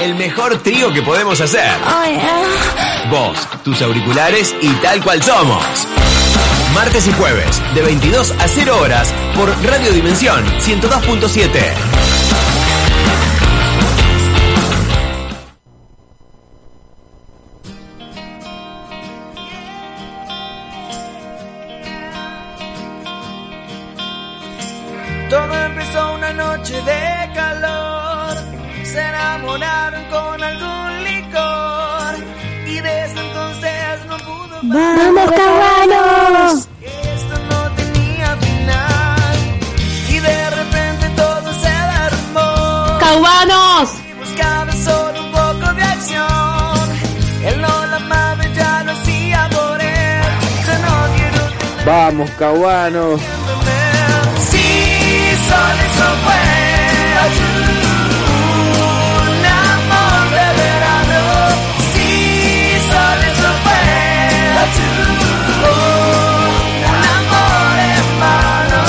El mejor trío que podemos hacer. Vos, tus auriculares y tal cual somos. Martes y jueves, de 22 a 0 horas, por Radio Dimensión 102.7.
Todo empezó una noche de calor. Se enamoraron con algún licor. Y desde entonces no pudo.
¡Vamos, caballos!
Esto no tenía final. Y de repente todo se armó.
¡Caubanos!
Buscaba solo un poco de acción. Él no la amaba, ya lo hacía por él. Yo no quiero
Vamos, caguano.
Sí, solo eso fue un amor de verano. Sí, solo eso fue un amor en vano.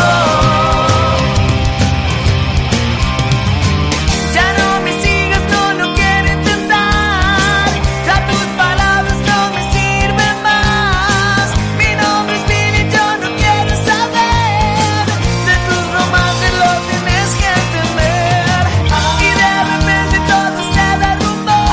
Ya no me sigas, no lo quiero intentar. Ya tus palabras no me sirven más. Mi nombre es Billy, yo no quiero saber. De tus romances lo tienes que entender. Y de repente todo se derrumbó.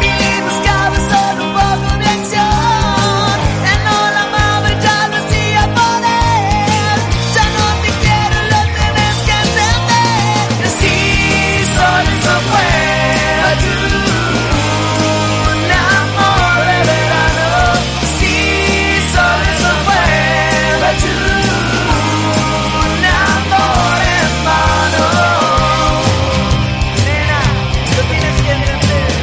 Billy buscaba solo un poco de acción. Él no la amaba y ya lo hacía por él. Ya no te quiero, lo tienes que entender. Sí, solo eso fue un amor de verano. Sí, solo eso fue un amor en vano. Nena, tú tienes que entender.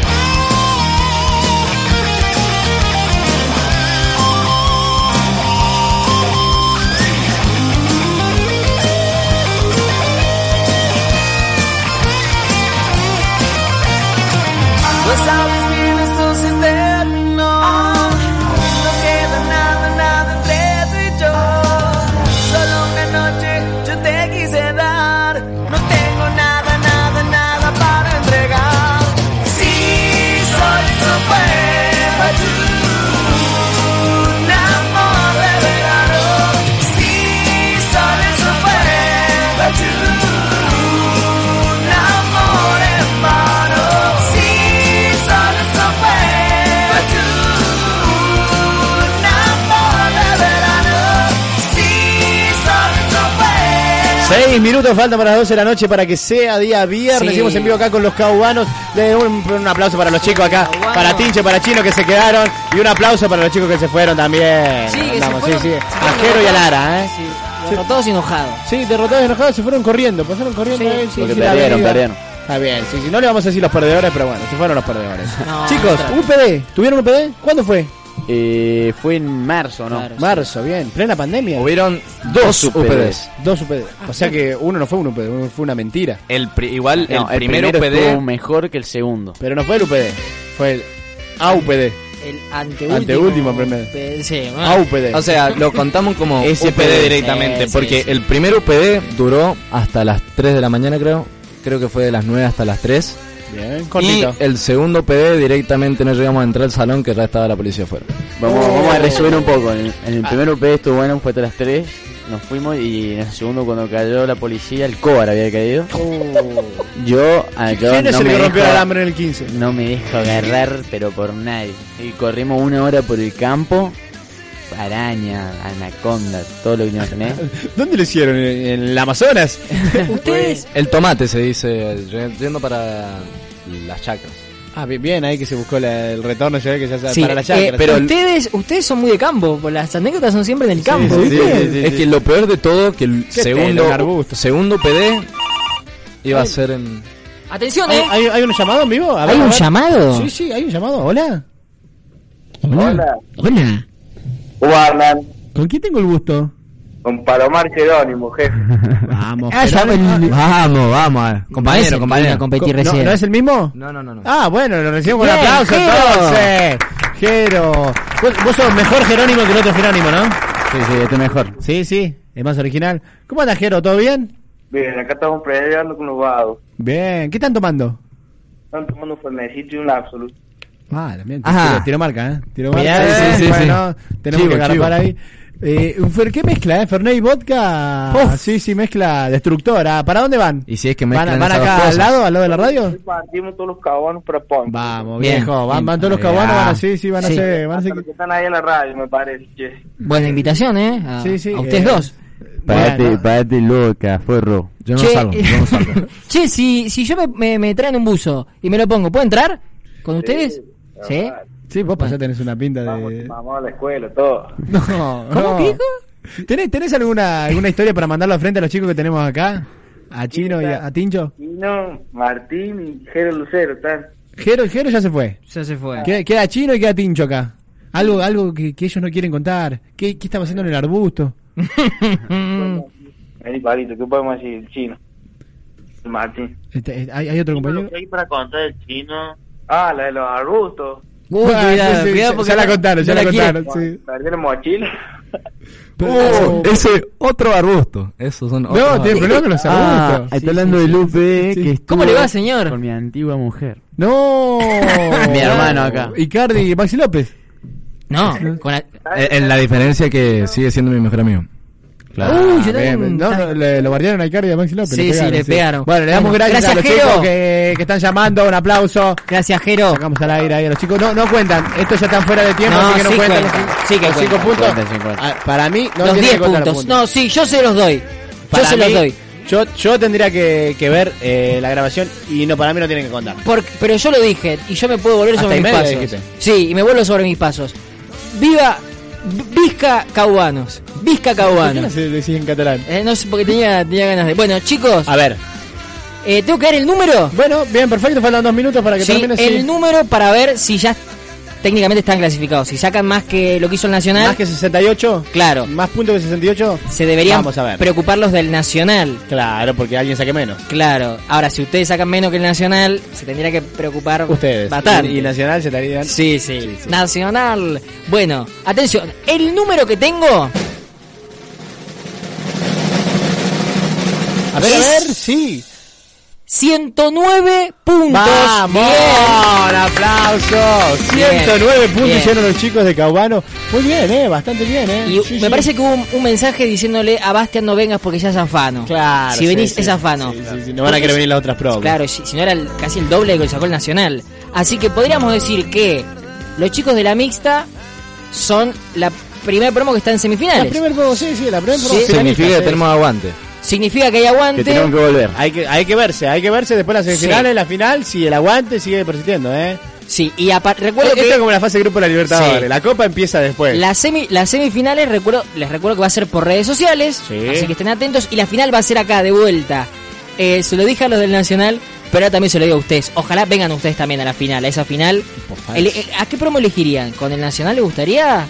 Pues sabes bien, esto se terminó. No queda nada, nada entre tú y yo. Solo una noche yo te quise dar. No tengo nada, nada, nada para entregar. Sí, soy tu un amor de verano. Sí, solo eso fue un amor en vano. Sí, solo eso fue un amor de verano. Sí, solo eso fue.
Seis minutos faltan para las 12 de la noche para que sea día viernes.
Sí.
Seguimos en vivo acá con los caubanos. Le doy un, un aplauso para los chicos acá.
Caubanos.
Para Tincho, para Chino que se quedaron. Y un aplauso para los chicos que se fueron también.
Sí, que se
Andamos,
fueron-
sí, sí.
se fueron
A Jero y a
derrotados.
Lara, ¿eh?
Derrotados y enojados.
Sí, derrotados y enojados se fueron corriendo. Pasaron corriendo. eh, sí,
Porque
sí, la
perdieron,
avenida.
perdieron.
Está bien, sí, sí. No le vamos a decir los perdedores, pero bueno, se fueron los perdedores.
No,
chicos,
no
UPD. ¿Tuvieron UPD? ¿Cuándo fue?
Eh, fue en marzo, ¿no?
Marzo, bien. Plena pandemia.
Hubieron
dos UPDs.
Dos UPD. O sea que uno no fue un UPD, uno fue una mentira.
El pri- igual
No,
el, primero
estuvo
UPD.
mejor que el segundo.
Pero no fue el UPD, fue el AUPD.
El anteúltimo.
Anteúltimo primero.
Pe- sí, bueno.
AUPD.
O sea, lo contamos como
Ese
UPD directamente.
Sí,
porque
sí, sí.
el primer UPD duró hasta las 3 de la mañana, creo. Creo que fue de las 9 hasta las 3.
Bien, cortito.
Y el segundo UPD directamente no llegamos a entrar al salón que ya estaba la policía afuera.
Vamos, vamos a resumir un poco. En, en
Ah.
el primer UPD estuvo bueno, fue hasta las 3. Nos fuimos y en el segundo, cuando cayó la policía, el cobar había caído. Yo, a yo
¿Quién Uh. es
no
el
me
que rompió
dejo-
el hambre en el 15?
No me dejo agarrar, pero por nadie. Y corrimos una hora por el campo. Araña, anaconda, todo lo que nos tenés.
¿Dónde lo hicieron? ¿En, en el Amazonas?
Ustedes.
El tomate se dice, yendo para las chacras.
Ah, bien, bien, ahí que se buscó la- el retorno, ya ve que ya se
Sí,
para la
eh,
chacra.
pero ustedes, ustedes son muy de campo, pues las anécdotas son siempre en el campo,
Sí,
¿viste?
sí, sí, es que lo peor de todo que el
¿Qué tela, un
segundo segundo PD iba a ser en
Atención,
¿Hay,
eh.
hay, hay un llamado en vivo? A
¿Hay
a
un llamado?
Sí, sí, hay un llamado. Hola.
Hola. Hola.
Hugo Hernán,
¿Con quién tengo el gusto?
con Palomar Jerónimo, jefe.
Vamos.
Ah, ya
Vamos, vamos.
compañero, compañero.
Co- no, ¿No es el mismo?
No, no, no, no.
Ah, bueno, lo recibo con
Bien,
aplauso
Jero.
entonces. Jero. Vos, vos sos mejor Jerónimo que el otro Jerónimo, ¿no?
Sí, sí, este mejor.
Sí, sí, es más original. ¿Cómo andas, Jero? ¿Todo bien?
Bien, acá estamos peleando con los vagos.
Bien. ¿Qué están tomando?
Están tomando un fermecito y un absoluto.
Ah, la mía,
Ajá.
tiro, tiro marca, ¿eh? Tiro marca.
Mirá, sí, sí, sí.
bueno, tenemos
Chivo,
que agarrar
chivo.
ahí. Eh, un fer- ¿Qué mezcla, eh? Fernet y vodka. Sí, sí, mezcla destructora. ¿Para dónde van?
Y si es que
¿Van,
mezclan
van
esas dos
acá al
cosas.
lado, al lado de la radio?
Partimos todos los cabanos para Ponce.
Vamos, Viejo, van, van todos los cabanos,
ah.
van así, sí, van a ser. Van a ser...
Los que están ahí en la radio, me parece. che.
Buena invitación, ¿eh? A,
Sí, sí,
a ustedes
eh,
dos.
Párate, párate loca, forro. Yo
Che, che, si, si yo me, me- me traen un buzo y me lo pongo, ¿puedo entrar con ustedes? Sí.
Sí, vos pues ya tenés una pinta de.
Vamos a la escuela, todo.
No, no. ¿Tenés, tenés alguna, alguna historia para mandarlo al frente a los chicos que tenemos acá? ¿A Chino y a, a Tincho?
Chino, Martín y Jero Lucero están.
Jero, Jero ya se fue.
Ya se fue.
Queda, queda Chino y queda Tincho acá. Algo, algo que, que ellos no quieren contar. ¿Qué, ¿Qué estaba haciendo en el arbusto?
Vení, palito, ¿qué podemos decir? El chino. El Martín.
Este, este, ¿hay, hay otro compañero?
¿Qué hay para contar el chino? Ah, la de los arbustos.
Uy, Ah, cuidado, sí, sí, cuidado ya- porque ya la no- contaron, ya no la la quieren. contaron, sí.
Perdí la mochila.
Uh, ese otro arbusto. Esos son otros
Ah.
tiene problema con los arbustos.
está hablando de Lupe. Que
¿Cómo
estuvo
le va, señor?
Con mi antigua mujer.
¡No!
Mi hermano acá.
Icardi y Maxi López.
No, con
Eh, En la diferencia que sigue siendo mi mejor amigo.
Uy, yo no, no, le- lo bardearon a Icardi y a Maxi López.
Sí, sí, le pegaron.
Bueno, le damos
Bueno,
gracias, a los
gracias, Jero.
chicos que, que están llamando. Un aplauso.
Gracias, Jero.
Sacamos al aire ahí a los chicos. No, no cuentan. Estos ya están fuera de tiempo,
No,
así que no
sí
cuentan.
cuentan.
los-
Sí que
los cinco
cuentan.
puntos.
Cuentan, sí, cuentan.
Ah, Para mí,
los
no tienen
10
que contar
puntos.
los
No, sí, yo se los doy.
Para
yo se
mí,
los doy.
Yo, yo tendría que, que ver eh, la grabación y no para mí no tienen que contar.
Porque- pero yo lo dije y yo me puedo volver
Hasta
sobre
y
mis
media
pasos.
dijiste.
Sí, y me vuelvo sobre mis pasos. Viva V- Vizca Caubanos. Vizca
¿Por qué no
Caubanos.
se decís en catalán?
Eh, no sé porque tenía, tenía ganas de. Bueno, chicos. eh,
A ver.
¿Tengo que dar el número?
Bueno, bien, perfecto. Faltan dos minutos para que
Sí,
termine.
el número para ver si ya técnicamente están clasificados. Si sacan más que lo que hizo el Nacional.
Más que 68.
Claro.
Más puntos que 68.
Se deberían
Vamos a ver.
preocupar los del Nacional.
Claro, porque alguien saque menos.
Claro. Ahora, si ustedes sacan menos que el Nacional, se tendría que preocupar
Ustedes.
bastante.
Y, y Nacional se estarían.
Sí, sí, Nacional. Bueno, atención. El número que tengo.
A ver, a ver, sí.
109 puntos.
¡Vamos!
Bien.
¡Un aplauso!
Bien.
109 puntos
Bien.
hicieron los chicos de Caubano. Muy bien, eh, bastante bien, eh.
Y me parece que hubo un, un mensaje diciéndole a Bastian no vengas porque ya es afano.
Claro,
Si
sí,
venís
sí,
es
sí,
afano.
sí, sí, sí, no van a querer venir las otras pruebas.
Claro, si, si no era el- casi el doble de que sacó el Nacional. Así que podríamos decir que los chicos de la mixta son la primera promo que está en
La
semifinales.
primer juego, sí, sí, la primer
Sí.
promo.
Significa que
finalista,
tenemos aguante.
Significa que hay aguante.
volver.
Hay que, hay que verse, hay que verse después las semifinales, la final, si el aguante sigue persistiendo, ¿eh?
Sí, y aparte, recuerdo
Esto
que-
es como la fase de grupo de la Libertadores,
Sí.
la Copa empieza después.
La semi, las semifinales recuerdo, les recuerdo que va a ser por redes sociales,
Sí.
así que estén atentos y la final va a ser acá de vuelta. Eh, se lo dije a los del Nacional, pero ahora también se lo digo a ustedes. Ojalá vengan ustedes también a la final, a esa final. El- eh, ¿A qué promo elegirían? ¿Con el Nacional les gustaría?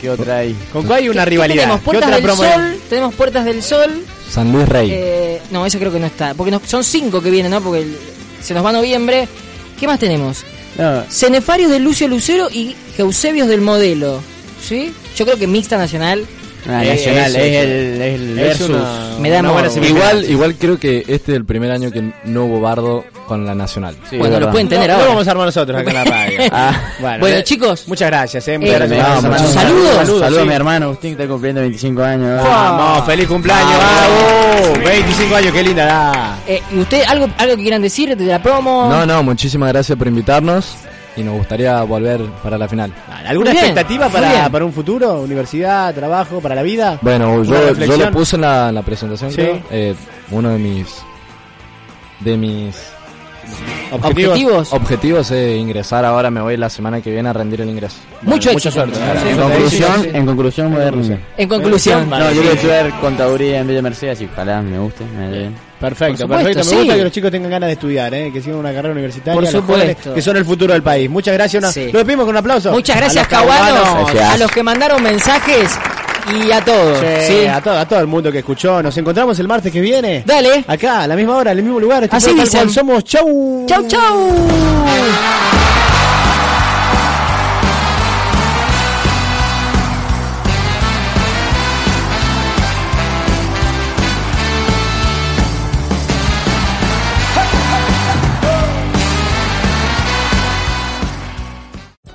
¿Qué otra hay?
¿Con cuál hay
¿Qué-
una
qué
rivalidad?
Tenemos
¿Qué
Puertas
otra
del
promo
Sol, tenemos Puertas del Sol.
San Luis Rey.
eh, no, esa creo que no está, porque nos- son cinco que vienen, ¿no? Porque el- se nos va noviembre. ¿Qué más tenemos?
No,
Cenefarios de Lucio Lucero y Eusebios del Modelo. ¿Sí? Yo creo que Mixta Nacional.
eh,
Ah, Nacional, es el- es el versus.
Me da morbo.
igual, igual creo que este es el primer año que no hubo bardo con la nacional.
Bueno, lo pueden tener
No,
ahora.
lo vamos a armar nosotros acá en la radio.
Ah.
Bueno,
Bueno,
eh,
chicos.
Muchas gracias, eh. Muchas gracias.
Vamos,
Vamos,
vamos.
saludos.
Saludos,
sí.
a mi hermano Agustín que está cumpliendo 25 años.
Vamos, feliz cumpleaños, bravo. 25 años, qué linda edad.
Eh, ¿Y usted algo, algo que quieran decir de la promo?
No, no, muchísimas gracias por invitarnos y nos gustaría volver para la final.
¿Alguna
Muy bien,
expectativa
muy
para,
bien.
para un futuro? ¿Universidad, trabajo, para la vida?
Bueno,
¿Una
yo, yo
reflexión?
lo puse en la, en la presentación,
Sí.
creo. Eh, uno de mis... De mis...
Objetivos.
Objetivos.
Objetivos es ingresar ahora, me voy la semana que viene a rendir el ingreso.
Mucho
mucha
éxito.
En conclusión, en conclusión, moderno.
En conclusión.
No, yo voy a estudiar contaduría en Villa Mercedes, así ojalá me guste. Me vaya bien.
Perfecto,
Por supuesto,
perfecto. Me
sí.
gusta que los chicos tengan ganas de estudiar, eh, que sigan una carrera universitaria.
Por
los jóvenes
supuesto.
Que son el futuro del país. Muchas gracias. una- Lo despedimos con un aplauso.
Muchas gracias,
A los caubanos.
Caguano. A los que mandaron mensajes y a todos.
Sí,
¿sí?
A, todo, a todo el mundo que escuchó. Nos encontramos el martes que viene.
Dale.
Acá, a la misma hora, en el mismo lugar. Este
Así
fue Tal
dicen.
Cual somos. Chau.
Chau, chau.